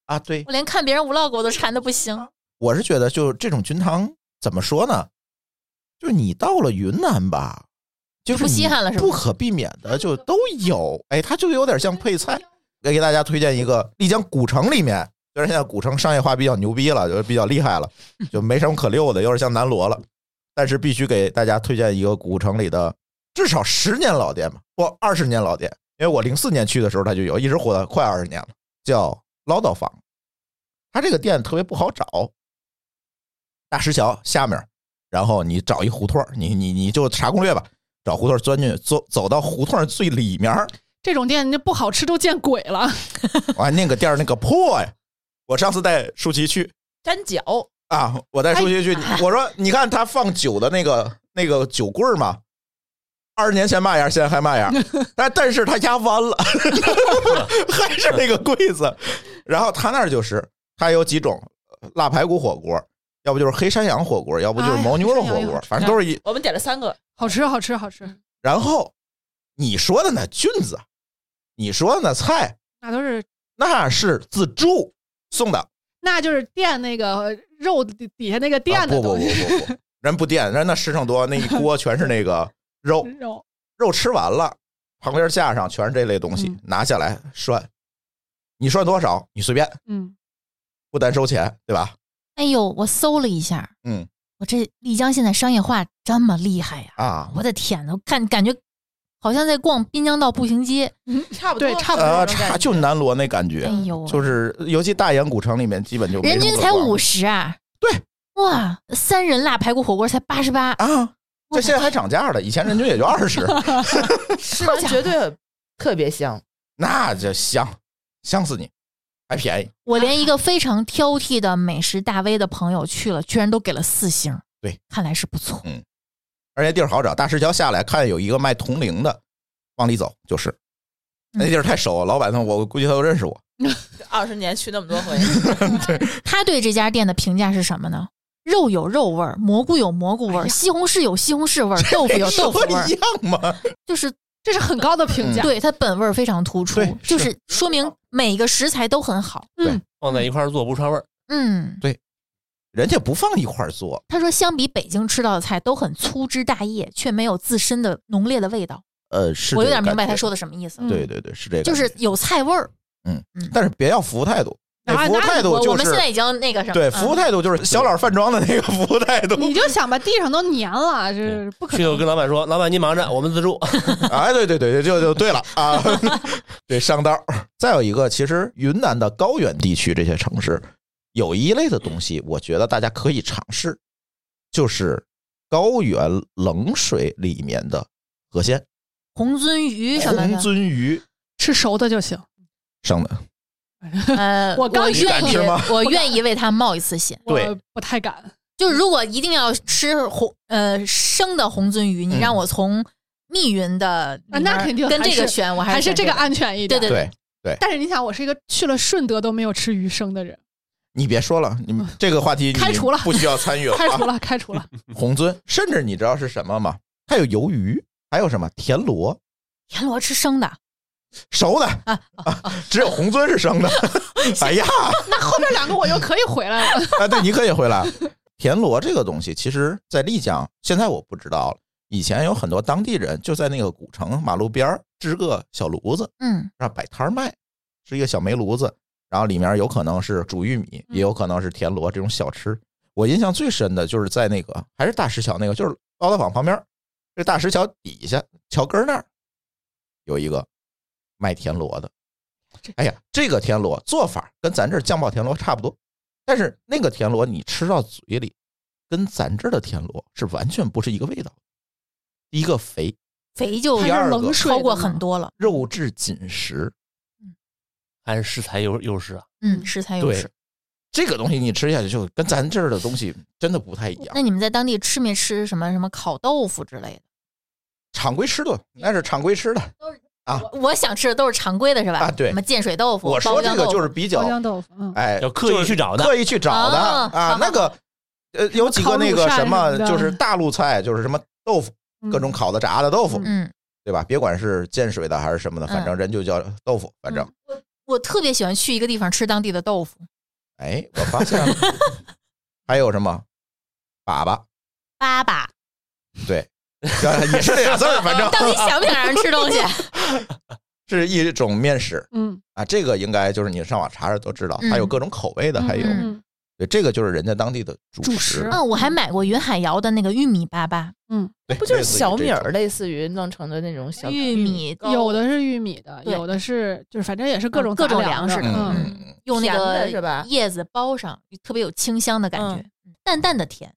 Speaker 3: 啊，对，
Speaker 2: 我连看别人 vlog 我都馋的不行。
Speaker 3: 我是觉得就这种菌汤怎么说呢？就是你到了云南吧，就是
Speaker 2: 不稀
Speaker 3: 你
Speaker 2: 罕了是吧
Speaker 3: 不可避免的就都有。哎，它就有点像配菜。我给大家推荐一个丽江古城里面，虽然现在古城商业化比较牛逼了，就是比较厉害了，就没什么可溜的，有点像南锣了。但是必须给大家推荐一个古城里的至少十年老店吧，不二十年老店，因为我零四年去的时候它就有，一直活到快二十年了，叫唠叨坊。它这个店特别不好找，大石桥下面，然后你找一胡同儿，你你你就查攻略吧，找胡同儿钻进去，走走到胡同儿最里面儿，
Speaker 4: 这种店，那不好吃都见鬼了。
Speaker 3: 哇，那个店儿那个破呀！我上次带舒淇去
Speaker 5: 粘脚，
Speaker 3: 啊，我带舒淇
Speaker 4: 哎
Speaker 3: 去，我说你看他放酒的那个那个酒柜儿嘛，二十年前嘛样，现在还 嘛样，但但是他压弯了，还是那个柜子。然后他那儿就是，他有几种腊排骨火锅，要不就是黑山羊火锅，要不就是
Speaker 4: 哎呀
Speaker 3: 牦牛肉
Speaker 4: 黑山
Speaker 3: 火
Speaker 4: 羊也
Speaker 3: 锅
Speaker 4: 好，吃
Speaker 3: 反正都是一
Speaker 5: 我们点了三个，
Speaker 4: 好吃，好吃，好
Speaker 2: 嗯
Speaker 4: 吃，
Speaker 3: 然后你说的那菌子，你说的那菜，
Speaker 4: 那都是
Speaker 3: 那是自助送的，
Speaker 4: 那就是垫那个呃肉底底下那个
Speaker 3: 啊
Speaker 4: 垫
Speaker 3: 不
Speaker 4: 的
Speaker 3: 不
Speaker 4: 东
Speaker 3: 不
Speaker 4: 西，
Speaker 3: 不不，人不垫，人那十乘多那一锅全是那个肉，
Speaker 4: 肉
Speaker 3: 肉吃完了，旁边架上全是这类东西，
Speaker 4: 嗯
Speaker 3: 拿下来涮，你涮多少你随便，
Speaker 4: 嗯，
Speaker 3: 不单收钱，对吧？
Speaker 2: 哎呦，我搜了一下，
Speaker 3: 嗯
Speaker 2: 我这丽江现在商业化这么厉害呀、
Speaker 3: 啊，
Speaker 2: 我的天呐，我看感觉好像在逛滨江道步行街。
Speaker 5: 差不多，
Speaker 4: 对，差不多。
Speaker 3: 呃，
Speaker 5: 这种感觉
Speaker 3: 差就南锣那感觉
Speaker 2: 哎，呦，
Speaker 3: 就是尤其大研古城里面基本就没
Speaker 2: 人
Speaker 3: 什么
Speaker 2: 均
Speaker 3: 可
Speaker 2: 才
Speaker 3: 逛
Speaker 2: 五十啊！
Speaker 3: 对，
Speaker 2: 哇，三人辣排骨火锅才八十八，
Speaker 3: 啊，这现在还涨价了，以前人均也就二 十，
Speaker 7: 吃的绝对特别香。
Speaker 3: 那就香香死你，还便宜。
Speaker 2: 我连一个非常挑剔的美食大 V 的朋友去了，居然都给了四星。
Speaker 3: 对，
Speaker 2: 看来是不错。
Speaker 3: 而且地儿好找，大石桥下来看有一个卖铜铃的，往里走就是。
Speaker 2: 嗯
Speaker 3: 那地儿太熟了，老板他我估计他都认识我。
Speaker 5: 二十年去那么多 回，
Speaker 2: 他对这家店的评价是什么呢？肉有肉味儿，蘑菇有蘑菇味儿，西红柿有西红柿味儿，豆腐有豆腐
Speaker 3: 说
Speaker 2: 味儿
Speaker 3: 一，样吗？
Speaker 2: 就是
Speaker 4: 这是很高的评
Speaker 3: 嗯
Speaker 4: 价。
Speaker 2: 对它本味儿非常突出
Speaker 3: 对，
Speaker 2: 就是是说明每一个食材都很好。
Speaker 6: 放在一块儿做不串味儿。
Speaker 2: 嗯，
Speaker 3: 人家不放一块儿做，
Speaker 2: 他说相比北京吃到的菜都很粗枝大叶，却没有自身的浓烈的味道。
Speaker 3: 呃，是
Speaker 2: 我有
Speaker 3: 这个
Speaker 2: 点明白
Speaker 3: 感觉
Speaker 2: 他说的什么意思了，
Speaker 4: 嗯
Speaker 3: 对对对，是这个，
Speaker 2: 就是，有菜味儿。
Speaker 3: 但是别要服务态度，那
Speaker 4: 啊
Speaker 3: 服务
Speaker 4: 那
Speaker 3: 态度
Speaker 2: 我我
Speaker 3: 就
Speaker 2: 们现在
Speaker 3: 是
Speaker 2: 已经那个什么，
Speaker 3: 对服务
Speaker 2: 嗯
Speaker 3: 态度就是小老饭庄的那个服务态度。
Speaker 4: 你就想吧，地上都粘了，这是不可
Speaker 6: 去就
Speaker 4: 能。
Speaker 6: 跟老板说：“老板您忙着，我们自助。
Speaker 3: 哎，对对对对，就就对了啊，对上道。再有一个，其实云南的高原地区这些城市有一类的东西，我觉得大家可以尝试，就是高原冷水里面的河鲜、
Speaker 2: 红鳟鱼什么
Speaker 3: 红
Speaker 2: 的。
Speaker 3: 鳟鱼
Speaker 4: 吃熟的就行。
Speaker 3: 生的。
Speaker 2: 呃，
Speaker 4: 我刚你
Speaker 2: 愿
Speaker 3: 敢
Speaker 2: 意
Speaker 3: 吃吗，
Speaker 2: 我愿意为它冒一次险。
Speaker 3: 对
Speaker 4: 我不太敢。
Speaker 2: 就是如果一定要吃红呃生的红鳟鱼，你
Speaker 3: 嗯
Speaker 2: 让我从密云的
Speaker 4: 啊那肯定
Speaker 2: 跟这
Speaker 4: 还
Speaker 2: 个
Speaker 4: 是
Speaker 2: 选，我
Speaker 4: 还
Speaker 2: 是
Speaker 4: 是
Speaker 2: 选这
Speaker 4: 这个安全一点。
Speaker 2: 对
Speaker 3: 对
Speaker 4: 但是你想，我是一个去了顺德都没有吃鱼生的人，
Speaker 3: 你别说了，你们这个话题你
Speaker 4: 嗯开除了
Speaker 3: 不需要参与了啊。
Speaker 4: 开除了，开 除了。
Speaker 3: 红鳟，甚至你知道是什么吗？还有鱿鱼，还有什么田螺，
Speaker 2: 田螺吃生的，
Speaker 3: 熟的啊，只有红鳟是生的。 哎呀，
Speaker 4: 那后面两个我又可以回来了。
Speaker 3: 啊，对，你可以回来。田螺这个东西，其实在丽江，现在我不知道了。以前有很多当地人就在那个古城马路边儿支个小炉子，
Speaker 2: 嗯，
Speaker 3: 然后摆摊儿卖，是一个小煤炉子，然后里面有可能是煮玉米，也有可能是田螺这种小吃。我印象最深的就是在那个还是大石桥那个，就是报道坊旁边儿，这大石桥底下桥根儿那儿有一个卖田螺的。哎呀，这个田螺做法跟咱这儿酱爆田螺差不多，但是那个田螺你吃到嘴里，跟咱这儿的田螺是完全不是一个味道。第一个肥，
Speaker 2: 肥就
Speaker 4: 它
Speaker 3: 第二
Speaker 4: 是
Speaker 3: 个
Speaker 4: 冷水的
Speaker 2: 超
Speaker 4: 嗯吗
Speaker 2: 过很。多了。
Speaker 3: 肉质紧实，”
Speaker 6: 还是食材优优势啊，
Speaker 2: 嗯，食材优
Speaker 3: 对
Speaker 2: 势。
Speaker 3: 这个东西你吃下去就跟咱这儿的东西真的不太一样
Speaker 2: 那。你们在当地吃没吃什么什么烤豆腐之类的？
Speaker 3: 常规吃的那是常规吃的，
Speaker 2: 我想吃的都是常规的，是吧？
Speaker 3: 啊对
Speaker 2: 什么涧水豆腐，
Speaker 3: 我说
Speaker 2: 包
Speaker 3: 这
Speaker 2: 浆
Speaker 3: 个
Speaker 2: 豆腐
Speaker 3: 就是比
Speaker 4: 包
Speaker 3: 较
Speaker 4: 浆豆腐，嗯，
Speaker 3: 哎，
Speaker 6: 要刻意去找的
Speaker 3: 刻意去找的
Speaker 2: 啊
Speaker 3: 啊
Speaker 2: 好。
Speaker 3: 那个呃，有几个那个什
Speaker 4: 烤
Speaker 3: 么
Speaker 4: 乳扇什么的
Speaker 3: 就是大陆菜，就是什么豆腐，
Speaker 4: 嗯
Speaker 3: 各种烤的、炸的豆腐，
Speaker 2: 嗯，
Speaker 3: 对吧？别管是涧水的还是什么的，反正人就叫豆腐，反
Speaker 2: 嗯
Speaker 3: 正
Speaker 2: 我特别喜欢去一个地方吃当地的豆腐，
Speaker 3: 哎，我发 现了，还有什么粑粑，
Speaker 2: 粑粑。
Speaker 3: 对， 也是这俩字儿，反正
Speaker 2: 到底想不想让人吃 东西？
Speaker 3: 是一种面食。
Speaker 4: 嗯
Speaker 3: 啊，这个应该就是你上网查查都知道，
Speaker 2: 嗯
Speaker 3: 还有各种口味的，还有
Speaker 2: 嗯
Speaker 4: 嗯
Speaker 3: 对这个就是人家当地的主
Speaker 4: 主食
Speaker 2: 嗯，我还买过云海肴的那个玉米粑粑，
Speaker 3: 对
Speaker 7: 不就是
Speaker 3: 类似于
Speaker 7: 小
Speaker 3: 这
Speaker 7: 米
Speaker 3: 种
Speaker 7: 儿，类似于弄成的那种小
Speaker 2: 玉米糕
Speaker 4: 有的是玉米的，
Speaker 2: 对
Speaker 4: 有的是就是反正也是各
Speaker 2: 嗯
Speaker 4: 种
Speaker 2: 各种
Speaker 4: 杂粮
Speaker 2: 粮食的
Speaker 4: 嗯，
Speaker 3: 嗯
Speaker 2: 嗯，用那
Speaker 7: 甜
Speaker 2: 个
Speaker 7: 的是吧
Speaker 2: 叶子包上，特别有清香的感觉，嗯淡淡的甜。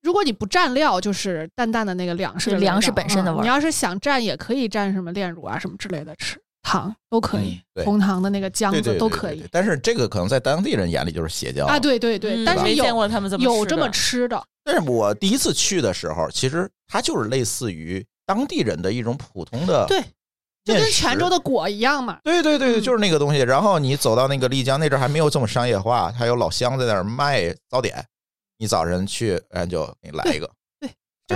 Speaker 4: 如果你不蘸料，就是淡淡的那个粮食的
Speaker 2: 就
Speaker 4: 味道
Speaker 2: 粮食本身的味儿
Speaker 4: 嗯你要是想蘸，也可以蘸什么炼乳啊什么之类的吃，糖都可以
Speaker 3: 嗯，对
Speaker 4: 红糖的那个浆
Speaker 3: 对对
Speaker 4: 子
Speaker 3: 对
Speaker 4: 都
Speaker 3: 对
Speaker 4: 可
Speaker 3: 对
Speaker 4: 以
Speaker 3: 但是这个可能在当地人眼里就是邪教
Speaker 4: 啊。，对对对，
Speaker 5: 嗯
Speaker 4: 但
Speaker 5: 没
Speaker 4: 是
Speaker 5: 见
Speaker 4: 有
Speaker 5: 过他们这么
Speaker 4: 有
Speaker 5: 吃
Speaker 4: 这么
Speaker 5: 的
Speaker 4: 吃的，
Speaker 3: 但是我第一次去的时候，其实它就是类似于当地人的一种普通的
Speaker 4: 对，就跟
Speaker 3: 面食
Speaker 4: 泉州的果一样嘛。
Speaker 3: 对对对对，
Speaker 4: 嗯
Speaker 3: 就是那个东西。然后你走到那个丽江那阵儿还没有这么商业化，还有老乡在那儿卖早点，你早晨去，然后就给你来一个，
Speaker 4: 对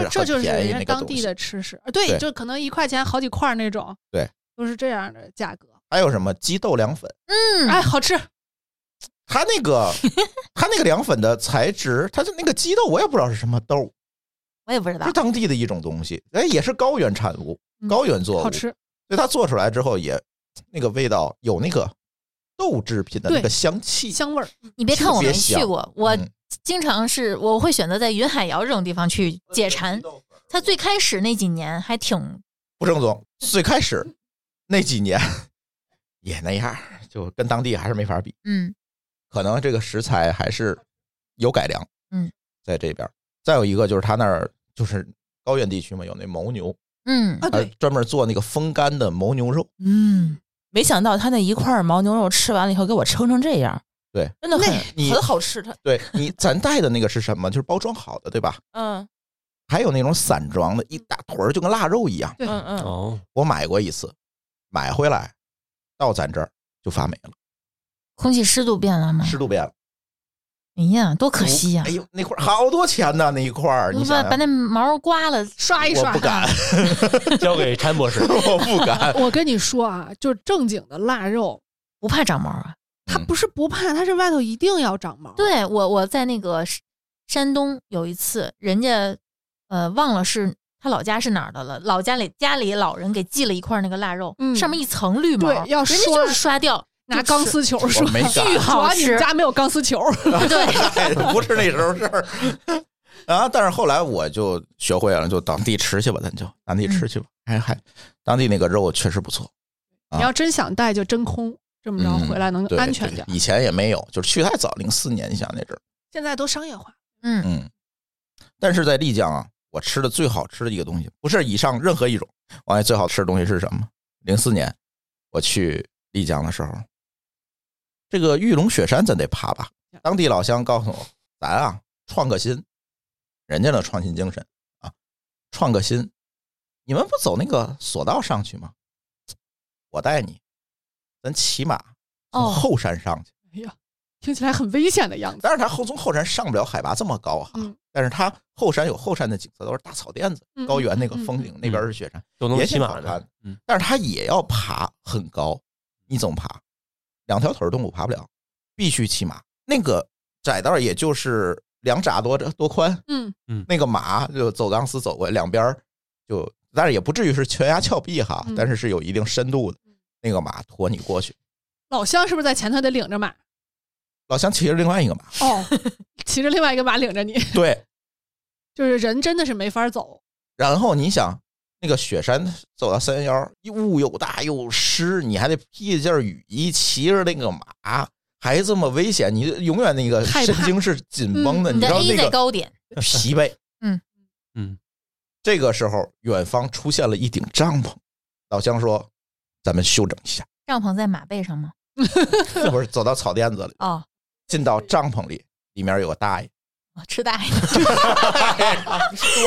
Speaker 3: 而
Speaker 4: 这
Speaker 3: 且
Speaker 4: 这
Speaker 3: 很
Speaker 4: 就是
Speaker 3: 便宜
Speaker 4: 人
Speaker 3: 那个
Speaker 4: 家当
Speaker 3: 东
Speaker 4: 地
Speaker 3: 西
Speaker 4: 的吃食，啊对，
Speaker 3: 对
Speaker 4: 就可能一块钱好几块儿那种，
Speaker 3: 对，
Speaker 4: 都是这样的价格。
Speaker 3: 还有什么鸡豆凉粉。
Speaker 2: 嗯，
Speaker 4: 哎，好吃，
Speaker 3: 它那个 它那个凉粉的材质，它就那个鸡豆，我也不知道是什么豆，
Speaker 2: 我也不知道
Speaker 3: 是。当地的一种东西，哎，也是高原产物，
Speaker 4: 嗯
Speaker 3: 高原作物，
Speaker 4: 好吃。
Speaker 3: 所以它做出来之后也那个味道有那个豆制品的
Speaker 4: 对
Speaker 3: 那个香气，
Speaker 4: 香味儿，
Speaker 2: 你别看我没
Speaker 3: 特别香
Speaker 2: 去过，我
Speaker 3: 嗯
Speaker 2: 经常是我会选择在云海肴这种地方去解馋。它最开始那几年还挺
Speaker 3: 不正宗。最开始那几年也那样，就跟当地还是没法比，
Speaker 2: 嗯
Speaker 3: 可能这个食材还是有改良。
Speaker 2: 嗯，
Speaker 3: 在这边儿，再有一个就是它那儿就是。高原地区嘛，有那牦牛，
Speaker 2: 嗯
Speaker 4: 啊，
Speaker 3: 呃
Speaker 4: 对，，
Speaker 3: 专门做那个风干的牦牛肉。
Speaker 2: 嗯，
Speaker 5: 没想到他那一块牦牛肉吃完了以后，给我撑成这样。
Speaker 3: 对，
Speaker 5: 真的很
Speaker 3: 你
Speaker 5: 很好吃。它，
Speaker 3: 对你，咱带的那个是什么？就是包装好的，对吧？
Speaker 5: 嗯
Speaker 3: 还有那种散装的，一大坨儿就跟腊肉一样。
Speaker 4: 对
Speaker 5: 嗯嗯，
Speaker 6: 哦，
Speaker 3: 我买过一次，买回来到咱这儿就发霉了，
Speaker 2: 空气湿度变了吗？
Speaker 3: 湿度变了。
Speaker 2: 哎呀，多嗯可惜呀
Speaker 3: 哎！呦，那块儿好多钱呢，那一块儿，你想
Speaker 2: 把把
Speaker 3: 想，
Speaker 2: 那毛刮了，
Speaker 4: 刷一
Speaker 3: 我
Speaker 4: 刷啊
Speaker 3: 不。敢，。
Speaker 6: 交给陈博士
Speaker 3: 我不敢。
Speaker 4: 我跟你说啊，就是正经的腊肉，
Speaker 2: 不怕长毛啊？
Speaker 4: 它
Speaker 3: 嗯
Speaker 4: 不是不怕，它是外头一定要长毛。，
Speaker 2: 对我，我在那个山山东有一次，人家呃忘了是他老家是哪儿的了，老家里家里老人给寄了一块那个腊肉，
Speaker 4: 嗯
Speaker 2: 上面一层绿毛，
Speaker 4: 对要
Speaker 2: 人家
Speaker 4: 刷
Speaker 2: 就是刷掉，
Speaker 4: 拿
Speaker 2: 就
Speaker 4: 钢
Speaker 2: 吃
Speaker 4: 丝球
Speaker 3: 我
Speaker 4: 说，
Speaker 3: 没
Speaker 4: 主
Speaker 3: 敢
Speaker 2: 巨好
Speaker 4: 要你
Speaker 2: 吃
Speaker 4: 们家没有钢丝球。
Speaker 2: 对，
Speaker 3: 哎不是那时候事儿。啊！但是后来我就学会了，就当地吃去吧，咱就当地吃去吧。还还当地那个肉确实不错，啊
Speaker 4: 你要真想带就真空，这么着
Speaker 3: 嗯
Speaker 4: 回来能
Speaker 3: 对
Speaker 4: 安全
Speaker 3: 对
Speaker 4: 点儿。
Speaker 3: 以前也没有，就是去太早，零四年你想那阵儿，
Speaker 4: 现在都商业化，
Speaker 2: 嗯，
Speaker 3: 嗯。但是在丽江啊，我吃的最好吃的一个东西，不是以上任何一种，王爷最好吃的东西是什么？零四年我去丽江的时候，这个玉龙雪山咱得爬吧？当地老乡告诉我，咱啊创个新，人家的创新精神啊，创个新。你们不走那个索道上去吗？我带你，咱骑马从
Speaker 2: 哦
Speaker 3: 后山上去。
Speaker 4: 哎呀，听起来很危险的样子。
Speaker 3: 但是它后从后山上不了海拔这么高哈，
Speaker 4: 嗯
Speaker 3: 但是它后山有后山的景色，都是大草甸子，
Speaker 4: 嗯
Speaker 3: 高原那个风景，
Speaker 6: 嗯
Speaker 3: 那边是雪山，
Speaker 6: 都能骑马
Speaker 3: 也挺好看
Speaker 6: 的，嗯，
Speaker 3: 但是它也要爬很高，你怎么爬？两条腿儿动物爬不了，必须骑马。那个窄道也就是两拃多多宽，
Speaker 4: 嗯，
Speaker 3: 那个马就走钢丝走过，两边儿就，但是也不至于是悬崖峭壁哈，
Speaker 4: 嗯
Speaker 3: 但是是有一定深度的。那个马驮你过去，
Speaker 4: 老乡是不是在前头得领着马？
Speaker 3: 老乡骑着另外一个马，
Speaker 4: 哦，骑着另外一个马领着你，
Speaker 3: 对，
Speaker 4: 就是人真的是没法 走。
Speaker 3: 然后你想，那个雪山走到三幺，雾又大又湿，你还得披着件雨衣，骑着那个马，还这么危险，你永远那个
Speaker 4: 害
Speaker 3: 神
Speaker 4: 怕
Speaker 3: 经是紧绷嗯
Speaker 4: 嗯
Speaker 3: 的，
Speaker 2: 嗯你
Speaker 3: 你
Speaker 2: 的 A 在
Speaker 3: 知道那个
Speaker 2: 高点，
Speaker 3: 疲惫。
Speaker 2: 嗯
Speaker 6: 嗯，
Speaker 3: 这个时候远方出现了一顶帐篷，老乡说：“咱们休整一 下。
Speaker 2: 帐篷在马背上吗？”
Speaker 3: 这不是走到草甸子里，
Speaker 2: 哦，
Speaker 3: 进到帐篷里，里面有个大爷，
Speaker 2: 我吃大爷，
Speaker 5: 多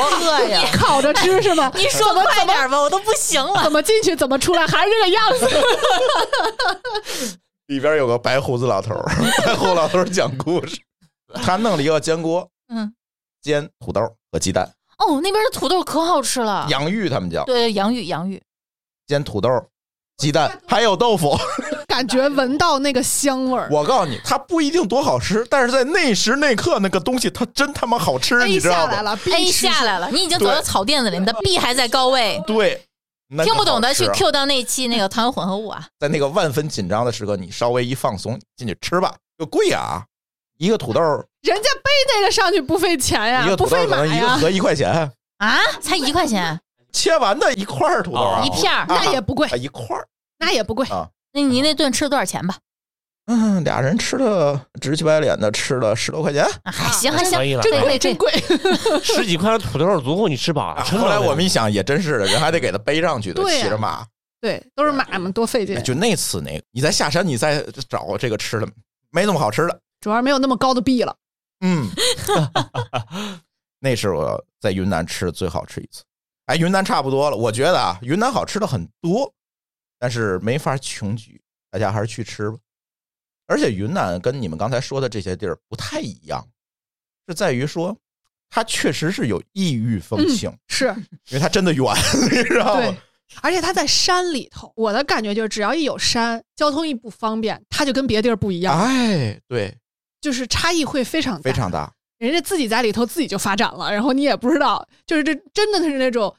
Speaker 5: 饿呀！
Speaker 4: 烤着吃 是吗？
Speaker 2: 你说快点吧，我都不行了。
Speaker 4: 怎么进去，怎么出来，还是这个样 子。
Speaker 3: 里边有个白胡子老头儿， 白胡子老头儿讲故事，他弄了一个煎锅，
Speaker 2: 嗯，
Speaker 3: 煎土豆和鸡蛋，
Speaker 2: 哦，那边的土豆可好吃了，
Speaker 3: 洋芋他们叫
Speaker 2: 对洋芋洋芋，
Speaker 3: 煎土豆、鸡蛋，还有豆腐。
Speaker 4: 感觉闻到那个香味儿。
Speaker 3: 我告诉你，它不一定多好吃，但是在那时那刻那个东西，它真他妈好
Speaker 2: 哎
Speaker 3: 吃，你
Speaker 4: A
Speaker 3: 知道
Speaker 4: 下来
Speaker 3: 吗？
Speaker 4: 了，B
Speaker 2: A
Speaker 4: 吃
Speaker 2: 下来了，你已经走到
Speaker 3: 对
Speaker 2: 草甸子里，你的 B 还在高位。
Speaker 3: 对，那个
Speaker 2: 听不懂的
Speaker 3: 好吃
Speaker 2: 去
Speaker 3: 啊
Speaker 2: Q 到那期那个糖油混合物啊，
Speaker 3: 在那个万分紧张的时刻，你稍微一放松，进去吃吧，就贵啊，一个土豆，
Speaker 4: 人家背那个上去不费钱
Speaker 2: 哎
Speaker 3: 一
Speaker 4: 呀，
Speaker 3: 个
Speaker 4: 不
Speaker 3: 土
Speaker 4: 费
Speaker 3: 豆可
Speaker 4: 马
Speaker 3: 能一个
Speaker 4: 呀，
Speaker 3: 合一块钱，
Speaker 2: 啊，才一块钱
Speaker 3: 切完的一块儿土豆啊，
Speaker 6: 哦
Speaker 2: 一片儿，
Speaker 3: 啊
Speaker 4: 那也不贵
Speaker 3: 啊，一块儿，
Speaker 4: 那也不贵
Speaker 3: 啊。
Speaker 2: 那你那顿吃了多少钱吧？
Speaker 3: 嗯，俩人吃的直起白脸的，吃了十多块钱。
Speaker 2: 啊，还行还行
Speaker 6: 可，以了。
Speaker 2: 这个这
Speaker 4: 真贵，
Speaker 6: 十几块土豆足够你吃饱啊 了。撑
Speaker 3: 啊后
Speaker 6: 着
Speaker 3: 来
Speaker 6: 呢
Speaker 3: 我们一想，也真是的，人还得给他背上去的，
Speaker 4: 对呀
Speaker 3: 骑着马。
Speaker 4: 对，都是马嘛，多费劲
Speaker 3: 哎，就那次那个，你再下山，你再找这个吃的，没那么好吃的。
Speaker 4: 主要是没有那么高的币了。
Speaker 3: 嗯， 那是我在云南吃的最好吃一次。哎，云南差不多了，我觉得啊，云南好吃的很多，但是没法穷举，大家还是去吃吧。而且云南跟你们刚才说的这些地儿不太一样，是在于说它确实是有异域风情，
Speaker 4: 是，
Speaker 3: 因为它真的远， 你知道
Speaker 4: 对
Speaker 3: 吗？，
Speaker 4: 而且它在山里头，我的感觉就是，只要一有山，交通一不方便，它就跟别地儿不一样，
Speaker 3: 哎，对，
Speaker 4: 就是差异会非常大。
Speaker 3: 非常大。
Speaker 4: 人家自己在里头自己就发展了，然后你也不知道，就是这真的是那种，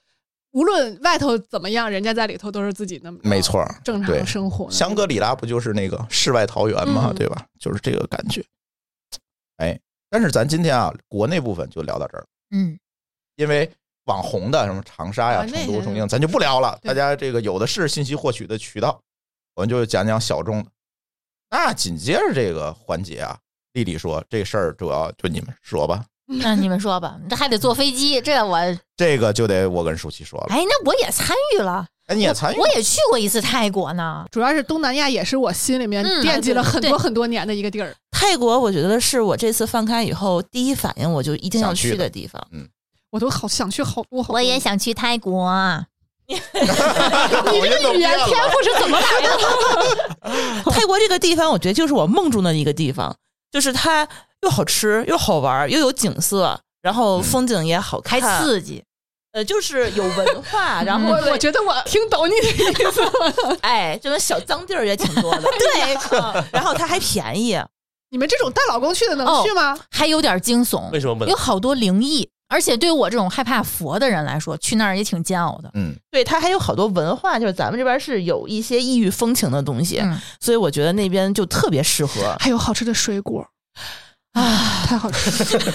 Speaker 4: 无论外头怎么样，人家在里头都是自己那么
Speaker 3: 没错儿，
Speaker 4: 正
Speaker 3: 对
Speaker 4: 常生活的那种。
Speaker 3: 香格里拉不就是那个世外桃源吗？
Speaker 4: 嗯
Speaker 3: 对吧？就是这个感觉。哎，但是咱今天啊，国内部分就聊到这儿，
Speaker 2: 嗯，
Speaker 3: 因为网红的什么长沙呀、
Speaker 4: 啊那
Speaker 3: 成都、
Speaker 4: 些
Speaker 3: 重庆，咱就不聊了。
Speaker 4: 对
Speaker 3: 大家这个有的是信息获取的渠道，我们就讲讲小众的。那紧接着这个环节啊，丽丽说这事儿主要就你们说吧，
Speaker 2: 那你们说吧，这还得坐飞机，这我
Speaker 3: 这个就得我跟舒淇说了。
Speaker 2: 哎，那我也参与了，
Speaker 3: 哎，你也参与
Speaker 2: 我，也去过一次泰国呢。
Speaker 4: 主要是东南亚也是我心里面
Speaker 2: 嗯
Speaker 4: 惦记了
Speaker 2: 对
Speaker 4: 很多
Speaker 2: 对
Speaker 4: 很多年的一个地儿。
Speaker 5: 泰国，我觉得是我这次放开以后第一反应，我就一定要
Speaker 3: 想去
Speaker 5: 去
Speaker 3: 的
Speaker 5: 的地方。
Speaker 4: 我都好想去好多好多。
Speaker 2: 我也想去泰国，
Speaker 3: 你这
Speaker 2: 语言天赋是怎么来的？
Speaker 5: 泰国这个地方，我觉得就是我梦中的一个地方，就是它又好吃又好玩，又有景色，然
Speaker 3: 嗯
Speaker 5: 后风景也好
Speaker 2: 还
Speaker 5: 看，
Speaker 2: 刺激，
Speaker 5: 呃，就是有文 化，然后
Speaker 4: 我我觉得我听懂你的意思了。
Speaker 5: 哎，这种小脏地儿也挺多的，对、嗯然后它还便宜，
Speaker 4: 你们这种带老公去的能去吗？
Speaker 2: 还有点惊悚。
Speaker 6: 为什么不能
Speaker 2: 有好多灵异，而且对我这种害怕佛的人来说，去那儿也挺煎熬的。
Speaker 3: 嗯，
Speaker 5: 对，它还有好多文化，就是咱们这边是有一些异域风情的东西，
Speaker 2: 嗯，
Speaker 5: 所以我觉得那边就特别适合。
Speaker 4: 还有好吃的水果啊，太好吃了！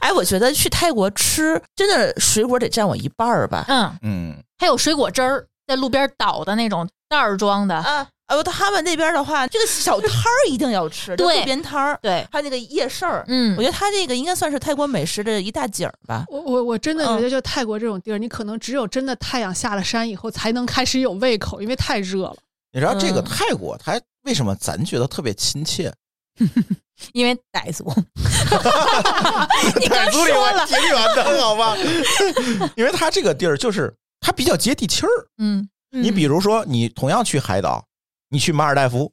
Speaker 5: 哎，我觉得去泰国吃，真的水果得占我一半儿吧。
Speaker 2: 嗯，
Speaker 3: 嗯，
Speaker 2: 还有水果汁儿，在路边倒的那种袋儿装的，
Speaker 5: 啊，呃，他们那边的话，这个小摊儿一定要吃，就
Speaker 2: 对
Speaker 5: 路边摊儿，
Speaker 2: 对，
Speaker 5: 还有那个夜市儿。
Speaker 2: 嗯
Speaker 5: 我觉得他这个应该算是泰国美食的一大景儿吧。
Speaker 4: 我我我真的觉得，就泰国这种地儿，你可能只有真的太阳下了山以后，才能开始有胃口，因为太热了。
Speaker 3: 你知道这个
Speaker 5: 嗯
Speaker 3: 泰国，它为什么咱觉得特别亲切？
Speaker 2: 因为傣族， 你刚
Speaker 3: 祖里
Speaker 2: 说
Speaker 3: 我
Speaker 2: 了，
Speaker 3: 结缘的好吧？因为它这个地儿就是它比较接地气儿。
Speaker 2: 嗯，
Speaker 3: 你比如说，你同样去海岛，你去马尔代夫，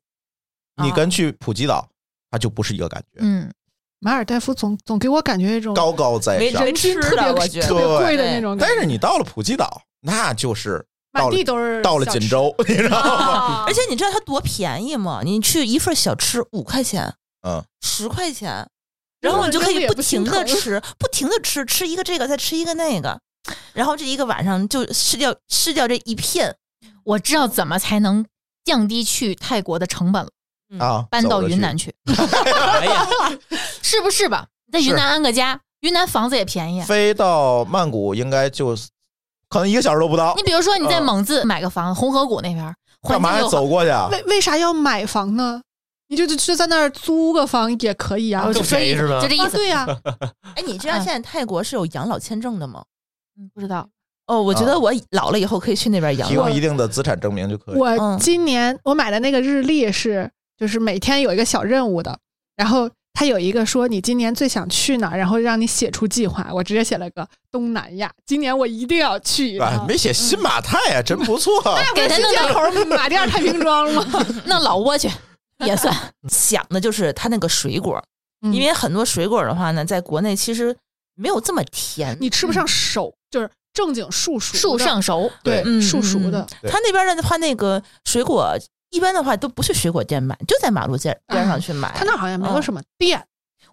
Speaker 3: 你
Speaker 2: 啊
Speaker 3: 跟去普吉岛，它就不是一个感觉，
Speaker 2: 嗯，
Speaker 4: 马尔代夫总总给我感觉一种
Speaker 3: 高高在上。
Speaker 4: 人均
Speaker 5: 没人
Speaker 4: 特
Speaker 5: 吃的我
Speaker 4: 别
Speaker 5: 觉得
Speaker 4: 特别贵的
Speaker 5: 对
Speaker 4: 那种感
Speaker 3: 但
Speaker 4: 觉，
Speaker 3: 是你到了普吉岛，那就是
Speaker 4: 满
Speaker 3: 到
Speaker 4: 地
Speaker 3: 了
Speaker 4: 都是
Speaker 3: 到了锦
Speaker 4: 小吃。
Speaker 3: 州，你知道吗？
Speaker 2: 啊
Speaker 5: 而且你知道它多便宜吗？你去一份小吃五块钱，
Speaker 3: 嗯，
Speaker 5: 十块钱，
Speaker 4: 然
Speaker 5: 然
Speaker 4: 后
Speaker 5: 后你就可
Speaker 4: 扔了
Speaker 5: 以
Speaker 4: 也
Speaker 5: 不
Speaker 4: 不心
Speaker 5: 停的
Speaker 4: 疼
Speaker 5: 吃，不停的吃，吃一个这个再吃一个那个，然后这一个晚上就吃掉吃掉这一片。
Speaker 2: 我知道怎么才能降低去泰国的成本了，
Speaker 3: 啊，
Speaker 2: 搬到
Speaker 3: 走着
Speaker 2: 云
Speaker 3: 去
Speaker 2: 南去，
Speaker 6: 哎呀，
Speaker 2: 是不是吧？在云
Speaker 3: 是
Speaker 2: 南安个家，云南房子也便宜。啊
Speaker 3: 飞到曼谷应该就可能一个小时都不到
Speaker 2: 你，比如说你在
Speaker 3: 嗯
Speaker 2: 蒙自买个房，红河谷那边儿环境
Speaker 3: 干嘛
Speaker 2: 又好，
Speaker 3: 还走过去啊？
Speaker 4: 为为啥要买房呢？你就就就在那儿租个房也可以啊。
Speaker 2: 我就
Speaker 6: 更
Speaker 2: 说
Speaker 6: 便宜
Speaker 2: 意思
Speaker 6: 是吧
Speaker 2: 就这意
Speaker 4: 啊，
Speaker 2: 思。
Speaker 4: 对呀、
Speaker 5: 哎，你知道
Speaker 2: 嗯
Speaker 5: 现在泰国是有养老签证的吗？
Speaker 2: 嗯，不知道，
Speaker 5: 哦，我觉
Speaker 3: 啊
Speaker 5: 得我老了以后可以去那边养
Speaker 3: 提
Speaker 5: 老
Speaker 3: 供。一定的资产证明就可以。
Speaker 4: 我
Speaker 5: 嗯
Speaker 4: 今年我买的那个日历是，就是每天有一个小任务的，然后它有一个说你今年最想去哪儿，然后让你写出计划。我直接写了个东南亚，今年我一定要去一
Speaker 3: 哎
Speaker 4: 趟。
Speaker 3: 没写新马泰啊，真不错。
Speaker 2: 给他
Speaker 4: 新
Speaker 2: 弄
Speaker 4: 街
Speaker 2: 点
Speaker 4: 口儿 马甸儿太平庄了吗？
Speaker 2: 弄老挝去 也算。
Speaker 3: 嗯
Speaker 5: 想的就是它那个水果，
Speaker 4: 嗯
Speaker 5: 因为很多水果的话呢，在国内其实没有这么甜。
Speaker 4: 你吃不上手，就是正经树熟
Speaker 2: 树
Speaker 4: 的
Speaker 2: 上熟，
Speaker 4: 对
Speaker 5: 嗯
Speaker 4: 树熟
Speaker 5: 嗯
Speaker 4: 的，
Speaker 3: 对
Speaker 5: 它那边的话，那个水果一般的话都不去水果店买，就在马路边边上去买。
Speaker 4: 它那好像没有什么店。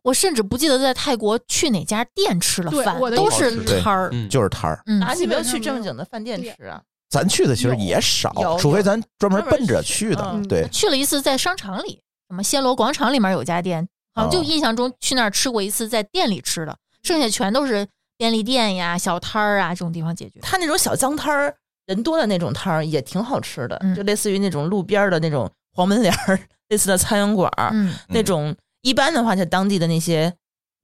Speaker 2: 我甚至不记得在泰国去哪家店吃了
Speaker 4: 对
Speaker 2: 饭，
Speaker 4: 我的
Speaker 2: 都
Speaker 4: 意
Speaker 2: 是
Speaker 4: 思
Speaker 3: 是
Speaker 2: 摊儿。
Speaker 6: 嗯，
Speaker 3: 就是摊儿，
Speaker 2: 嗯，
Speaker 5: 啊，你没有去正经的饭店吃啊？
Speaker 3: 咱去的其实
Speaker 4: 有
Speaker 3: 也少，
Speaker 5: 有
Speaker 3: 除非咱专门
Speaker 5: 专门
Speaker 3: 奔着去
Speaker 5: 去。
Speaker 3: 的
Speaker 4: 嗯
Speaker 3: 对，
Speaker 2: 去了一次在商场里，什么暹罗广场里面有家店，好像就
Speaker 3: 哦
Speaker 2: 印象中去那儿吃过一次，在店里吃的，剩下全都是便利店呀、小摊儿啊这种地方解决。
Speaker 5: 它那种小脏摊儿，人多的那种摊儿也挺好吃的，
Speaker 2: 嗯
Speaker 5: 就类似于那种路边儿的那种黄门帘儿 类似的餐饮馆儿，
Speaker 2: 嗯
Speaker 5: 那种一般的话，就当地的那些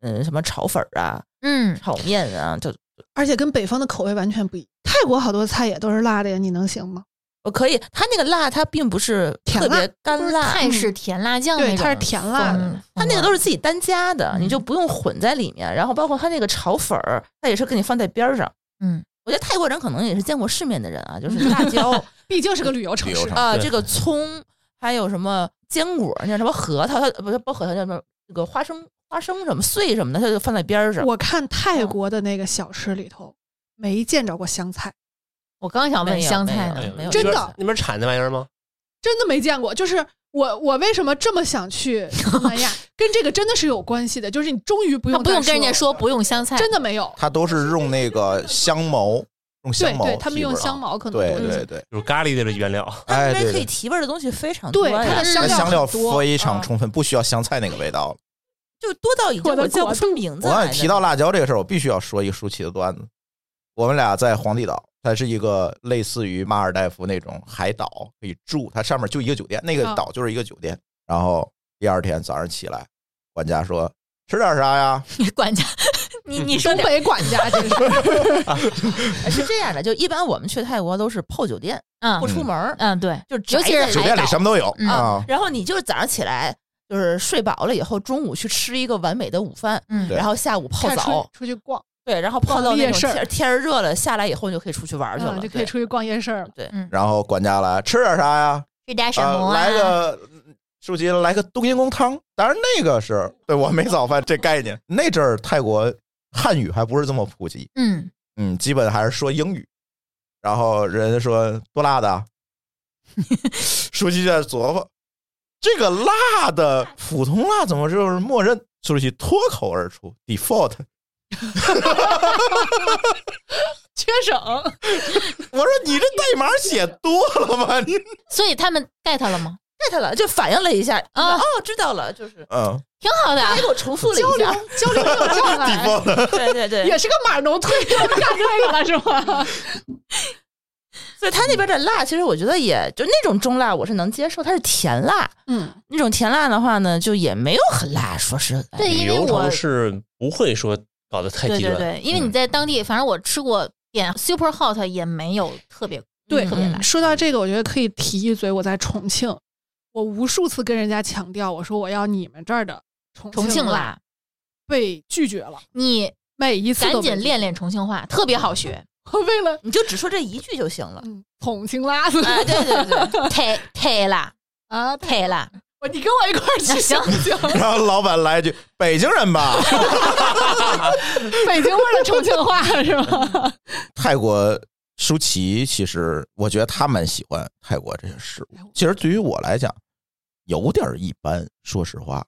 Speaker 5: 嗯什么炒粉儿啊、
Speaker 2: 嗯，
Speaker 5: 炒面啊，就
Speaker 4: 而且跟北方的口味完全不一样。泰国好多菜也都是辣的呀，你能行吗？
Speaker 5: 我呃可以，它那个辣，它并不是
Speaker 4: 甜
Speaker 5: 特别
Speaker 4: 辣
Speaker 5: 干辣，
Speaker 2: 泰式甜辣酱那
Speaker 4: 对，
Speaker 2: 种，
Speaker 4: 它是甜辣的。
Speaker 2: 嗯，
Speaker 5: 它那个都
Speaker 2: 是
Speaker 5: 是自己单加的，
Speaker 2: 嗯
Speaker 5: 你就不用混在里面。然后包括它那个炒粉儿，它也是给你放在边儿上。
Speaker 2: 嗯，
Speaker 5: 我觉得泰国人可能也是见过世面的人啊，就是辣椒
Speaker 4: 毕竟是个旅游城
Speaker 3: 旅游
Speaker 4: 市
Speaker 3: 城，
Speaker 5: 啊、
Speaker 6: 对
Speaker 5: 这个葱，还有什么坚果，那叫什么核桃，它不是不是核桃，叫什么这个花生花生什么碎什么的，它就放在边儿上。
Speaker 4: 我看泰国的那个小吃里头没见着过香菜，
Speaker 2: 我刚想问
Speaker 5: 没有
Speaker 2: 香菜
Speaker 5: 没
Speaker 2: 呢
Speaker 6: 哎
Speaker 5: 有，
Speaker 2: 没有
Speaker 4: 真的
Speaker 6: 那边产那玩意儿吗？
Speaker 4: 真的没见过。就是我我为什么这么想 去东南亚，跟这个真的是有关系的。就是你终于不
Speaker 2: 他
Speaker 4: 用
Speaker 2: 不用
Speaker 4: 再
Speaker 2: 跟人家
Speaker 4: 了，
Speaker 2: 说不用香菜，
Speaker 4: 真的没有。
Speaker 3: 它都是用那个香茅，用
Speaker 4: 对
Speaker 3: 香茅提味儿
Speaker 4: 对，
Speaker 3: 啊，
Speaker 4: 他们用香茅可能
Speaker 3: 对
Speaker 4: 多一些
Speaker 3: 对对，
Speaker 6: 就是咖喱的原料，
Speaker 5: 它
Speaker 3: 哎
Speaker 5: 那边
Speaker 3: 对
Speaker 5: 可以
Speaker 3: 对，
Speaker 5: 提味儿的东西非常多
Speaker 4: 对
Speaker 5: 呀，
Speaker 4: 它的
Speaker 2: 香
Speaker 3: 那
Speaker 2: 料
Speaker 3: 香料
Speaker 4: 很多嗯
Speaker 3: 非
Speaker 5: 啊
Speaker 3: 常充分，不需要香菜那个味道了。
Speaker 5: 就多到已经
Speaker 4: 我的
Speaker 5: 我叫不
Speaker 4: 国
Speaker 5: 出名字
Speaker 3: 我
Speaker 5: 来
Speaker 3: 刚
Speaker 5: 的。
Speaker 3: 才提到辣椒这个事儿，我必须要说一个舒淇的段子。我们俩在皇帝岛，它是一个类似于马尔代夫那种海岛，可以住，它上面就一个酒店，那个
Speaker 4: 嗯
Speaker 3: 岛就是一个酒店。然后第二天早上起来，管家说吃点啥呀？
Speaker 2: 你管家，你你说
Speaker 4: 东
Speaker 2: 点
Speaker 4: 北管 家这是
Speaker 5: 是这样的，就一般我们去泰国都是泡酒店，啊
Speaker 2: 嗯
Speaker 5: 不出门儿，
Speaker 2: 嗯对，
Speaker 5: 就宅
Speaker 2: 尤其是
Speaker 5: 在
Speaker 3: 酒店里什么都有
Speaker 2: 嗯
Speaker 3: 啊。
Speaker 5: 然后你就是早上起来就是睡饱了以后，中午去吃一个完美的午饭，
Speaker 2: 嗯
Speaker 3: 对
Speaker 5: 然后下午泡
Speaker 4: 看出
Speaker 5: 澡，
Speaker 4: 出去逛，
Speaker 5: 对，然后泡到那
Speaker 4: 逛夜
Speaker 5: 种
Speaker 4: 市儿
Speaker 5: 天儿天儿热了下来以后，你就可以出去玩儿去了，
Speaker 4: 嗯，就可以
Speaker 5: 对
Speaker 4: 出去逛夜市了。
Speaker 3: 然后管家来吃点啥呀？
Speaker 2: 嗯吃点什
Speaker 3: 啊，
Speaker 2: 么
Speaker 3: 来
Speaker 2: 啊？
Speaker 3: 个书记来个冬阴功汤。当然那个是对我没早饭这概念。那阵儿泰国汉语还不是这么普及，
Speaker 2: 嗯，
Speaker 3: 嗯，基本还是说英语。然后人说多辣的 啊，书记在琢磨，这个辣的普通辣怎么就是默认？书记脱口而出，default。
Speaker 4: 缺省，
Speaker 3: 我说你这代码写多了吧？ 你
Speaker 2: 所以他们 get 了吗？
Speaker 5: get 了，就反应了一下，
Speaker 2: 啊
Speaker 4: 嗯
Speaker 5: 哦，知道了， 就是
Speaker 3: 嗯
Speaker 2: 挺好的啊
Speaker 5: 他还，给我重复了一 下，
Speaker 4: 交流没有障碍，
Speaker 3: ，default
Speaker 5: 哎对对对，
Speaker 4: 也是个码农退休干这个了 是吗？
Speaker 5: 所以他那边的辣，其实我觉得也就那种中辣，我是能接受，它是甜辣。
Speaker 4: 嗯，
Speaker 5: 那种甜辣的话呢，就也没有很辣，说实在。
Speaker 2: 对，因为
Speaker 6: 流
Speaker 2: 我
Speaker 6: 程是不会说搞得太
Speaker 2: 对
Speaker 6: 极
Speaker 2: 对
Speaker 6: 端，
Speaker 2: 对，因为
Speaker 3: 嗯
Speaker 2: 你在当地，反正我吃过点 super hot 也没有特别
Speaker 4: 对
Speaker 2: 嗯
Speaker 4: 嗯
Speaker 2: 特别辣。
Speaker 4: 说到这个，我觉得可以提一嘴，我在重庆，我无数次跟人家强调，我说我要你们这儿的重
Speaker 2: 重庆
Speaker 4: 庆辣，
Speaker 2: 辣，
Speaker 4: 被拒绝了，
Speaker 2: 你
Speaker 4: 每一次
Speaker 2: 赶
Speaker 4: 都
Speaker 2: 紧
Speaker 4: 被拒
Speaker 2: 练练重庆话，特别好 学。
Speaker 4: 我为了
Speaker 5: 你就只说这一句就行了。
Speaker 4: 嗯重庆辣子
Speaker 5: 哎，对对 对，
Speaker 2: 太太辣，
Speaker 4: 啊，
Speaker 2: 太辣，
Speaker 4: 我 你跟我一块儿去
Speaker 2: 行
Speaker 4: 行不行？
Speaker 3: 然后老板来一句：“北京人吧。
Speaker 4: 北京味儿的重庆 话是吗？”
Speaker 3: 泰国舒淇其实，我觉得他们喜欢泰国这些食物。其实对于我来讲，有点一般。说实话，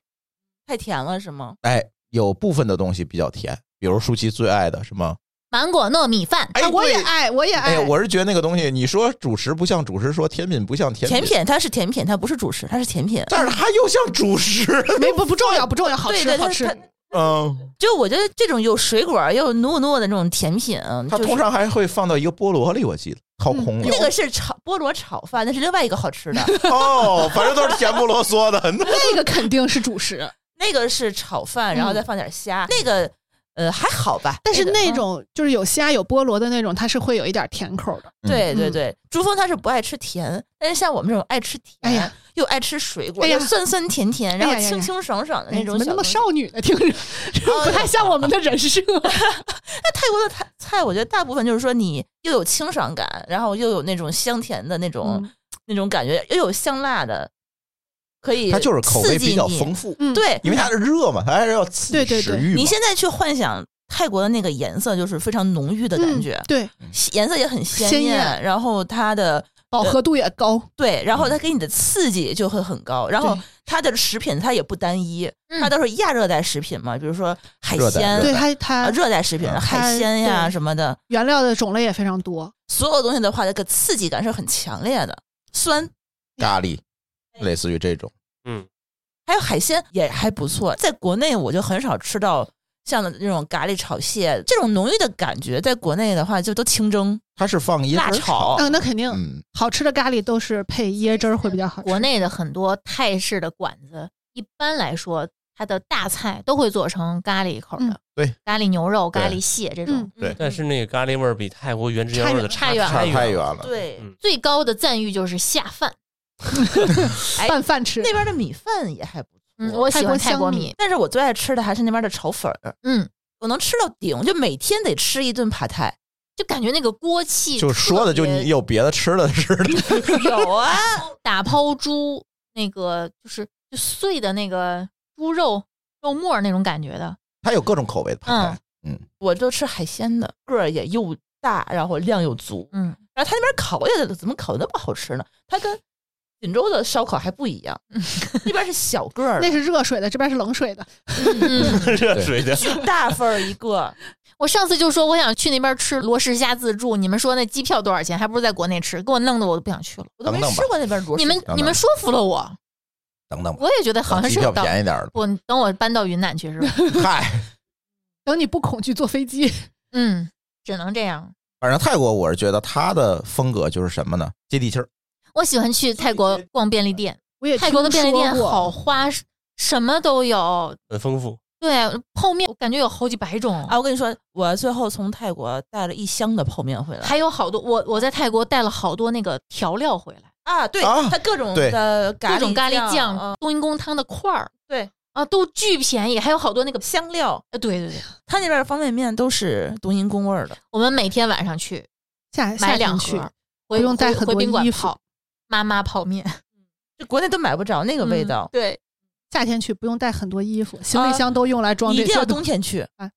Speaker 5: 太甜了是吗？
Speaker 3: 哎，有部分的东西比较甜，比如舒淇最爱的什么？
Speaker 2: 芒果糯米饭，
Speaker 3: 哎，
Speaker 4: 啊我也
Speaker 3: 对。
Speaker 4: 爱，我也
Speaker 3: 哎
Speaker 4: 爱，
Speaker 3: 呀，我是觉得那个东西，你说主食不像主食，说甜品不像甜
Speaker 5: 甜品它是甜品，它不是主食，它是甜品。
Speaker 3: 但是它又像主食。
Speaker 4: 没不不重要，不重要，好
Speaker 5: 对
Speaker 4: 吃
Speaker 5: 对，
Speaker 4: 好
Speaker 5: 它
Speaker 4: 吃
Speaker 5: 它。
Speaker 3: 嗯，
Speaker 5: 就我觉得这种有水果又糯糯的这种甜品，嗯
Speaker 3: 它
Speaker 5: 就是
Speaker 3: 通常还会放到一个菠萝里，我记得掏空了。
Speaker 5: 那个是炒菠萝炒饭，那是另外一个好吃的，
Speaker 3: 哦，反正都是甜不啰嗦的。
Speaker 4: 那个肯定是 主食，
Speaker 5: 那个是炒饭，然后再放点虾，那个呃还好吧，
Speaker 4: 嗯但是
Speaker 5: 个
Speaker 4: 那
Speaker 5: 嗯
Speaker 4: 种就是有虾有菠萝的那种，它是会有一点甜口的。
Speaker 5: 对对
Speaker 4: 嗯
Speaker 5: 对，朱峰他是不爱吃甜，但是像我们这种爱吃甜，
Speaker 4: 哎呀
Speaker 5: 又爱吃水果，
Speaker 4: 哎呀
Speaker 5: 又酸酸甜甜，然
Speaker 4: 哎
Speaker 5: 后
Speaker 4: 呀呀
Speaker 5: 清
Speaker 4: 呀
Speaker 5: 清爽爽的
Speaker 4: 哎
Speaker 5: 那
Speaker 4: 怎
Speaker 5: 种小东
Speaker 4: 么那么
Speaker 5: 西。哦
Speaker 4: 少女呢？听着 不太像我们的人设。
Speaker 5: 那泰国的菜菜，我觉得大部分就是说你又有清爽感，然后又有那种香甜的那种、
Speaker 4: 嗯
Speaker 5: 那种感觉，又有香辣的，可以
Speaker 3: 它就是口味
Speaker 5: 刺激
Speaker 3: 比较
Speaker 5: 你
Speaker 3: 丰富，
Speaker 4: 嗯，
Speaker 5: 对，
Speaker 3: 因为它是热嘛，它还是要刺
Speaker 4: 对
Speaker 3: 激
Speaker 4: 对
Speaker 3: 食
Speaker 4: 对
Speaker 3: 欲嘛。
Speaker 5: 你现在去幻想泰国的那个颜色，就是非常浓郁的感觉，
Speaker 4: 嗯对，
Speaker 5: 颜色也很鲜
Speaker 4: 鲜
Speaker 5: 艳，
Speaker 4: 艳
Speaker 5: 然后它的
Speaker 4: 饱和度也高。
Speaker 5: 对，然
Speaker 3: 嗯
Speaker 5: 后它给你的刺激就会很高，然后
Speaker 4: 对
Speaker 5: 它的食品它也不单一，
Speaker 2: 嗯
Speaker 5: 它都是亚热带食品嘛，比如说海
Speaker 3: 热带
Speaker 5: 鲜，
Speaker 4: 对
Speaker 3: 热带
Speaker 4: 它
Speaker 5: 啊
Speaker 4: 它
Speaker 5: 热带食品，
Speaker 3: 嗯
Speaker 5: 海鲜呀
Speaker 4: 它对
Speaker 5: 什么的，
Speaker 4: 原料的种类也非常多。
Speaker 5: 所有东西的话，这个刺激感是很强烈的，酸。
Speaker 3: 咖喱，类似于这种，
Speaker 6: 嗯，
Speaker 5: 还有海鲜也还不错，在国内我就很少吃到像那种咖喱炒蟹这种浓郁的感觉，在国内的话就都清蒸
Speaker 3: 它是放椰
Speaker 5: 辣
Speaker 3: 汁
Speaker 5: 炒，
Speaker 4: 嗯，那肯定
Speaker 3: 嗯，
Speaker 4: 好吃的咖喱都是配椰汁儿会比较好吃。
Speaker 2: 国内的很多泰式的馆子，一般来说，它的大菜都会做成咖喱口的
Speaker 4: 嗯，
Speaker 3: 对，
Speaker 2: 咖喱牛肉、咖
Speaker 3: 对
Speaker 2: 喱蟹这种。
Speaker 3: 对
Speaker 6: 但是那个咖喱味儿比泰国原汁原味儿的
Speaker 2: 差
Speaker 6: 差
Speaker 2: 远
Speaker 3: 差
Speaker 6: 太
Speaker 3: 太远
Speaker 6: 了。
Speaker 3: 了。
Speaker 5: 对，
Speaker 6: 嗯
Speaker 2: 最高的赞誉就是下饭，
Speaker 5: 哎
Speaker 4: 拌饭吃
Speaker 5: 那，边的米饭也还不错。
Speaker 2: 嗯，我喜欢
Speaker 4: 泰国
Speaker 2: 泰国
Speaker 4: 香米
Speaker 2: 米，
Speaker 5: 但是我最爱吃的还是那边的炒粉儿，
Speaker 2: 嗯，
Speaker 5: 我能吃到顶，就每天得吃一顿扒泰。
Speaker 2: 就感觉那个锅气
Speaker 3: 就说的就
Speaker 2: 特别
Speaker 3: 你有别的吃的似的，
Speaker 5: 有啊，
Speaker 2: 打抛猪那个就是就碎的那个猪肉肉末儿那种感觉的，
Speaker 3: 它有各种口味的盘菜。
Speaker 5: 我就吃海鲜的，个儿也又大，然后量又足。
Speaker 2: 嗯，
Speaker 5: 然后他那边烤也怎么烤得那么好吃呢？它跟锦州的烧烤还不一样，那边是小个儿
Speaker 4: 那
Speaker 5: 的，
Speaker 4: 是热水的，这边是冷水的。
Speaker 2: 嗯，
Speaker 6: 热水的，
Speaker 5: 巨大份儿一个，
Speaker 2: 我上次就说我想去那边吃罗氏虾自助，你们说那机票多少钱？还不如在国内吃，给我弄得我都不想去了。
Speaker 5: 我都没
Speaker 3: 等等吧
Speaker 5: 吃过那边螺蛳。
Speaker 2: 你们
Speaker 3: 等
Speaker 2: 你们说服了我，
Speaker 3: 等等吧，啊
Speaker 2: 我也觉得好像
Speaker 3: 机
Speaker 2: 是
Speaker 3: 票
Speaker 2: 有道理。
Speaker 3: 便宜点儿的。
Speaker 2: 不，你等我搬到云南去是吧？
Speaker 3: 嗨，
Speaker 4: 等你不恐惧坐飞机，
Speaker 2: 嗯，只能这样。
Speaker 3: 反正泰国我是觉得它的风格就是什么呢？接地气儿。
Speaker 2: 我喜欢去泰国逛便利店，
Speaker 4: 我也
Speaker 2: 泰国的
Speaker 4: 听
Speaker 2: 便利
Speaker 4: 说
Speaker 2: 店
Speaker 4: 过
Speaker 2: 好花，什么都有，
Speaker 6: 很丰富。
Speaker 2: 对，啊泡面我感觉有好几百种
Speaker 5: 啊！，我跟你说，我最后从泰国带了一箱的泡面回来
Speaker 2: 还有好多。我我在泰国带了好多那个调料回来，
Speaker 5: 啊，对，
Speaker 3: 啊
Speaker 5: 它各种
Speaker 3: 对
Speaker 5: 的咖
Speaker 2: 各种咖喱
Speaker 5: 酱、呃
Speaker 2: 酱、冬阴功汤的块儿，
Speaker 5: 对
Speaker 2: 啊，都巨便宜。还有好多那个，
Speaker 5: 香料，
Speaker 2: 呃对对对，
Speaker 5: 它那边的方便面都是冬阴功味儿的。
Speaker 2: 我们每天晚上去
Speaker 4: 下
Speaker 2: 买
Speaker 4: 夏
Speaker 2: 两
Speaker 4: 天去
Speaker 2: 盒，
Speaker 4: 不
Speaker 2: 回
Speaker 4: 用带
Speaker 2: 回
Speaker 4: 很
Speaker 2: 回
Speaker 4: 多
Speaker 2: 宾馆
Speaker 4: 衣服
Speaker 2: 泡妈妈泡面，
Speaker 5: 就国内都买不着那个味
Speaker 2: 嗯
Speaker 5: 道，
Speaker 2: 对，
Speaker 4: 夏天去不用带很多衣服，行
Speaker 2: 呃
Speaker 4: 李
Speaker 5: 啊
Speaker 4: 箱都用来装
Speaker 5: 你
Speaker 4: 这
Speaker 5: 一定要
Speaker 4: 些
Speaker 5: 冬
Speaker 4: 东西。
Speaker 5: 天去
Speaker 4: 啊，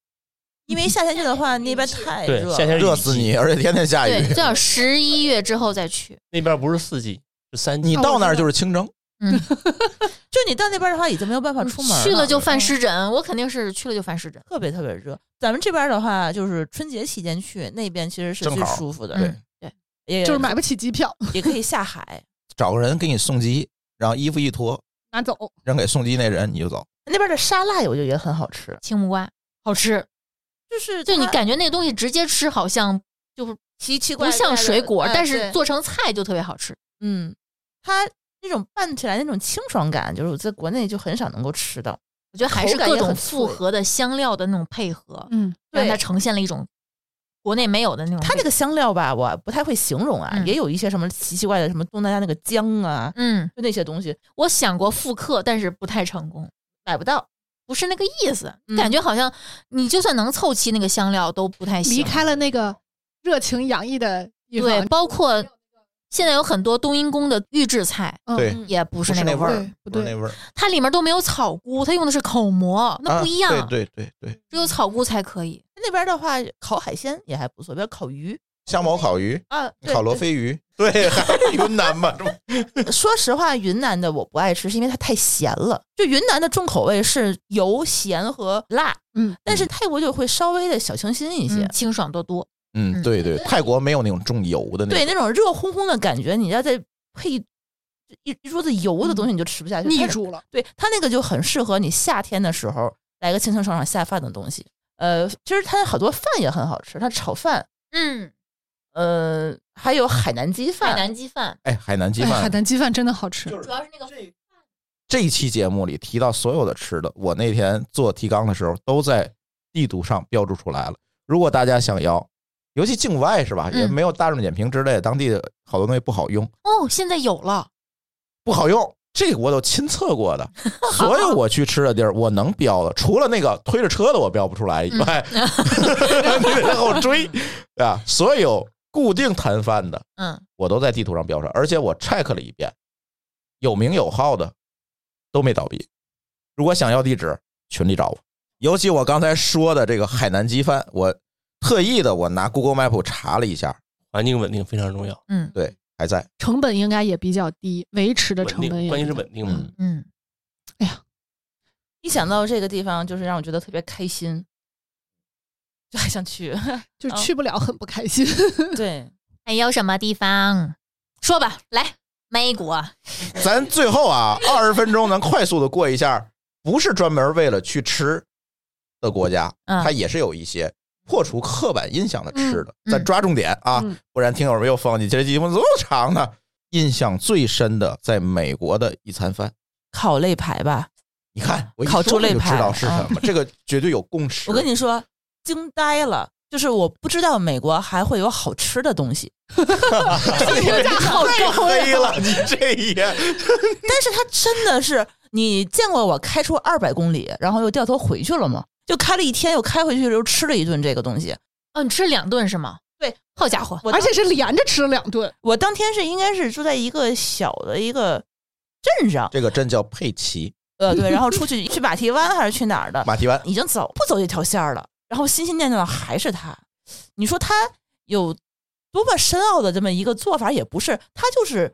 Speaker 5: 因为夏天去的话那边太
Speaker 6: 对
Speaker 5: 哎热，了。
Speaker 6: 夏天是
Speaker 3: 热啊
Speaker 6: 雨
Speaker 3: 死
Speaker 6: 季
Speaker 3: 你，而且天天下
Speaker 5: 哎
Speaker 3: 雨
Speaker 2: 对，。最 好十一月之后再去。
Speaker 6: 那边不是四季，是三季
Speaker 3: 你。到那儿就是清蒸，
Speaker 2: 嗯，
Speaker 5: 就你到那边的话已经没有办法出门
Speaker 2: 去
Speaker 5: 了
Speaker 2: 了就犯湿疹，我肯定是去了就犯湿疹。
Speaker 5: 特别特别热。咱们这边的话，就是春节期间去那边其实是
Speaker 3: 正
Speaker 5: 最
Speaker 3: 好
Speaker 5: 舒服的，
Speaker 2: 嗯
Speaker 5: 也
Speaker 4: 就是买不起 机票，
Speaker 5: 也可以下海。
Speaker 3: 找个人给你送机，然后衣服一脱，
Speaker 4: 拿走。
Speaker 3: 扔给送机那人你就走。
Speaker 7: 那边的沙拉我就觉得很好 吃，
Speaker 2: 青木瓜好吃，
Speaker 5: 就是
Speaker 2: 就你
Speaker 5: 它
Speaker 2: 感觉那个东西直接吃好像
Speaker 5: 奇奇怪
Speaker 2: 不
Speaker 5: 怪
Speaker 2: 像
Speaker 5: 的
Speaker 2: 水果，
Speaker 5: 哎
Speaker 2: 但是
Speaker 5: 对
Speaker 2: 做成菜就特别好吃。
Speaker 5: 嗯，它那种拌起来那种清爽感，就是我在国内就很少能够吃到。
Speaker 2: 我觉得还是
Speaker 5: 口感
Speaker 2: 各
Speaker 5: 也
Speaker 2: 种
Speaker 5: 很
Speaker 2: 复
Speaker 5: 脆
Speaker 2: 合的香料的那种配合，
Speaker 4: 嗯，
Speaker 2: 让它
Speaker 5: 对
Speaker 2: 呈现了一种国内没有的那种味。
Speaker 5: 它这个香料吧，我不太会形容啊，
Speaker 2: 嗯
Speaker 5: 也有一些什么奇奇怪的，什么东南亚那个姜啊，
Speaker 2: 嗯，
Speaker 5: 就那些东西
Speaker 2: 我想过复刻，但是不太成功，
Speaker 5: 买不到。
Speaker 2: 不是那个意思。
Speaker 5: 嗯
Speaker 2: 感觉好像你就算能凑齐那个香料都不太行。
Speaker 4: 离开了那个热情洋溢的地方
Speaker 2: 对，，包括现在有很多冬阴功的预制菜，
Speaker 4: 嗯
Speaker 3: 对
Speaker 5: 嗯
Speaker 2: 也不是
Speaker 3: 不是
Speaker 2: 那个
Speaker 3: 那
Speaker 2: 味儿
Speaker 3: 味儿，
Speaker 4: 对不
Speaker 3: 不是那
Speaker 4: 对？
Speaker 3: 味儿，
Speaker 2: 它里面都没有草菇，它用的是口蘑，那
Speaker 3: 啊
Speaker 2: 不一样，
Speaker 3: 对对对对，
Speaker 2: 只有草菇才可以。
Speaker 5: 那边的话，烤海鲜也还不错，比如烤鱼
Speaker 3: 香茅烤鱼、
Speaker 5: 啊，对
Speaker 3: 烤罗非鱼，对，还是云南嘛，这不
Speaker 5: 说实话，云南的我不爱吃，是因为它太咸了。就云南的重口味是油、咸和辣，
Speaker 4: 嗯，
Speaker 5: 但是泰国就会稍微的小清新一些。
Speaker 2: 嗯清爽多多。
Speaker 3: 嗯，对对，泰国没有那种重油的那
Speaker 5: 对
Speaker 3: 种，
Speaker 5: 那种热烘烘的感觉，你要再配一一一桌子油的东西，你就吃不下去。
Speaker 4: 腻
Speaker 5: 它
Speaker 4: 住了，
Speaker 5: 对它那个就很适合你夏天的时候来个清清爽爽下饭的东西。呃，其实它好多饭也很好吃，它炒饭，
Speaker 2: 嗯，
Speaker 5: 呃，还有海南鸡
Speaker 2: 海
Speaker 5: 饭，
Speaker 2: 南鸡饭
Speaker 3: 哎，海南鸡
Speaker 4: 哎，海
Speaker 3: 饭。
Speaker 4: 南鸡饭真的好吃。
Speaker 2: 主要是那个
Speaker 3: 这一期节目里提到所有的吃的，我那天做提纲的时候都在地图上标注出来了。如果大家想要，尤其境外是吧，
Speaker 2: 嗯
Speaker 3: 也没有大众点评之类的，当地好多东西不好用，
Speaker 2: 哦，现在有了，
Speaker 3: 不好用。这个我都亲测过的，所有我去吃的地儿，我能标的，除了那个推着车的我标不出来以外，你 得让我追啊！所有固定摊贩的，
Speaker 2: 嗯，
Speaker 3: 我都在地图上标上，而且我 check 了一遍，有名有号的都没倒闭。如果想要地址，群里找我。尤其我刚才说的这个海南鸡饭，我特意的我拿 Google Map 查了一下，
Speaker 6: 环境稳定非常重要，
Speaker 2: 嗯
Speaker 3: 对，还在。
Speaker 4: 成本应该也比较低，维持的
Speaker 6: 稳
Speaker 4: 成
Speaker 6: 定
Speaker 4: 本也
Speaker 6: 关键是
Speaker 4: 比较
Speaker 6: 稳定嘛。
Speaker 3: 嗯
Speaker 2: 嗯，
Speaker 5: 一想到这个地方，就是让我觉得特别开心，就还想去。
Speaker 4: 就
Speaker 5: 嗯
Speaker 4: 去不了，很不开心。
Speaker 5: 对，
Speaker 2: 还有什么地方？说吧，来美国，
Speaker 3: 咱最后啊，二十分钟咱快速的过一下，不是专门为了去吃的国家，
Speaker 2: 嗯
Speaker 3: 它也是有一些破除刻板印象的吃的。
Speaker 2: 嗯嗯
Speaker 3: 咱抓重点啊，
Speaker 4: 嗯
Speaker 3: 不然听友们又放弃。这节目怎么这么长呢？印象最深的，在美国的一餐饭，
Speaker 5: 烤肋排吧，
Speaker 3: 你看我一
Speaker 5: 烤
Speaker 3: 说
Speaker 5: 猪肋
Speaker 3: 你就知
Speaker 5: 排啊
Speaker 3: 道是什么，这个绝对有共识。
Speaker 5: 我跟你说，惊呆了。就是我不知道美国还会有好吃的东西，
Speaker 3: 好
Speaker 5: 啊
Speaker 3: 黑了，你这也
Speaker 5: 但是它真的是，你见过我开出二百公里，然后又掉头回去了吗？就开了一天，又开回去，又吃了一顿这个东西。
Speaker 2: 哦，你吃两顿是吗？
Speaker 5: 对，
Speaker 2: 好家伙，
Speaker 5: 我
Speaker 4: 而且是连着吃了两顿，
Speaker 5: 我当天是应该是住在一个小的一个镇上，
Speaker 3: 这个真叫佩奇
Speaker 5: 呃，对，然后出去 去马蹄湾还是去哪儿的，
Speaker 3: 马蹄湾。
Speaker 5: 已经走不走这条线儿了，然后心心念念的还是他。你说他有多么深奥的这么一个做法，也不是，他就是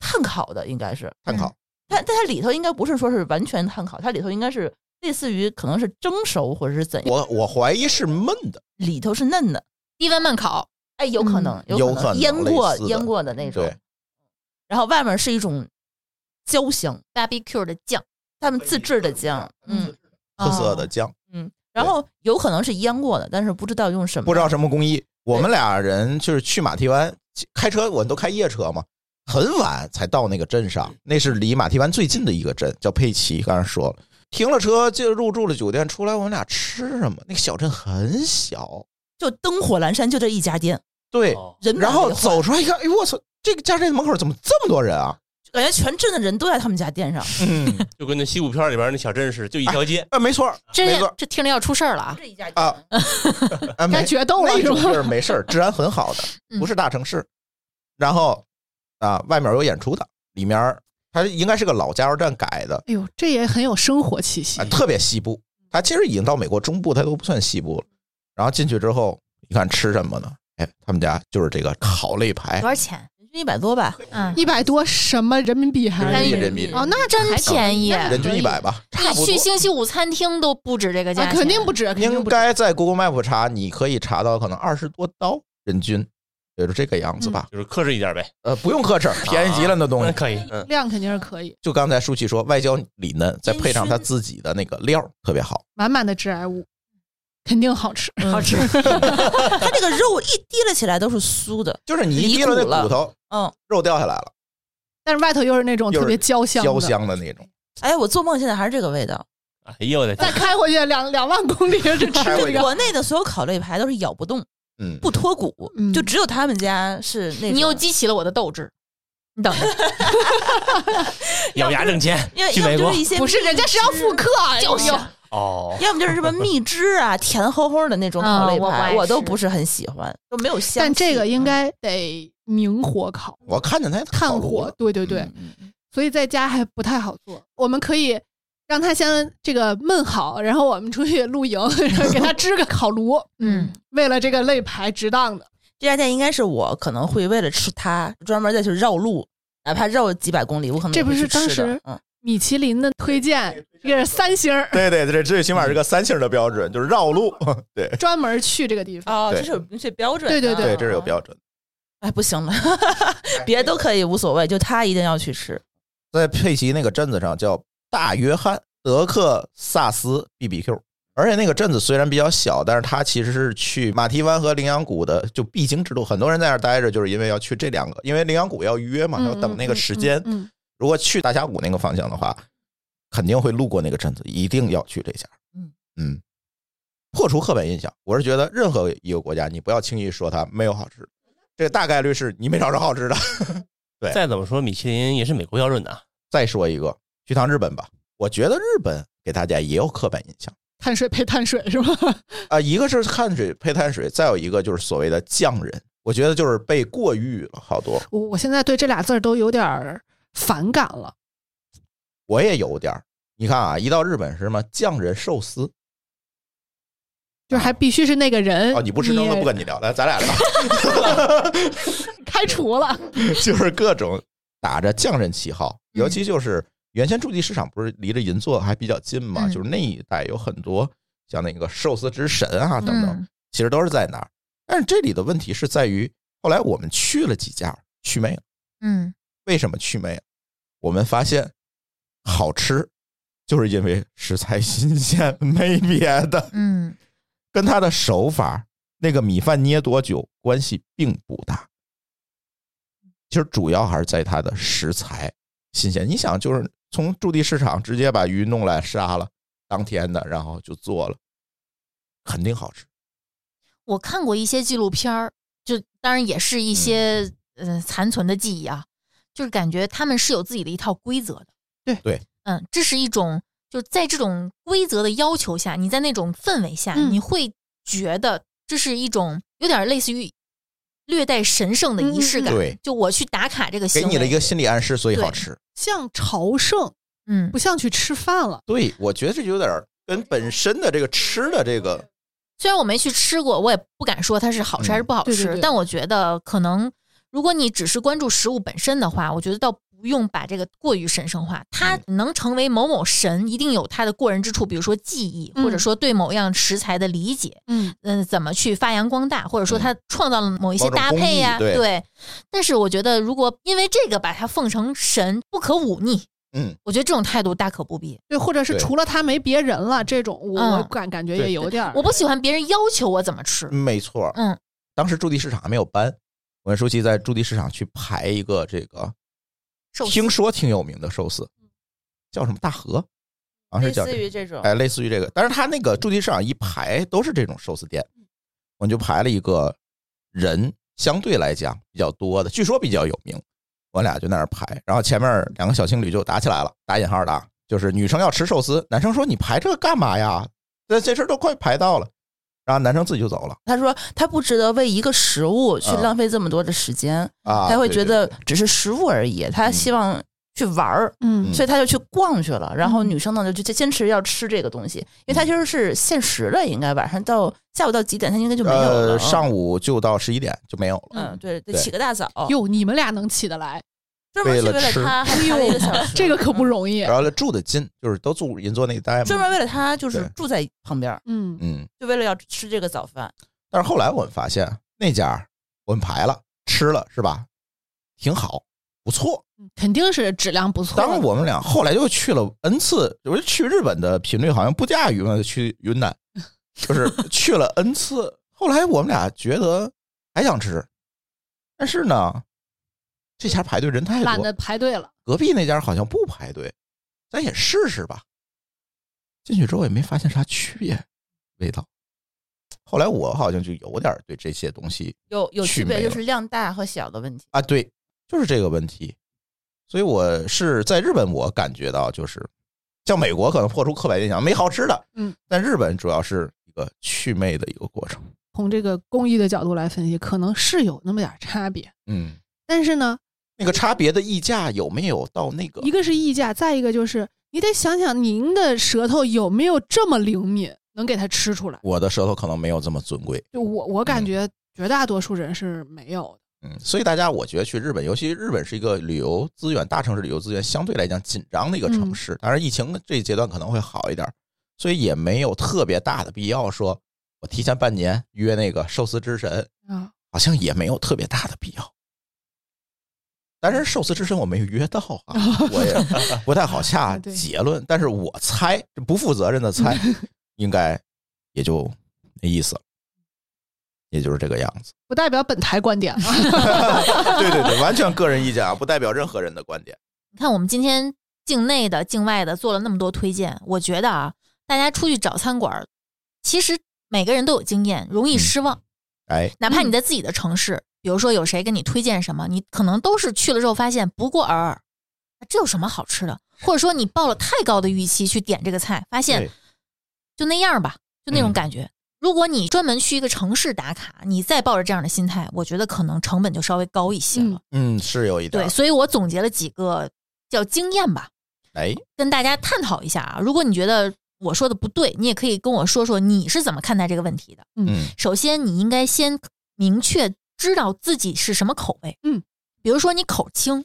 Speaker 5: 碳烤的，应该是。
Speaker 3: 碳烤，
Speaker 5: 它但它里头应该不是说是完全碳烤，它里头应该是类似于可能是蒸熟或者是怎样，
Speaker 3: 我我怀疑是焖的，
Speaker 5: 里头是嫩的，
Speaker 2: 低温慢烤，
Speaker 5: 哎，有可能，有
Speaker 3: 嗯有可能
Speaker 5: 腌过
Speaker 3: 类似的
Speaker 5: 腌过的那种
Speaker 3: 对，
Speaker 5: 然后外面是一种焦香，
Speaker 2: barbecue 的酱，
Speaker 5: 他们自制的酱，嗯
Speaker 3: 特色的酱。
Speaker 5: 嗯，然后有可能是腌过的，但是不知道用什么，
Speaker 3: 不知道什么工艺。我们俩人就是去马蹄湾开车，我们都开夜车嘛，很晚才到那个镇上。那是离马蹄湾最近的一个镇，叫佩奇。刚才说了，停了车，进入住了酒店，出来我们俩吃什么？那个小镇很小，
Speaker 5: 就灯火阑珊，就这一家店，
Speaker 3: 对。
Speaker 6: 哦
Speaker 5: 人满
Speaker 3: 然后
Speaker 5: 为患
Speaker 3: 走出来一看，哎呦我操，这个家这门口怎么这么多人啊？
Speaker 5: 感觉全镇的人都在他们家店上。
Speaker 3: 嗯，
Speaker 6: 就跟那西部片里边那小镇似的，就一条街。
Speaker 3: 啊，没错儿，
Speaker 2: 真
Speaker 3: 没
Speaker 2: 是
Speaker 3: 错儿，
Speaker 2: 这听着要出事儿了啊！
Speaker 5: 这一家店
Speaker 3: 啊，啊，
Speaker 4: 该
Speaker 3: 没
Speaker 4: 决斗了
Speaker 3: 那
Speaker 4: 是
Speaker 3: 种
Speaker 4: 吧？
Speaker 3: 地儿没事儿，治安很好
Speaker 2: 哦嗯
Speaker 3: 的，不是大城市。然后啊，外面有演出的，里面儿它应该是个老加油站改的，
Speaker 4: 哎呦，这也很有生活气息
Speaker 3: 啊，。特别西部。它其实已经到美国中部，它都不算西部了。然后进去之后，你看吃什么呢？哎，他们家就是这个烤肋排
Speaker 2: 多，少钱？
Speaker 5: 人均一百多吧，
Speaker 2: 嗯，
Speaker 4: 一百多什么人民币还
Speaker 6: 人民币
Speaker 3: 人民币
Speaker 4: 哦，那
Speaker 2: 啊真便宜。
Speaker 3: 人均一百吧，差不
Speaker 2: 你
Speaker 3: 多
Speaker 2: 去。星期五餐厅都不止这个价
Speaker 4: 啊
Speaker 2: 钱，
Speaker 4: 肯定不止，肯定
Speaker 3: 应
Speaker 4: 不止。
Speaker 3: 该在 Google Map 查，你可以查到可能二十多刀人均，也就是这个样子吧。
Speaker 6: 就是克制一点呗，
Speaker 2: 嗯
Speaker 3: 呃，不用克制，便宜极了那东
Speaker 6: 那
Speaker 3: 西。
Speaker 6: 可以，嗯，
Speaker 4: 量肯定是可以，
Speaker 3: 就刚才舒淇说，外焦里嫩，再配上
Speaker 5: 烟
Speaker 3: 他
Speaker 5: 熏
Speaker 3: 自己的那个料儿，特别好。
Speaker 4: 满满的致癌物，肯定好吃。
Speaker 5: 好吃。嗯 它这个肉一提了起来都是酥的，
Speaker 3: 就是你一
Speaker 5: 离
Speaker 3: 提了
Speaker 5: 骨了
Speaker 3: 那骨头，
Speaker 5: 嗯，
Speaker 3: 肉掉下来了，
Speaker 4: 但是外头又是那种
Speaker 3: 又
Speaker 4: 特
Speaker 3: 是
Speaker 4: 别焦香的，
Speaker 3: 焦香的那种。
Speaker 5: 哎，我做梦现在还是这个味道。
Speaker 6: 哎呦我的
Speaker 4: 再
Speaker 6: 天，
Speaker 4: 开回去两两万 公里是吃
Speaker 3: 开回
Speaker 4: 这
Speaker 3: 去
Speaker 4: 个，
Speaker 5: 国内的所有烤肋排都是咬不动、
Speaker 3: 嗯，
Speaker 5: 不脱骨
Speaker 4: 嗯，
Speaker 5: 就只有他们家是那种。
Speaker 2: 你又激起了我的斗志。嗯你等着，
Speaker 6: 咬牙挣钱
Speaker 5: 因为
Speaker 6: 去
Speaker 5: 要
Speaker 6: 美
Speaker 5: 么就
Speaker 6: 国
Speaker 5: 是一些
Speaker 4: 不是人家是要复刻，
Speaker 2: 就是
Speaker 4: 哎呦
Speaker 6: 哦，
Speaker 5: 要么就是什么蜜汁啊，甜齁齁的那种烤肋
Speaker 2: 嗯我不爱
Speaker 5: 排，
Speaker 2: 吃
Speaker 5: 我都不是很喜欢，都没有香气。嗯
Speaker 4: 但这个应该得明火烤，
Speaker 3: 我看见他
Speaker 4: 炭
Speaker 3: 啊
Speaker 4: 火，对对
Speaker 3: 嗯
Speaker 4: 对，所以在家还不太好做。我们可以让它先这个焖好，然后我们出去露营， 然后给它支个烤炉。
Speaker 2: 嗯，
Speaker 4: 为了这个肋排值当的，
Speaker 5: 这家店应该是我可能会为了吃它专门再去绕路，哪怕绕几百公里，我可能
Speaker 4: 这
Speaker 5: 也
Speaker 4: 不
Speaker 5: 会去
Speaker 4: 是当
Speaker 5: 吃的
Speaker 4: 时
Speaker 5: 嗯，
Speaker 4: 米其林的推荐，这个是三星儿，
Speaker 3: 对对对，最起码是个三星的标准，就是绕路。 对
Speaker 4: 专门去这个地方。
Speaker 5: 哦，
Speaker 3: 对
Speaker 5: 这是有明确标准的，
Speaker 4: 对对
Speaker 3: 对，这是有标哎准。
Speaker 5: 哎，不行了，别都可以无所谓，就他一定要去吃。
Speaker 3: 在佩奇那个镇子上叫大约翰德克萨斯 BBQ，而且那个镇子虽然比较小，但是它其实是去马蹄湾和羚羊谷的就必经之路，很多人在那儿待着，就是因为要去这两个，因为羚羊谷要约嘛，
Speaker 4: 嗯
Speaker 3: 要等那个时间。
Speaker 4: 嗯，嗯
Speaker 3: 如果去大峡谷那个方向的话，肯定会路过那个镇子，一定要去这家。
Speaker 5: 嗯
Speaker 3: 嗯，破除刻板印象，我是觉得任何一个国家，你不要轻易说它没有好吃的，这个大概率是你没找着好吃的。 对
Speaker 6: 再怎么说米其林也是美国标准的啊，
Speaker 3: 再说一个，去趟日本吧。我觉得日本给大家也有刻板印象
Speaker 4: 碳水配碳水是吧？
Speaker 3: 啊、一个是碳水配碳水，再有一个就是所谓的匠人，我觉得就是被过誉了好多。
Speaker 4: 我我现在对这俩字儿都有点儿反感了。
Speaker 3: 我也有点儿，你看啊，一到日本是什么匠人寿司
Speaker 4: 就是还必须是那个人
Speaker 3: 啊
Speaker 2: 嗯
Speaker 3: 哦，你不吃生的不跟你聊，来咱 俩聊，
Speaker 4: 开除了。
Speaker 3: 嗯就是各种打着匠人旗号，
Speaker 2: 嗯
Speaker 3: 尤其就是原先驻地市场不是离着银座还比较近嘛，
Speaker 2: 嗯
Speaker 3: 就是那一带有很多像那个寿司之神啊等等，
Speaker 2: 嗯
Speaker 3: 其实都是在那儿。但是这里的问题是在于，后来我们去了几家，去没了。
Speaker 2: 嗯，
Speaker 3: 为什么去没了？我们发现好吃，就是因为食材新鲜，没别的，
Speaker 2: 嗯，
Speaker 3: 跟它的手法，那个米饭捏多久关系并不大。其实主要还是在它的食材新鲜。你想，就是从驻地市场直接把鱼弄来杀了，当天的，然后就做了，肯定好吃。
Speaker 2: 我看过一些纪录片儿，就当然也是一
Speaker 3: 嗯
Speaker 2: 些呃残存的记忆啊，就是感觉他们是有自己的一套规则的。
Speaker 4: 对
Speaker 3: 对，
Speaker 2: 嗯，这是一种就在这种规则的要求下，你在那种氛围下，
Speaker 4: 嗯
Speaker 2: 你会觉得这是一种有点类似于略带神圣的仪式感。
Speaker 3: 嗯嗯嗯对
Speaker 2: 就我去打卡这个行
Speaker 3: 给
Speaker 2: 为，
Speaker 3: 你了一个心理暗示，所以好吃。
Speaker 4: 像朝圣，
Speaker 2: 嗯
Speaker 4: 不，像去吃饭了。
Speaker 3: 对，我觉得这有点儿跟本身的这个吃的这个，
Speaker 2: 虽然我没去吃过，我也不敢说它是好吃还是不好吃，
Speaker 4: 嗯对对对
Speaker 2: 但我觉得可能如果你只是关注食物本身的话，我觉得倒不用把这个过于神圣化。它
Speaker 3: 嗯
Speaker 2: 能成为某某神，一定有它的过人之处，比如说技艺，
Speaker 4: 嗯
Speaker 2: 或者说对某样食材的理解，
Speaker 4: 嗯，
Speaker 2: 嗯、怎么去发扬光大，或者说它创造了某一些
Speaker 3: 嗯某种
Speaker 2: 搭配呀、
Speaker 3: 工艺对
Speaker 2: 但是我觉得，如果因为这个把它奉成神，不可忤逆，
Speaker 3: 嗯，
Speaker 2: 我觉得这种态度大可不必。
Speaker 4: 对，或者是
Speaker 3: 对
Speaker 4: 除了他没别人了，这种我、
Speaker 2: 嗯
Speaker 4: 我感感觉也有点儿。
Speaker 3: 嗯
Speaker 2: 我不喜欢别人要求我怎么吃。
Speaker 3: 没错。
Speaker 2: 嗯，
Speaker 3: 当时驻地市场还没有搬，我跟舒淇在驻地市场去排一个这个
Speaker 2: 寿司
Speaker 3: 听说挺有名的寿司，叫什么大和好像是
Speaker 5: 类
Speaker 3: 叫
Speaker 5: 似于这种，
Speaker 3: 哎，类似于这个，但是他那个驻地市场一排都是这种寿司店，我就排了一个人相对来讲比较多的，据说比较有名，我俩就在那儿排，然后前面两个小情侣就打起来了，打引号的啊，就是女生要吃寿司，男生说你排这个干嘛呀？这这事儿都快排到了，然后男生自己就走了
Speaker 5: 他说他不值得为一个食物去
Speaker 3: 啊
Speaker 5: 浪费这么多的时间，
Speaker 3: 啊，
Speaker 5: 他会
Speaker 3: 对
Speaker 5: 觉
Speaker 3: 对嗯
Speaker 5: 得只是食物而已，他希望去玩儿。
Speaker 4: 嗯
Speaker 5: 所以他就去逛去了，然后
Speaker 4: 嗯
Speaker 5: 女生呢就就坚持要吃这个东西，因为
Speaker 3: 嗯
Speaker 5: 他其实是限时的，应该晚上到下午到几点，他应该就没有了。啊
Speaker 3: 呃，上午就到十一点就没有了，
Speaker 5: 嗯，对，得
Speaker 3: 对
Speaker 5: 起个大早，
Speaker 4: 哟，你们俩能起得来，
Speaker 5: 专门去为
Speaker 3: 为了
Speaker 5: 了
Speaker 3: 吃
Speaker 5: 他还排了一个 小时，
Speaker 4: 这个可不
Speaker 5: 嗯
Speaker 4: 容易。
Speaker 3: 然后住的近，就是都住银座那一带
Speaker 5: 专
Speaker 3: 嘛，
Speaker 5: 门为了他就是
Speaker 3: 对
Speaker 5: 住在旁边儿，
Speaker 4: 嗯，
Speaker 3: 嗯。
Speaker 5: 就为了要吃这个早饭。
Speaker 3: 但是后来我们发现那家我们排了吃了是吧，挺好，不错。
Speaker 4: 肯定是质量不错的。
Speaker 3: 当然我们俩后来又去了 n 次，我就去日本的频率好像不亚于嘛去云 南，就是去了 n 次。后来我们俩觉得还想吃，但是呢，这家排队人太
Speaker 4: 懒
Speaker 3: 多
Speaker 4: 得，排队了，
Speaker 3: 隔壁那家好像不排队，咱也试试吧。进去之后也没发现啥区别，味道。后来我好像就有点对这些东西
Speaker 5: 有有
Speaker 3: 去
Speaker 5: 区别
Speaker 3: 没
Speaker 5: 就
Speaker 3: 了
Speaker 5: 是量大和小的问题。
Speaker 3: 啊，对，就是这个问题。所以我是在日本，我感觉到就是，像美国可能破除刻板印象，没好吃的，
Speaker 4: 嗯，
Speaker 3: 但日本主要是一个祛魅的一个过程，
Speaker 4: 从这个工艺的角度来分析，可能是有那么点儿差别。
Speaker 3: 嗯，
Speaker 4: 但是呢，
Speaker 3: 那个差别的溢价有没有到那个
Speaker 4: 一个是溢价，再一个就是你得想想您的舌头有没有这么灵敏，能给它吃出来。
Speaker 3: 我的舌头可能没有这么尊贵，
Speaker 4: 就我我感
Speaker 3: 嗯
Speaker 4: 觉绝大多数人是没有的。
Speaker 3: 嗯，所以大家我觉得去日本，尤其日本是一个旅游资源大城市，旅游资源相对来讲紧张的一个城市，当然疫情这一阶段可能会好一点，所以也没有特别大的必要说我提前半年约那个寿司之神，
Speaker 4: 啊，
Speaker 3: 好像也没有特别大的必要。但是寿司之神我没有约到啊，我也不太好下
Speaker 4: 对
Speaker 3: 结论。但是我猜，这不负责任的猜，应该也就那意思了，也就是这个样子。
Speaker 4: 不代表本台观点啊。
Speaker 3: 对对对，完全个人意见啊，不代表任何人的观点。
Speaker 2: 你看我们今天境内的、境外的做了那么多推荐，我觉得啊，大家出去找餐馆儿，其实每个人都有经验，容易
Speaker 3: 嗯
Speaker 2: 失望。
Speaker 3: 哎，
Speaker 2: 哪怕你在自己的城市，比如说有谁跟你推荐什么，你可能都是去了之后发现不过尔尔，这有什么好吃的？或者说你抱了太高的预期去点这个菜，发现
Speaker 3: 对
Speaker 2: 就那样吧，就那种
Speaker 3: 嗯
Speaker 2: 感觉。如果你专门去一个城市打卡，你再抱着这样的心态，我觉得可能成本就稍微高一些了。
Speaker 4: 嗯
Speaker 3: 嗯，是有一点
Speaker 2: 对，
Speaker 3: 儿。
Speaker 2: 所以我总结了几个叫经验吧，
Speaker 3: 哎，
Speaker 2: 跟大家探讨一下啊。如果你觉得我说的不对，你也可以跟我说说你是怎么看待这个问题的。
Speaker 3: 嗯
Speaker 2: 首先，你应该先明确知道自己是什么口味。
Speaker 4: 嗯，
Speaker 2: 比如说你口轻，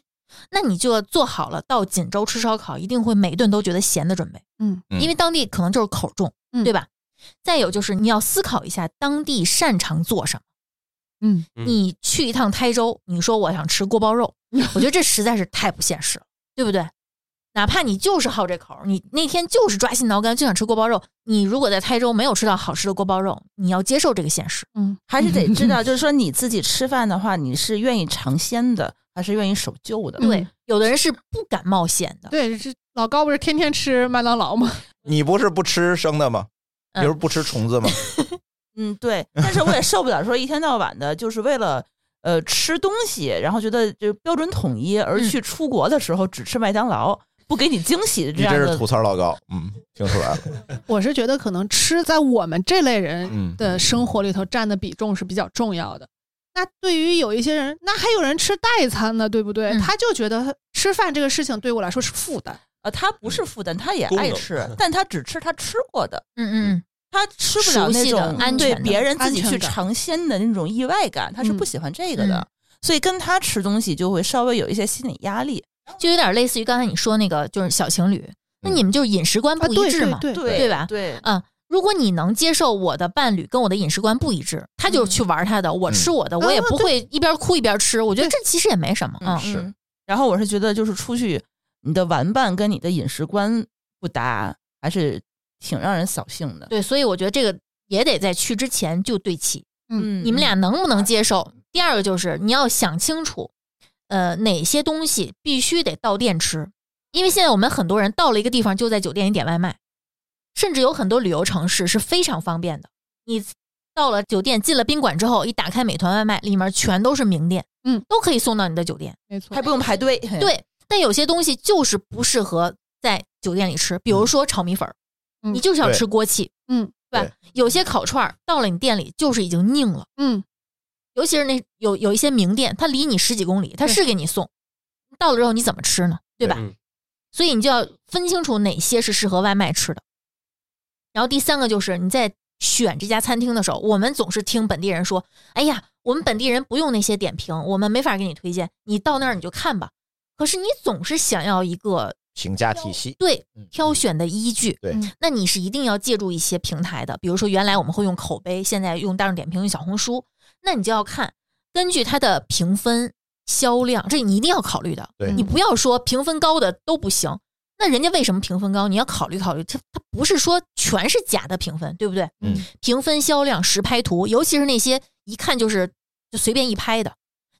Speaker 2: 那你就做好了到锦州吃烧烤一定会每顿都觉得咸的准备，
Speaker 4: 嗯
Speaker 3: 嗯
Speaker 2: 因为当地可能就是口重，
Speaker 4: 嗯
Speaker 2: 对吧？再有就是你要思考一下当地擅长做什么。
Speaker 4: 嗯，
Speaker 6: 嗯
Speaker 2: 你去一趟台州，你说我想吃锅包 肉，我觉得这实在是太不现实了，对不对？哪怕你就是好这口儿，你那天就是抓心挠肝就想吃锅包肉，你如果在台州没有吃到好吃的锅包肉，你要接受这个现实。
Speaker 4: 嗯，
Speaker 5: 还是得知道，就是说你自己吃饭的话，你是愿意尝鲜的，还是愿意守旧的？
Speaker 2: 对
Speaker 4: 嗯，
Speaker 2: 有的人是不敢冒险的。
Speaker 4: 对，这老高不是天天吃麦当劳吗？
Speaker 3: 你不是不吃生的吗？
Speaker 2: 嗯
Speaker 3: 你不是不吃 虫子吗？
Speaker 5: 嗯，对。但是我也受不了说一天到晚的，就是为了呃吃东西，然后觉得就标准统一，而
Speaker 2: 嗯
Speaker 5: 去出国的时候只吃麦当劳，不给你惊喜的这
Speaker 3: 你
Speaker 5: 样
Speaker 3: 这
Speaker 5: 的
Speaker 3: 是吐槽老高，嗯，听出来了，
Speaker 4: 我是觉得可能吃在我们这类人
Speaker 3: 嗯，
Speaker 4: 的生活里头占的比重是比较重要的。那对于有一些人，那还有人吃代餐呢，对不对？
Speaker 2: 嗯
Speaker 4: 他就觉得吃饭这个事情对我来说是负担。
Speaker 5: 呃，他不是负担，他也
Speaker 6: 功
Speaker 5: 爱
Speaker 6: 能
Speaker 5: 吃，但他只吃他吃过的，
Speaker 2: 嗯嗯
Speaker 5: 他吃不了
Speaker 2: 熟
Speaker 5: 那
Speaker 2: 悉的
Speaker 5: 种
Speaker 2: 安
Speaker 5: 对
Speaker 2: 全的
Speaker 5: 别人自
Speaker 4: 安
Speaker 5: 己
Speaker 4: 全
Speaker 5: 去
Speaker 4: 感
Speaker 5: 尝鲜的那种意外感，他是不
Speaker 4: 嗯
Speaker 5: 喜欢这个的，
Speaker 2: 嗯
Speaker 5: 所以跟他吃东西就会稍微有一些心理压力。
Speaker 2: 嗯，就有点类似于刚才你说那个，就是小情侣，那你们就是饮食观
Speaker 4: 啊，
Speaker 2: 不一
Speaker 4: 对
Speaker 2: 致嘛。
Speaker 4: 对对，
Speaker 5: 对
Speaker 2: 对吧
Speaker 5: 对，
Speaker 2: 嗯，如果你能接受我的伴侣跟我的饮食观不一致，他就去玩他的，我吃我的，我也
Speaker 4: 嗯啊
Speaker 2: 不会一边哭一边吃。我觉得这
Speaker 4: 对
Speaker 2: 其实也没什么。嗯，
Speaker 3: 是
Speaker 5: 嗯。然后我是觉得，就是出去，你的玩伴跟你的饮食观不搭，还是挺让人扫兴的。
Speaker 2: 对，所以我觉得这个也得在去之前就对齐，
Speaker 5: 嗯，
Speaker 2: 你们俩
Speaker 5: 嗯
Speaker 2: 能不能接受？第二个就是你要想清楚，呃，哪些东西必须得到店吃，因为现在我们很多人到了一个地方就在酒店里点外卖，甚至有很多旅游城市是非常方便的。你到了酒店，进了宾馆之后，一打开美团外卖，里面全都是名店，
Speaker 4: 嗯，
Speaker 2: 都可以送到你的酒店。
Speaker 4: 没错，
Speaker 5: 还不用排队。，
Speaker 2: 对，但有些东西就是不适合在酒店里吃，比如说炒米粉儿，
Speaker 4: 嗯
Speaker 2: 你就是要
Speaker 3: 对
Speaker 2: 吃锅气，
Speaker 4: 嗯
Speaker 2: 对吧？有些烤串儿到了你店里就是已经硬了，
Speaker 4: 嗯，
Speaker 2: 尤其是那有有一些名店，它离你十几公里，它
Speaker 4: 对
Speaker 2: 是给你送，到了之后你怎么吃呢？对吧？
Speaker 6: 嗯
Speaker 2: 所以你就要分清楚哪些是适合外卖吃的。然后第三个就是你在选这家餐厅的时候，我们总是听本地人说：“哎呀，我们本地人不用那些点评，我们没法给你推荐，你到那儿你就看吧。”可是你总是想要一个
Speaker 3: 评价体系，
Speaker 2: 对
Speaker 3: 嗯
Speaker 2: 挑选的依据，
Speaker 3: 对
Speaker 2: 嗯那你是一定要借助一些平台的，比如说原来我们会用口碑，现在用大众点评、用小红书，那你就要看根据它的评分、销量，这你一定要考虑的。
Speaker 3: 对
Speaker 2: 你不要说评分高的都不行，那人家为什么评分高？你要考虑考虑，它它不是说全是假的评分，对不对？
Speaker 3: 嗯，
Speaker 2: 评分、销量、实拍图，尤其是那些一看就是就随便一拍的，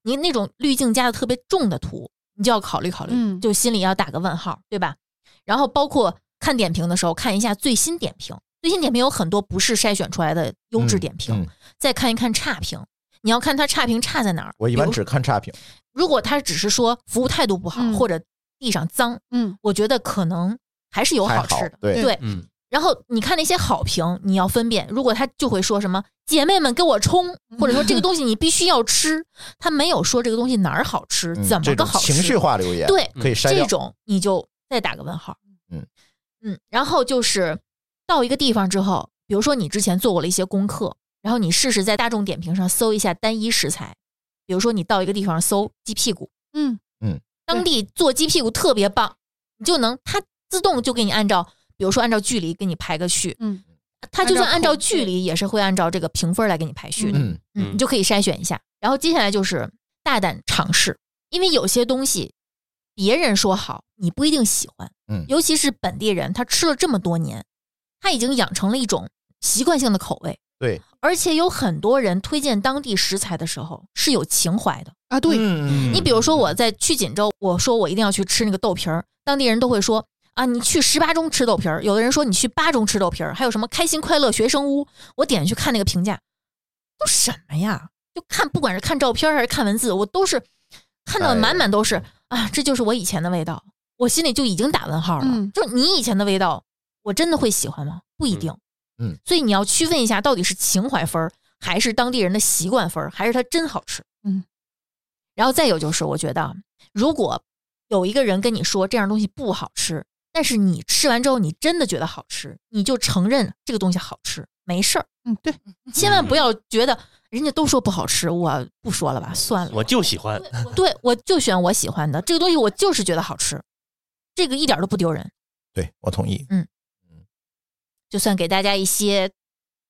Speaker 2: 你那种滤镜加的特别重的图，你就要考虑考虑，
Speaker 4: 嗯
Speaker 2: 就心里要打个问号，对吧？然后包括看点评的时候，看一下最新点评，最新点评有很多不是筛选出来的优质点评，
Speaker 3: 嗯嗯
Speaker 2: 再看一看差评，你要看它差评差在哪儿。
Speaker 3: 我一
Speaker 2: 比
Speaker 3: 般
Speaker 2: 如
Speaker 3: 只看差评，
Speaker 2: 如果他只是说服务态度不好、
Speaker 4: 嗯
Speaker 2: 或者地上脏，
Speaker 4: 嗯
Speaker 2: 我觉得可能还是有
Speaker 3: 还
Speaker 2: 好
Speaker 3: 好
Speaker 2: 吃的。
Speaker 3: 对
Speaker 2: 对，
Speaker 6: 嗯，
Speaker 2: 然后你看那些好评，你要分辨，如果他就会说什么“姐妹们给我冲”，或者说这个东西你必须要吃，他没有说这个东西哪儿好吃，
Speaker 3: 嗯
Speaker 2: 怎么
Speaker 3: 这
Speaker 2: 个
Speaker 3: 种
Speaker 2: 好吃，
Speaker 3: 情绪化留言，
Speaker 2: 对
Speaker 3: 可以筛
Speaker 2: 这
Speaker 3: 掉。
Speaker 2: 种你就再打个问号。
Speaker 3: 嗯
Speaker 2: 嗯，然后就是到一个地方之后，比如说你之前做过了一些功课，然后你试试在大众点评上搜一下单一食材，比如说你到一个地方搜鸡屁股，
Speaker 4: 嗯
Speaker 2: 当地做鸡屁股特别棒，你就能它自动就给你按照，比如说按照距离给你排个序，
Speaker 4: 嗯
Speaker 2: 它就算按
Speaker 4: 按照
Speaker 2: 照
Speaker 4: 口
Speaker 2: 距
Speaker 4: 径
Speaker 2: 离也是会按照这个评分来给你排序的，
Speaker 3: 嗯，
Speaker 2: 嗯，
Speaker 6: 嗯
Speaker 2: 你就可以筛选一下。然后接下来就是大胆尝试，因为有些东西别人说好，你不一定喜欢，
Speaker 3: 嗯
Speaker 2: 尤其是本地人，他吃了这么多年，他已经养成了一种习惯性的口味，
Speaker 3: 对，
Speaker 2: 而且有很多人推荐当地食材的时候是有情怀的。
Speaker 4: 啊，对，
Speaker 3: 嗯
Speaker 2: 你比如说，我在去锦州，我说我一定要去吃那个豆皮儿，当地人都会说啊，你去十八中吃豆皮儿。有的人说你去八中吃豆皮儿，还有什么开心快乐学生屋，我点进去看那个评价，都什么呀？就看不管是看照片儿还是看文字，我都是看到
Speaker 3: 哎
Speaker 2: 满满都是、啊，这就是我以前的味道，我心里就已经打问号了。
Speaker 4: 嗯
Speaker 2: 就你以前的味道，我真的会喜欢吗？不一定。
Speaker 3: 嗯嗯
Speaker 2: 所以你要区分一下，到底是情怀分儿，还是当地人的习惯分儿，还是它真好吃。
Speaker 4: 嗯
Speaker 2: 然后再有就是，我觉得啊如果有一个人跟你说这样东西不好吃，但是你吃完之后你真的觉得好吃，你就承认这个东西好吃，没事儿，
Speaker 4: 嗯对，
Speaker 2: 千万不要觉得人家都说不好吃，我不说了吧，算了，
Speaker 6: 我就喜欢，
Speaker 2: 对我就选我喜欢的这个东西，我就是觉得好吃，这个一点都不丢人。
Speaker 3: 对我同意。
Speaker 2: 就算给大家一些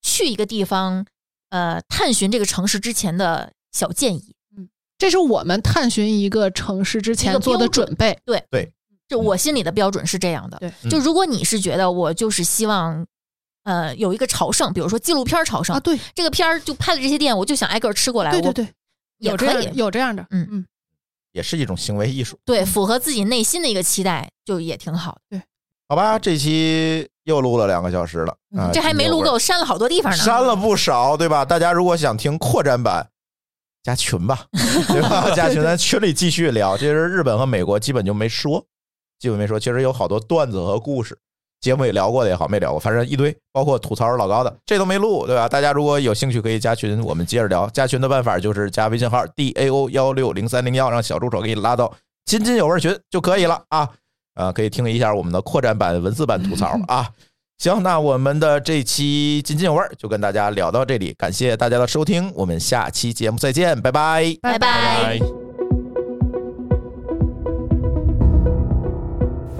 Speaker 2: 去一个地方，呃，探寻这个城市之前的小建议。
Speaker 4: 这是我们探寻一个城市之
Speaker 2: 一个
Speaker 4: 前做的
Speaker 2: 标准
Speaker 4: 准备，
Speaker 2: 就我心里的标准是这样的。
Speaker 4: 嗯
Speaker 3: 嗯
Speaker 4: 对
Speaker 2: 就如果你是觉得我就是希望，呃，有一个朝圣，比如说纪录片儿朝圣，
Speaker 4: 啊，对
Speaker 2: 这个片儿就拍了这些店，我就想挨个儿吃过来，
Speaker 4: 对对对，
Speaker 2: 我也
Speaker 4: 有这
Speaker 2: 可
Speaker 4: 样
Speaker 2: 以，
Speaker 4: 有嗯这样的，
Speaker 2: 嗯
Speaker 4: 嗯，
Speaker 3: 也是一种行为艺术，
Speaker 2: 对，符合自己内心的一个期待，就也挺好的。
Speaker 3: 好吧？这期又录了两个小时了，
Speaker 2: 嗯
Speaker 3: 啊，
Speaker 2: 这还没录够，删了好多地方呢。
Speaker 3: 删了不少，对吧？大家如果想听扩展版，加 群吧，对吧？加群，咱群里继续聊。其实日本和美国基本就没说，基本没说。其实有好多段子和故事，节目也聊过的也好，没聊过，反正一堆，包括吐槽老高的，这都没录，对吧？大家如果有兴趣可以加群，我们接着聊。加群的办法就是加微信号 d a o 幺六零三零幺，让小助手给你拉到津津有味群就可以了啊。啊、可以听一下我们的扩展版、文字版吐槽啊。行，那我们的这期津津有味儿就跟大家聊到这里，感谢大家的收听，我们下期节目再见，拜拜。
Speaker 2: 拜拜。
Speaker 6: 拜。